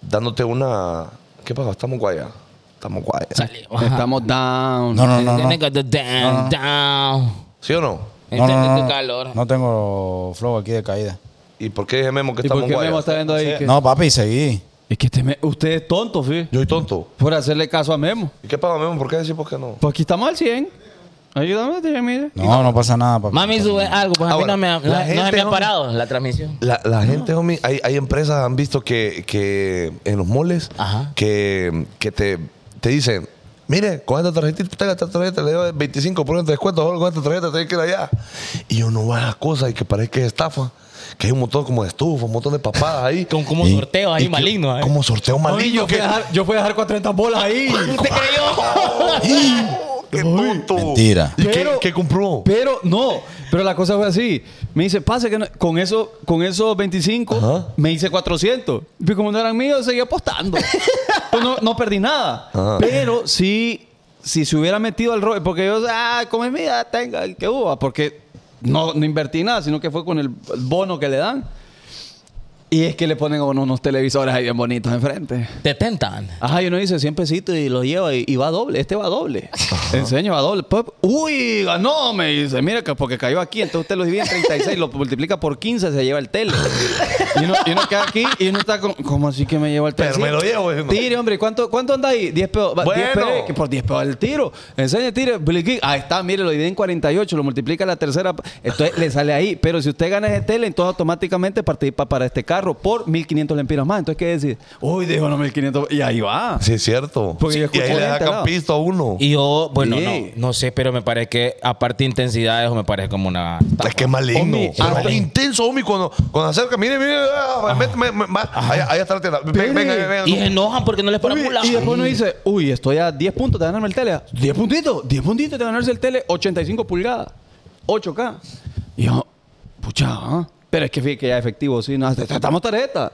dándote una. ¿Qué pasa? Estamos guayas. Estamos guayas. Salió. Estamos down. No, no, no, no. Tiene que the down, down. ¿Sí o no? No, no, no, no. calor. No tengo flow aquí de caída. ¿Y por qué dije Memo que ¿Y por estamos qué Memo guayas? está viendo ahí? que- No, papi, seguí. Es que este me- usted es tonto, fíjate. Yo soy tonto. Por hacerle caso a Memo. ¿Y qué pasa, Memo? ¿Por qué decir por qué no? Pues aquí estamos al 100. Ayúdame, tío, mire. No, no pasa nada, papi. Mami sube algo, pues a mí Ahora, no me ha, no- la no se gente, me ha ¿no? parado la transmisión. La, la gente, homie, hay, hay empresas han visto que, que en los moles Ajá. que, que te, te dicen, mire, con esta tarjetita, tenga esta tarjeta, le doy 25% de descuento, solo con esta tarjeta tenés que ir allá. Y uno va a las cosas y que parece que es estafa, que hay un montón como de estufas, un montón de papadas ahí. Con- como Y- sorteos ahí y que- malignos, ¿eh? Como sorteo maligno. yo, fui que- a dejar, yo fui a dejar 400 bolas ahí. ¿Te creyó? ¡Oh, ¡Qué tonto! mentira. ¿Y qué, Pero- qué compró? Pero no, pero la cosa fue así. Me dice, pase que no- con eso, con esos 25 Ajá. me hice 400. Y como no eran míos, seguí apostando. Pues no, no perdí nada. Ajá. Pero sí, si se hubiera metido al rollo, porque yo, ah, como es mía, tenga, que uva, porque no, no invertí nada, sino que fue con el bono que le dan. Y es que le ponen a uno unos televisores ahí bien bonitos enfrente. Te tentan. Ajá, y uno dice 100 pesitos y lo lleva y, y va doble. Este va doble. Enseño, va doble. Pues, uy, ganó, me dice. Mira, que porque cayó aquí. Entonces usted lo divide en 36, lo multiplica por 15, se lleva el tele. Y uno, y uno queda aquí y uno está como, ¿cómo así que me llevo el tele? Pero me lo llevo, eh, no. Tire, hombre, ¿cuánto, cuánto anda ahí? 10 pesos. Va, 10 Bueno. pesos, que por 10 pesos el tiro. Enseña, tire. bliqui. Ahí está, mire, lo divide en 48, lo multiplica la tercera. Entonces le sale ahí. Pero si usted gana ese tele, entonces automáticamente participa para este carro por 1500 lempiras más. Entonces, ¿qué decir? Uy, dijo los 1500. Y ahí va. Sí, es cierto. Porque yo y escucho ahí le gente al sacan lado. pisto a uno. Y yo, bueno, Sí. no, no sé, pero me parece que aparte de intensidades o me parece como una... Es que es maligno. Homie, Ah, hasta- intenso, homie, cuando, cuando acerca, mire, mire, ah, met- me- me- va, allá, allá está la tienda. Ven, ven, ven, ven. Y se enojan porque no les paran Uy, bola. y después uno dice, uy, estoy a 10 puntos de ganarme el tele. 10 puntitos, 10 puntitos de ganarse el tele, 85 pulgadas, 8K. Y yo, pucha, ah, pero es que fíjate que ya efectivo, sí, no, te- te- estamos tarjeta.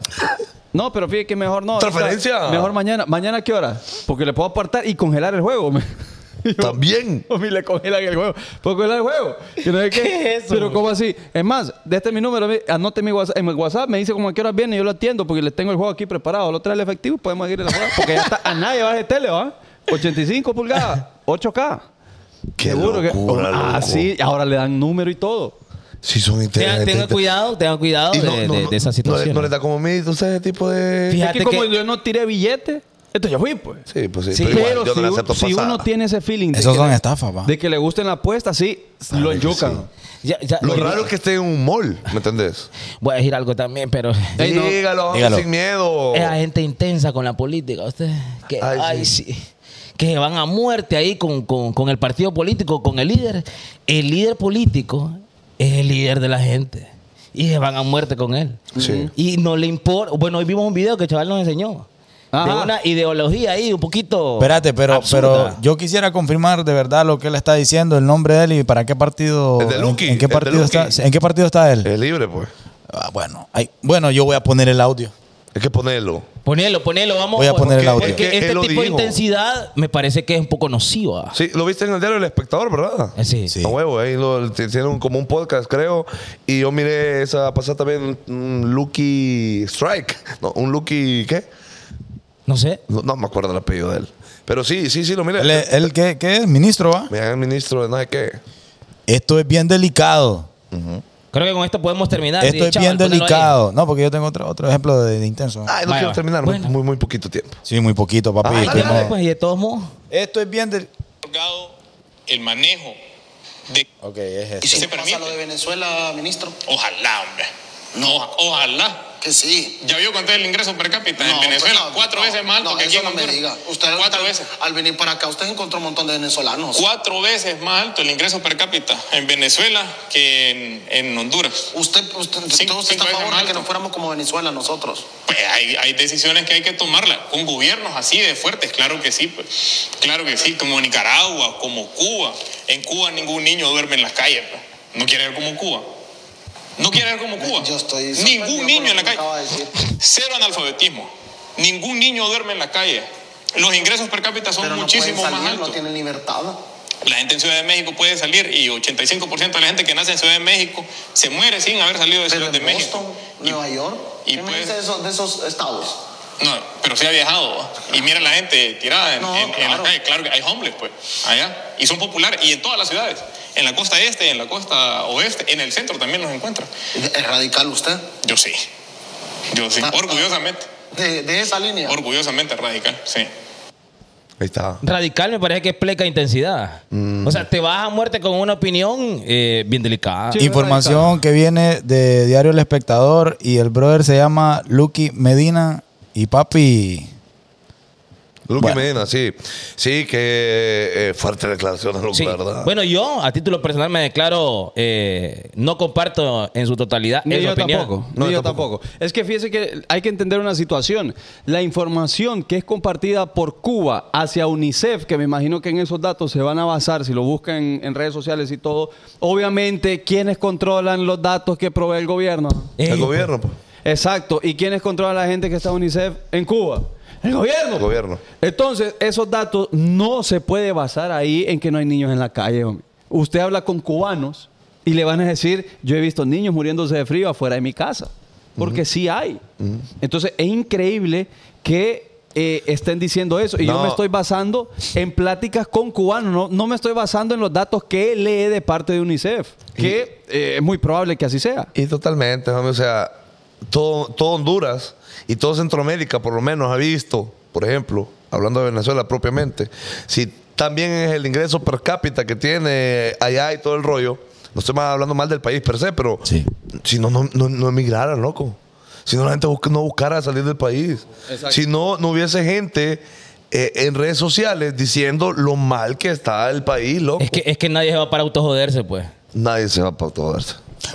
No, pero fíjate que mejor no. ahorita- Transferencia. Mejor mañana. ¿Mañana a qué hora? Porque le puedo apartar y congelar el juego. me- Y yo, También. Homie, le congelan el juego. ¿Puedo congelar el juego? Que no sé qué. Pero ¿cómo así? Es más, de este mi número, mi- anote mi WhatsApp, en mi WhatsApp, me dice como a qué hora viene, yo lo atiendo porque le tengo el juego aquí preparado. Lo trae el efectivo y podemos ir a la jugada. Porque ya está a nadie va de tele, ¿va? 85 pulgadas, 8K. Qué Seguro que. locura, Ah, loco. sí, ahora le dan número y todo. Sí, son Tengan, inteligentes. tengan cuidado, tengan cuidado Y de, no- no- de- no- de esa No, le- situación. no les da como miedo ese tipo de. Es Fíjate que como que- yo no tiré billete, esto ya fui, pues. Sí, pues sí. Sí, pero pero, igual, yo si, no le un- acepto si pasada. uno tiene ese feeling de, Esos que, son le- estafas, va. de que le gusten la apuesta, sí, lo enchucan. Ya- ya- Lo yo- raro es que esté en un mall, ¿me entendés? Voy a decir algo también, pero... Ey, no. Eh, Dígalo, Dígalo. sin miedo. Es gente intensa con la política, usted. Que, Oh. Ay, ay, sí. Que van a muerte ahí con, con- con el partido político, con el líder. El líder político es el líder de la gente. Y se van a muerte con él. Sí. Y no le importa. Bueno, hoy vimos un video que el chaval nos enseñó. Ajá. De una ideología ahí, un poquito. Espérate, pero, absurda. pero yo quisiera confirmar de verdad lo que él está diciendo, el nombre de él y para qué partido. El de Luqui, en, en el qué de partido Luqui. está, ¿En qué partido está él? Es libre, pues. Ah, bueno, ay, bueno, yo voy a poner el audio. Hay que ponerlo. Ponelo, ponelo, vamos. Voy a poner el porque- audio. Es Porque que él este lo tipo de dijo. intensidad me parece que es un poco nociva. Sí, lo viste en el diario El Espectador, ¿verdad? Así. Sí. A huevo, ahí lo t- hicieron como un podcast, creo. Y yo miré esa pasada también un Lucky Strike. No, un Lucky, ¿qué? No sé. No, no me acuerdo el apellido de él. Pero sí, sí, sí, lo miré. ¿Él, es- él qué, qué es? ¿Ministro, va? Me hagan ministro de no sé qué. Esto es bien delicado. Creo que con esto podemos terminar. Esto Sí, es chaval, bien ponelo ahí. delicado. No, porque yo tengo otro, otro ejemplo de, de intenso. Ay, no quiero Vaya, vaya. terminar. muy- Bueno. Muy, muy poquito tiempo. Sí, muy poquito, papi. Ah, que dale, no- dale, Pues y de todos modos. Esto es bien del... otorgado el manejo de Ok, es ¿Y esto. si se pasa lo de Venezuela, ministro? Ojalá, hombre. No, ojalá. Que sí. pues ¿Ya vio cuánto es el ingreso per cápita en Venezuela? cuatro veces más alto que aquí en Honduras. cuatro veces. Al venir para acá, usted encontró un montón de venezolanos. Cuatro veces más alto el ingreso per cápita en Venezuela que en, en Honduras. Usted, usted, está a favor de que no fuéramos como Venezuela nosotros. Pues hay, hay decisiones que hay que tomarlas con gobiernos así de fuertes, claro que sí, pues. claro que sí, como Nicaragua, como Cuba. En Cuba ningún niño duerme en las calles, pues. no quiere ser como Cuba. No quiere ser como Cuba. Ningún niño en la calle. Cero analfabetismo. Ningún niño duerme en la calle. Los ingresos per cápita son muchísimo más altos. La gente en Ciudad de México puede salir y 85% de la gente que nace en Ciudad de México se muere sin haber salido de Ciudad de México. Nueva York. Y pues- de esos estados? no, pero sí ha viajado. ¿va? Y mira la gente tirada en, en- en las calles. Claro que hay homeless, pues, allá. Y son populares. Y en todas las ciudades. En la costa este, en la costa oeste, en el centro también los encuentra. ¿Es radical usted? Ah, Yo sí. Yo sí. Orgullosamente. De, de esa línea. Orgullosamente radical, sí. Ahí está. Radical me parece que es pleca intensidad. Mm. O sea, te vas a muerte con una opinión eh, bien delicada. Sí. Información que viene de Diario El Espectador y el brother se llama Lucky Medina y papi... Lucky Bueno. Medina, sí. Sí, que eh, fuerte declaración, loco, Sí. ¿verdad? Bueno, yo a título personal me declaro, eh, no comparto en su totalidad Ni esa yo opinión. tampoco. No, ni yo yo tampoco. Es que fíjese que hay que entender una situación. La información que es compartida por Cuba hacia UNICEF, que me imagino que en esos datos se van a basar si lo buscan en redes sociales y todo, obviamente, ¿quiénes controlan los datos que provee el gobierno? Ey, el gobierno, pues. Exacto. ¿Y quiénes controlan la gente que está en UNICEF en Cuba? El gobierno. El gobierno. Entonces, esos datos no se puede basar ahí en que no hay niños en la calle. hombre. Usted habla con cubanos y le van a decir, yo he visto niños muriéndose de frío afuera de mi casa. Porque sí hay. Entonces, es increíble que eh, estén diciendo eso. Y yo No. me estoy basando en pláticas con cubanos. No, no me estoy basando en los datos que lee de parte de UNICEF. Que eh, es muy probable que así sea. Y totalmente, hombre, o sea, todo, todo Honduras y todo Centroamérica, por lo menos, ha visto, por ejemplo, hablando de Venezuela propiamente, si también es el ingreso per cápita que tiene allá y todo el rollo, no estoy más hablando mal del país per se, pero Sí. si no, no, no, no emigraran, loco. si no la gente busca- no buscara salir del país. Exacto. Si no, no hubiese gente eh, en redes sociales diciendo lo mal que está el país, loco. Es que, es que nadie se va para autojoderse, pues. Nadie se va para autojoderse.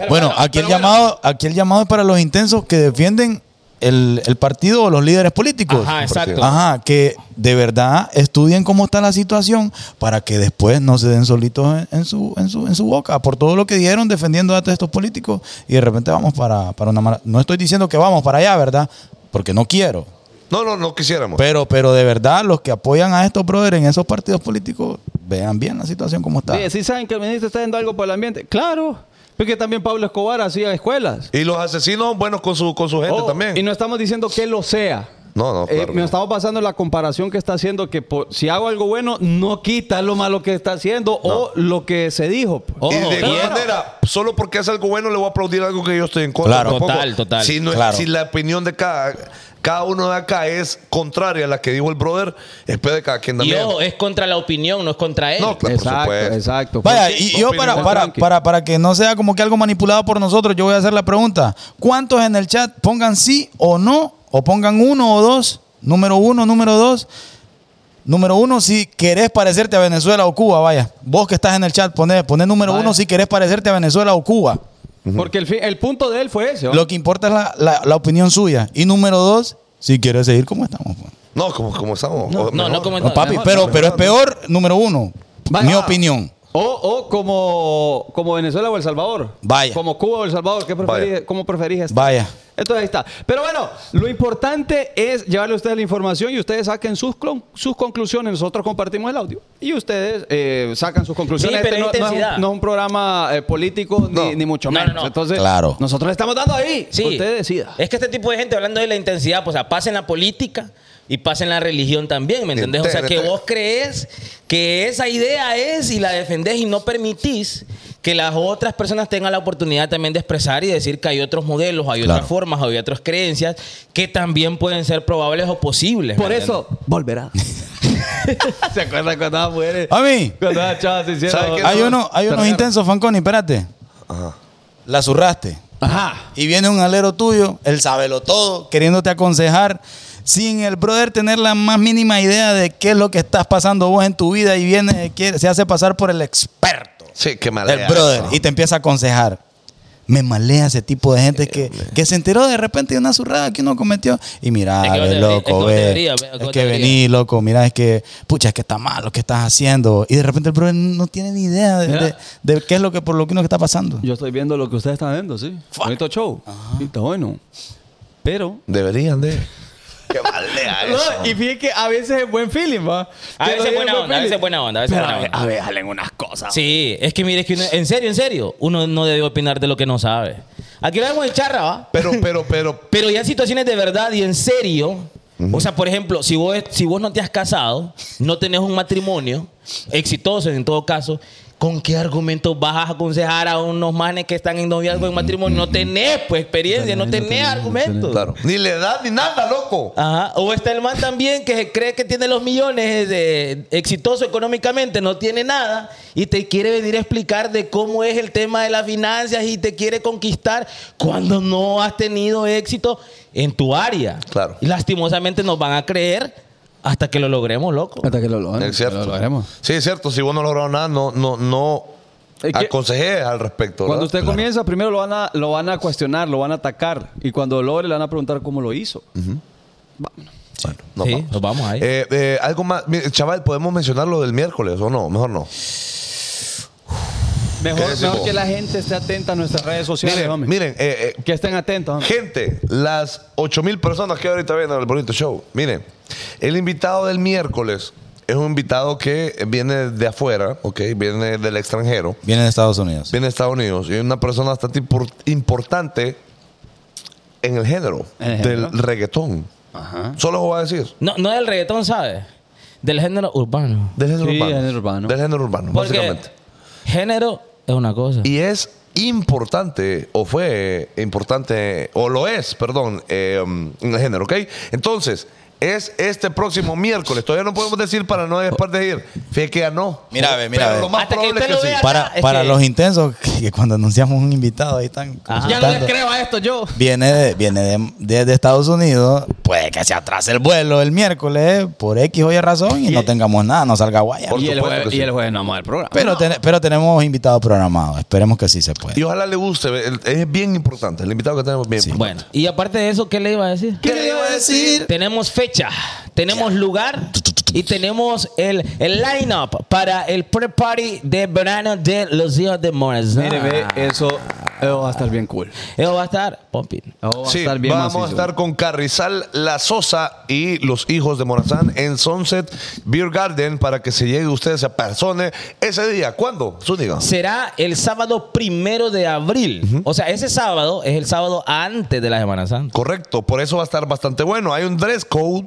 Bueno, aquí el llamado, aquí el llamado es para los intensos que defienden el, el partido o los líderes políticos. Ajá, exacto. Ajá, que de verdad estudien cómo está la situación para que después no se den solitos en, en su, en, su, en su boca por todo lo que dieron defendiendo a todos estos políticos y de repente vamos para, para una mala... No estoy diciendo que vamos para allá, ¿verdad? Porque no quiero. No, no, no quisiéramos. Pero, pero de verdad, los que apoyan a estos brothers en esos partidos políticos, vean bien la situación como está. Oye, ¿sí Eh, saben que el ministro está haciendo algo por el ambiente? Claro. Porque también Pablo Escobar hacía escuelas. Y los asesinos son buenos con su, con su gente Oh, también. Y no estamos diciendo que lo sea. No, no, Eh, claro. nos estamos pasando en la comparación que está haciendo que por- si hago algo bueno, no quita lo malo que está haciendo o lo que se dijo. Oh, y de Claro. igual manera, solo porque hace algo bueno le voy a aplaudir algo que yo estoy en contra. Claro. Tampoco. Total, total, Si, no- claro. si la opinión de cada, cada uno de acá es contraria a la que dijo el brother, espera de cada quien Y también. ojo, eh, es contra la opinión, no es contra él. no, claro, por Exacto, supuesto. exacto. Vaya, Porque- y yo para, Opinión para, tranqui. para, para que no sea como que algo manipulado por nosotros, yo voy a hacer la pregunta. ¿Cuántos en el chat pongan sí o no? O pongan uno o dos. Número uno, número dos. Número uno, si querés parecerte a Venezuela o Cuba, vaya. Vos que estás en el chat, poné, poné número Vaya. uno si querés parecerte a Venezuela o Cuba. Porque el, fin- el punto de él fue ese. ¿no? Lo que importa es la, la- la opinión suya. Y número dos, si quieres seguir como estamos. pues. No, como, como estamos. No, o no, mejor. no como- No, papi, mejor, pero, mejor. pero es peor, número uno. Vaya. Mi opinión. O, o como, como Venezuela o El Salvador. Vaya. Como Cuba o El Salvador. ¿qué preferís- Vaya. ¿Cómo preferís estar? Vaya. Entonces ahí está. Pero bueno, lo importante es llevarle a ustedes la información y ustedes saquen sus, clon- sus conclusiones. Nosotros compartimos el audio y ustedes eh, sacan sus conclusiones. Este Sí, pero no, hay no es un- no es intensidad. un, programa eh, político ni- ni, No. mucho No, no, menos. no. Entonces, Claro. nosotros le estamos dando ahí. Sí. Usted decida. Es que este tipo de gente, hablando de la intensidad, pues, o sea, pasa en la política y pasa en la religión también, ¿me entendés? O sea, que Entérate. vos crees que esa idea es y la defendés y no permitís que las otras personas tengan la oportunidad también de expresar y decir que hay otros modelos, hay Claro. otras formas, hay otras creencias que también pueden ser probables o posibles. ¿me Por entendés? eso, volverá. ¿Se acuerdan cuando las mujeres? A mí. Cuando las chavas se hicieron. ¿Sabe qué? Hay, Eso- uno, hay unos Perder. intensos, Fanconi, espérate. Ajá. La zurraste. Ajá. Y viene un alero tuyo, el sabelo todo, queriéndote aconsejar, sin el brother tener la más mínima idea de qué es lo que estás pasando vos en tu vida y viene, quiere- se hace pasar por el experto, Sí, qué mal. el brother, y te empieza a aconsejar. Me malea ese tipo de gente que, que se enteró de repente de una zurrada que uno cometió. Y mira, Es que vos ve, te- es que loco, vos ve. deberías, ve, es que Es vos que deberías. vení, loco, mira, es que, pucha, es que está mal lo que estás haciendo. Y de repente el brother no tiene ni idea de, Mira. de- de qué es lo que por lo que uno que está pasando. Yo estoy viendo lo que ustedes están viendo, sí. Bonito show. Y está bueno. Pero. Deberían de. Qué mal lea eso. Ah, y fíjate que a veces es buen feeling, va. A Que veces lo es digan buena onda, buen a veces feeling. es buena onda, a veces es buena onda. ver, salen unas cosas. Sí, es que mire, es que uno- en serio, en serio, uno no debe opinar de lo que no sabe. Aquí lo vemos en charra, ¿va? Pero, pero, pero. Pero ya en situaciones de verdad y en serio. O sea, por ejemplo, si vos, si vos no te has casado, no tenés un matrimonio exitoso en todo caso, ¿con qué argumentos vas a aconsejar a unos manes que están en noviazgo en matrimonio? No tenés, pues, experiencia, no tenés argumentos. Claro. Ni le da ni nada, loco. Ajá. O está el man también que se cree que tiene los millones, eh, exitoso económicamente, no tiene nada y te quiere venir a explicar de cómo es el tema de las finanzas y te quiere conquistar cuando no has tenido éxito en tu área. Claro. Y lastimosamente nos van a creer hasta que lo logremos, loco. Hasta que lo logremos. Es cierto. Lo logremos. Sí, es cierto. Si vos no logrado nada, no, no, no Es que- aconsejes al respecto. Cuando ¿verdad? usted comienza, primero lo van, a, lo van a cuestionar, lo van a atacar. Y cuando lo logre, le van a preguntar cómo lo hizo. Bueno, nos Sí, vamos. nos vamos ahí. Eh, eh, algo más. Mire, Chaval, ¿podemos mencionar lo del miércoles o no? Mejor no. ¿Qué Mejor, decís mejor vos? que la gente esté atenta a nuestras redes sociales, Miren, hombre. miren eh, eh, Que estén atentos, hombre. Gente, las 8000 personas que ahorita ven el bonito show, miren, el invitado del miércoles es un invitado que viene de afuera, ¿ok? Viene del extranjero, Viene de Estados Unidos. viene de Estados Unidos y es una persona bastante impor- importante en el género En el género. del reggaetón. Solo os voy a decir. No, no del reggaetón, ¿sabes? Del género urbano. Del género Sí, urbano. género urbano. Del género urbano, Porque básicamente. género es una cosa. Y es importante, o fue importante, o lo es, perdón, eh, um, en el género, ¿ok? Entonces, es este próximo miércoles. Todavía no podemos decir para no despartir. Fíjate que ya no. Mira, ve, mira, Pero ve. lo más Hasta que probable es que usted lo sí. vea. Para, Es para que- los intensos, que cuando anunciamos un invitado, ahí están. Ya no le consultando. creo a esto yo. Viene de, viene de, desde Estados Unidos, puede que se atrase el vuelo el miércoles por X o Y razón y, no tengamos nada, no salga guaya. Por Y el, supuesto que jueves, sí. y el jueves no vamos al programa. Pero, ten- pero tenemos invitados programados, esperemos que sí se pueda. Y ojalá le guste. el- Es bien importante. El invitado que tenemos bien. importante. Bueno, y aparte de eso, ¿qué le iba a decir? ¿Qué le iba a decir? Tenemos fecha, tenemos lugar y tenemos el, el line-up para el pre-party de verano de los hijos de Morazán. Mire, ve, eso, eso va a estar bien cool. Eso va a estar, Pompi. Eso va a Sí, estar bien vamos macizo. a estar con Carrizal, La Sosa y los hijos de Morazán en Sunset Beer Garden para que se llegue usted, se persone ese día. ¿Cuándo, Zúñiga? Será el sábado primero de abril. O sea, ese sábado es el sábado antes de la Semana Santa. Correcto, por eso va a estar bastante bueno. Hay un dress code,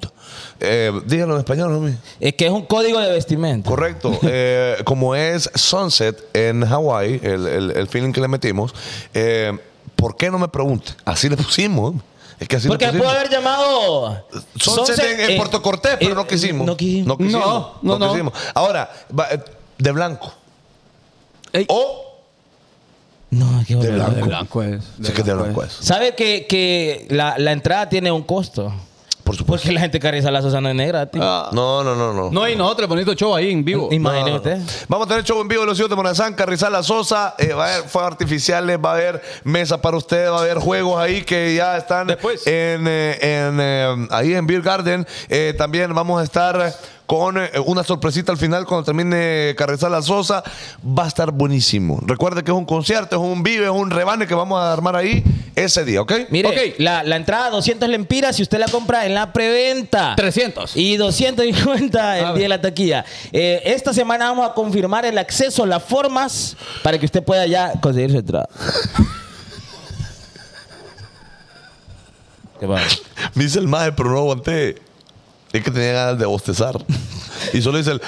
eh, díganlo en español, homie. Es que es un código de vestimenta. Correcto. Eh, como es Sunset en Hawái, el, el, el feeling que le metimos, eh, ¿por qué no me pregunte? Así le pusimos. Es que así Porque le pudo pusimos. haber llamado Sunset en, en eh, Puerto Cortés, pero eh, no quisimos. No quisimos. No, quisimos. No, no, no. quisimos. Ahora, va, eh, de blanco. Ey. O No, qué de horror. blanco. De blanco es. Sí que de blanco es. ¿Sabe que, que la, la entrada tiene un costo? Por supuesto. Porque la gente carriza la Susana es negra, tío. No, no, no, no. No, y nosotros, bonito show ahí en vivo. Imagínese Ah, No, no, usted. no. Vamos a tener show en vivo de los hijos de Morazán, Carrizal, La Sosa, eh, va a haber fuegos artificiales, va a haber mesa para ustedes, va a haber juegos ahí que ya están Después. en, eh, en, eh, ahí en Beer Garden. Eh, también vamos a estar con eh, una sorpresita al final cuando termine Carrizal La Sosa. Va a estar buenísimo. Recuerde que es un concierto, es un vive, es un rebane que vamos a armar ahí ese día, ¿ok? Mire, Ok. la, la entrada 200 lempiras si usted la compra en la preventa. 300. Y 250 el A ver. día de la taquilla. Eh, esta semana vamos a confirmar el acceso, las formas, para que usted pueda ya conseguir su entrada. ¿Qué pasa? Me dice el maje, pero no aguanté. Es que tenía ganas de bostezar. Y solo dice el...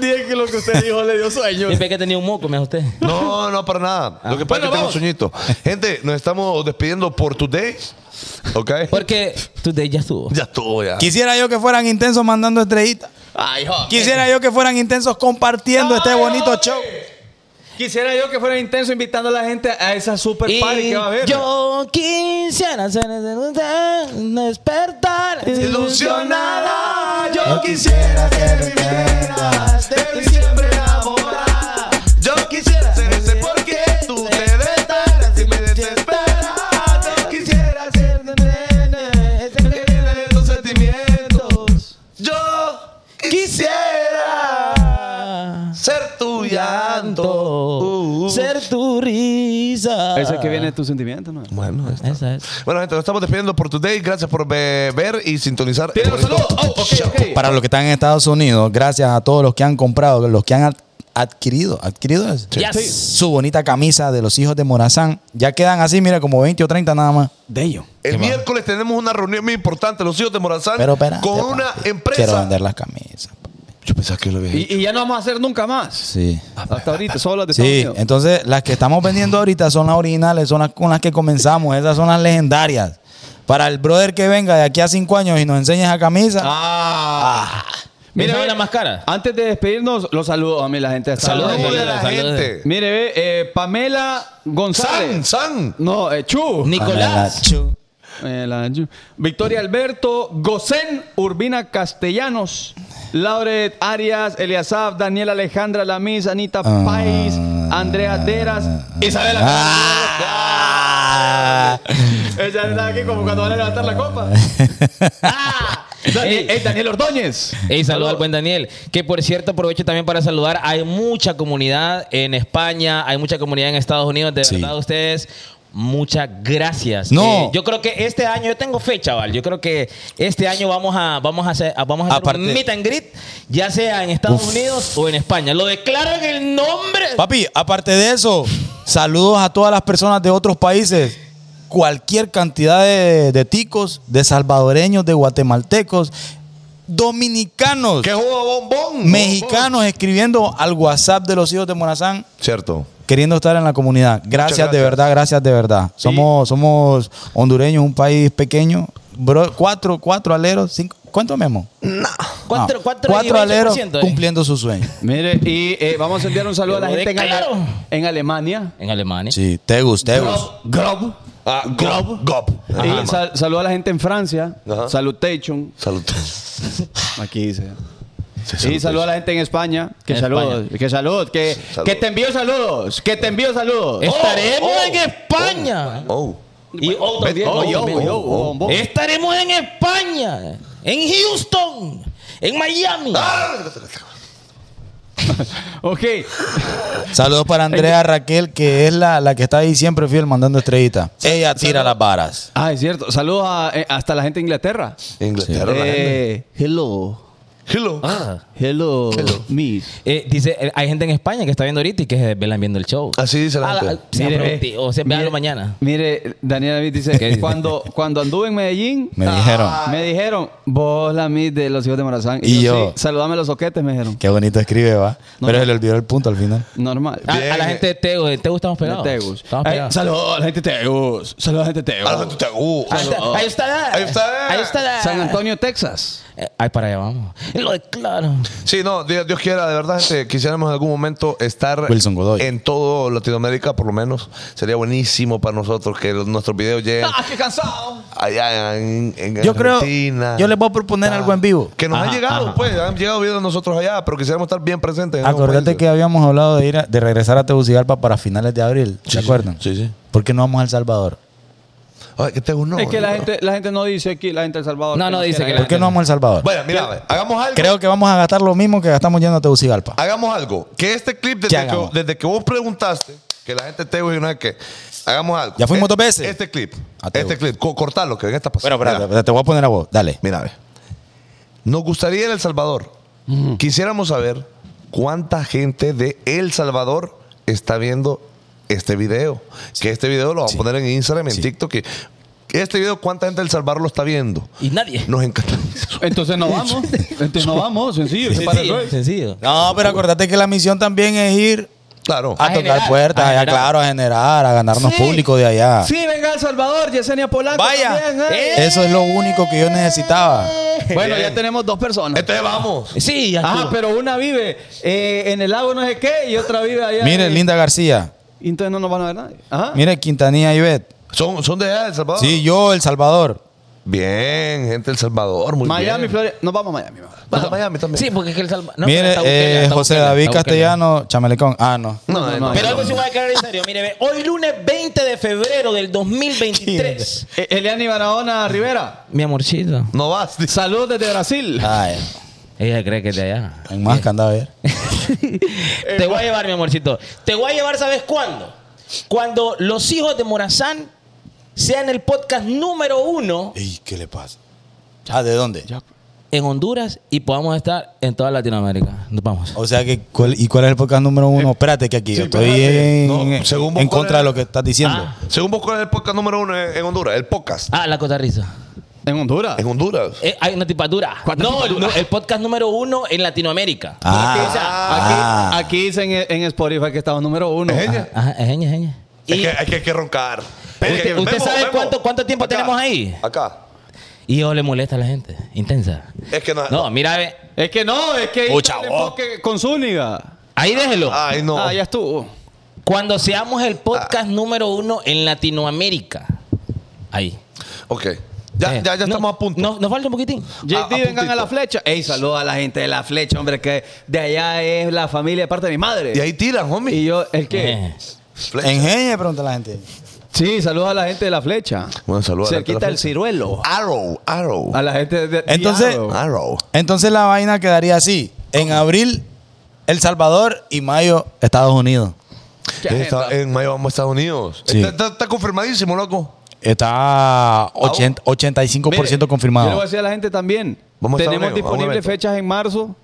Dije que lo que usted dijo le dio sueño. Y ve que tenía un moco, me dijo usted. No, no, para nada. Lo que pasa Ah. Bueno, es que tengo vamos. sueñito. Gente, nos estamos despidiendo por today. ¿Ok? Porque today ya estuvo. ya estuvo, ya. Quisiera yo que fueran intensos mandando estrellitas. Ay, joder. Quisiera yo que fueran intensos compartiendo este bonito show. Quisiera yo que fuera intenso invitando a la gente a esa super Y party que va a haber. yo quisiera ser un despertar Ilusionada, yo quisiera que vivieras de ti siempre enamorada. Yo quisiera ser ese porque tú te destaras y me desesperas. Yo quisiera ser de nene, ese que viene de tus sentimientos. Yo quisiera Ah. ser tu llanto. Uh, uh. ser tu risa. Ese que viene de tus sentimientos, ¿no? Bueno, ahí está. Esa es. Bueno, gente, nos estamos despidiendo por today. Gracias por ve- ver y sintonizar. Tiene un Bonito. saludo. Oh, ok, ok. Para los que están en Estados Unidos, gracias a todos los que han comprado, los que han ad- adquirido, adquirido es? Yes. su bonita camisa de los hijos de Morazán. Ya quedan así, mira, como 20 o 30 nada más. De ellos. El miércoles tenemos una reunión muy importante, los hijos de Morazán, Pero espérate, con papi. una Quiero empresa. vender las camisas. Yo pensaba que lo había Y, y ya no vamos a hacer nunca más. Sí. Ah, Hasta ahorita, solo las de Sí, Estados Unidos. entonces las que estamos vendiendo ahorita son las originales, son las con las que comenzamos, esas son las legendarias. Para el brother que venga de aquí a 5 años y nos enseñe esa camisa, Ah. Mira, ve, la máscara. Antes de despedirnos, los saludos a mí, la gente de Estados Saludos, Unidos. Saludos a la Saludos. gente. Mire, ve, eh, Pamela San, González. San. No, eh, Chu. Nicolás. Chu. Eh, la- yo- Victoria Alberto, Gosén Urbina Castellanos, Lauret Arias, Eliasaf, Daniel Alejandra Lamis, Anita Pais, Andrea Teras, Isabela. Ah. Ella está aquí como cuando van a levantar la copa. Ah, Dani- Ey. eh, Daniel Ordóñez. Ey, saludos al buen Daniel. Que por cierto, aprovecho también para saludar. Hay mucha comunidad en España, hay mucha comunidad en Estados Unidos. De Sí. verdad, ustedes, muchas gracias. No. yo creo que este año, yo tengo fecha, Val. Yo creo que este año vamos a, vamos a hacer, vamos a hacer Aparte- un meet and greet, ya sea en Estados Uf. Unidos o en España. Lo declaro en el nombre. Papi, aparte de eso, saludos a todas las personas de otros países. Cualquier cantidad de, de ticos, de salvadoreños, de guatemaltecos, dominicanos, Que juega bombón. mexicanos escribiendo al WhatsApp de los hijos de Morazán Cierto. queriendo estar en la comunidad. Gracias, Muchas gracias. de verdad, gracias de verdad. Somos, somos hondureños, un país pequeño, bro, cuatro, cuatro aleros, cinco. ¿Cuánto memo? No. Cuatro- cuatro y Cuatro aleros 20%, eh. cumpliendo su sueño. Mire, y eh, vamos a enviar un saludo a la Lo gente en, Ale- declaro. en Alemania. En Alemania. Sí, Tegus, Tegus. Grob. Ah, Gob. Gob. Y sal- saludo a la gente en Francia. Ajá. Salutation. Salud. Aquí dice. salutation. Y saludo a la gente en España. Que En saludos, que salud, que, Salud. que te envío saludos, que te envío saludos. Oh, Estaremos Oh, en España. Oh. Y oh, también, Oh, oh, yo, también. yo, oh, oh. Estaremos en España, en Houston, en Miami. Ok. Saludos para Andrea Raquel, que es la, la que está ahí siempre fiel mandando estrellita. Ella tira las varas. Ah, es cierto. Saludos a- eh, hasta la gente de Inglaterra. Inglaterra. la gente. Eh, hello. Hello. Hello. Miss. Ah. Eh, dice, eh, hay gente en España que está viendo ahorita y que se velan viendo el show. Así dice la Ah, gente. ah, sea Mire, productivo, o sea, mire, véanlo mañana. Mire, Daniel David dice, cuando, cuando anduve en Medellín, Me dijeron. Ah. me dijeron, vos la mis de los hijos de Morazán. Y yo. sí, saludame los soquetes, me dijeron. Qué bonito escribe, va. No, Pero no. se le olvidó el punto al final. Normal. A, a la gente de Tegu, de Tegu estamos De pegados. Tegus. Ah, Estamos Eh, pegados. Saludos a la gente de Tegus. Saludos a la gente de Ah, Tegus. tú te- uh, Ahí está, ahí está. Ahí está. Ahí está. San Antonio, Texas. Eh, Ahí para allá vamos. Eh, Lo declaro. Sí, no, Dios, Dios quiera, de verdad, gente, quisiéramos en algún momento estar Wilson Godoy. en todo Latinoamérica, por lo menos. Sería buenísimo para nosotros que los- nuestros videos lleguen Ah, qué cansado! allá en, en Yo creo. Argentina. Ah. Yo les voy a proponer algo en vivo. Que nos Ajá, han llegado, ajá. pues, han llegado videos de nosotros allá, pero quisiéramos estar bien presentes. en esos Acordate que países. habíamos hablado de ir a- de regresar a Tegucigalpa para finales de abril. ¿Se acuerdan? sí, sí. ¿Por qué no vamos a El Salvador? Ay, que tengo un Es que la nombre. gente, la gente no dice aquí, la gente de El Salvador. No, no nos dice quiere que ver. ¿Por qué no vamos a El Salvador? Bueno, mira, hagamos algo. Creo que vamos a gastar lo mismo que gastamos yendo a Tegucigalpa. Hagamos algo. Que este clip, desde, ¿Qué que, hagamos? desde que vos preguntaste, que la gente te una que hagamos algo. Ya fuimos Eh, dos veces. Este clip. Ah, te Este voy. clip. Co- Cortalo, que venga esta pasada. Bueno, espérate, espérate, te voy a poner a vos. Dale. Mira, ve. Nos gustaría en El Salvador. Quisiéramos saber cuánta gente de El Salvador está viendo este video. Que este video lo vamos Sí. a poner en Instagram, en Sí. TikTok. Que este video, ¿cuánta gente del Salvador lo está viendo? Y nadie. Nos encanta. Entonces no vamos. Entonces no vamos, sencillo. pues? se para el Sencillo, juez. sencillo. No, pero acordate que la misión también es ir Claro. A a, tocar generar, puertas, a allá, generar. claro, a generar, a ganarnos Sí. público de allá. Sí, venga El Salvador, Yesenia Polanco. Vaya, también, ¿eh? eso es lo único que yo necesitaba. Bueno, Bien. ya tenemos dos personas. Entonces vamos. Sí, ya Ah, estuvo. pero una vive eh, en el lago no sé qué y otra vive allá. Mire, en- Linda García, Y entonces no nos van a ver nadie. Ajá. mire, Quintanilla y Bet. Son, son de allá de El Salvador. Sí, yo, El Salvador. Bien, gente del Salvador, muy Miami, bien. Florida. Nos vamos a Miami. mejor. Vamos a Miami también. Sí, porque es que el Salvador. mire, eh, José David Castellano, Chamelecón. Ah, no. No, no, no. Pero algo sí voy a quedar en serio. Mire, ve, hoy lunes 20 de febrero del 2023. Eh, Eliani Barahona Rivera. Mi amorcito. No vas. dice. Saludos desde Brasil. Ay, Ella cree que es de allá. en más que andaba a ver. Eh, Te voy a llevar, mi amorcito. Te voy a llevar, ¿sabes cuándo? Cuando los hijos de Morazán sean el podcast número uno Ey, ¿qué le pasa? Ah, ¿de dónde? en Honduras y podamos estar en toda Latinoamérica. Nos vamos. O sea, que, ¿cuál- ¿y cuál es el podcast número uno? Espérate que aquí yo estoy en, No, según vos, en ¿cuál contra es? de lo que estás diciendo. Ah. Según vos, ¿cuál es el podcast número uno en en Honduras? El podcast. Ah, la Costa Rica. En Honduras. En Honduras. Eh, hay una tipadura. No, el, el podcast número uno en Latinoamérica. Ah, ah. Aquí, aquí dicen en en Spotify que estamos número uno. Es ella. Ajá, es genia, es genia. Es Y- que hay que, hay que roncar. Usted- Es que- usted sabe cuánto- cuánto tiempo Acá, tenemos ahí. Acá. Y yo le molesta a la gente. Intensa. Es que no. No, mira, ve, Es que no, es que ahí Pucha, está el vos. enfoque con Zúñiga. ahí déjelo. Ay, no. Ah. Ah, ya estuvo. Cuando seamos el podcast número uno en Latinoamérica. Ahí. Ok. Ya, Eh, ya, ya no, estamos a punto. no- nos falta un poquitín. JD, Ah, A- a vengan puntito. a la flecha. Ey, saludos a la gente de la flecha, hombre, que de allá es la familia de parte de mi madre. Y ahí tiran, homie. Y yo, ¿el qué? Eh, Flecha. En Genia, pregunta la gente. Sí, saludos a la gente de la flecha. Bueno, saludos a la gente de la Cerquita del flecha. ciruelo. Arrow, arrow. A la gente de. Entonces- Diablo. Arrow. Entonces la vaina quedaría así. En abril, El Salvador y mayo, Estados Unidos. ¿Qué Está- agenda? en mayo vamos a Estados Unidos. Sí. Está, está- está confirmadísimo, loco. Está 80 85% Mire, Yo le voy a confirmado. decir a la gente también. Vamos a Estados Unidos, vamos Tenemos a un disponibles evento. fechas en marzo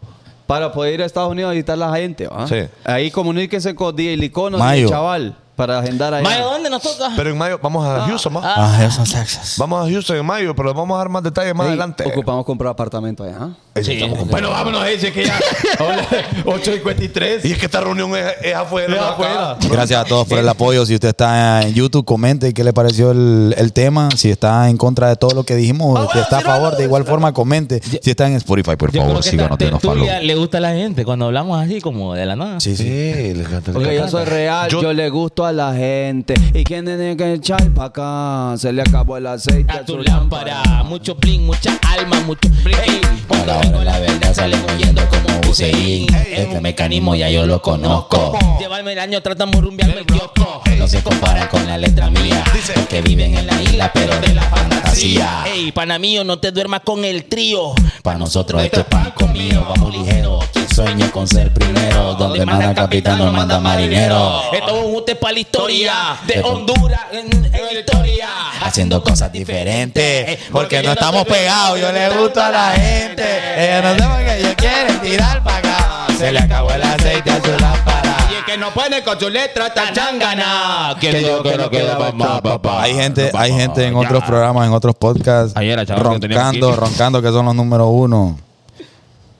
para poder ir a Estados Unidos a visitar a la gente. ¿va? Sí. Ahí comuníquese con DJ Licono y Mayo. el chaval para agendar ahí. Mayo, ¿dónde nos toca? Pero en mayo vamos a Houston, ma. Ah, esos son sexas. Vamos a Houston en mayo, pero vamos a dar más detalles más adelante. Ocupamos comprar apartamento allá. ¿ah? Ese está ocupado. Bueno, vámonos, dice que ya. Hola, 8.53. Y es que esta reunión es, es afuera. Es no acá. afuera. Gracias a todos por el apoyo. Si usted está en YouTube, comente qué le pareció el, el tema. Si está en contra de todo lo que dijimos, si está a favor, de igual forma, comente. Si está en Spotify, por Yo creo favor, que esta síganos, denos follow. tertulia le gusta a la gente cuando hablamos así como de la nada. Sí, sí. Sí, le encanta. Porque yo soy real, yo, le gusto a la gente. ¿Y quién tiene que echar para acá? Se le acabó el aceite. A tu lámpara, mucho bling, mucha alma, mucho bling. Ey, cuando Ahora, vengo ahora la verdad salen huyendo como Hussein. Este mecanismo ya yo lo conozco. Llevarme el año tratamos rumbeando el kiosco. No se compara con la letra mía. Que viven en la isla, pero de la fantasía. Ey, pana mío, no te duermas con el trío. Para nosotros esto es pan comido, vamos ligero. Quien sueña con ser primero, donde manda capitán no manda marinero. Esto es un ute para la historia. De Honduras en, en historia. Haciendo cosas diferentes, Eh, porque no estamos pegados, yo le gusto a la gente. Ellos no sé por qué ellos quieren tirar para acá. Se le acabó el aceite a su lámpara. Y el que no puede con su letra tan changana. Que yo creo que la mamá, papá. Hay gente, hay gente en otros programas, en otros podcasts, Ayer, chaval, que teníamos roncando, aquí. roncando que son los número uno.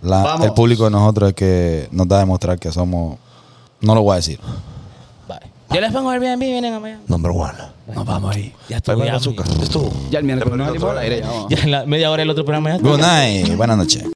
La- Vamos. el público de nosotros es que nos da a demostrar que somos. No lo voy a decir. Yo les pongo el Airbnb, vienen a Miami. Number one. Nos vamos ahí. Ya estuvo. Ya, Azúcar. Estuvo. Ya el miércoles no Pero no salimos al sabe. aire, ya vamos. ya en la media hora el otro programa ya. Good night. Buenas noches.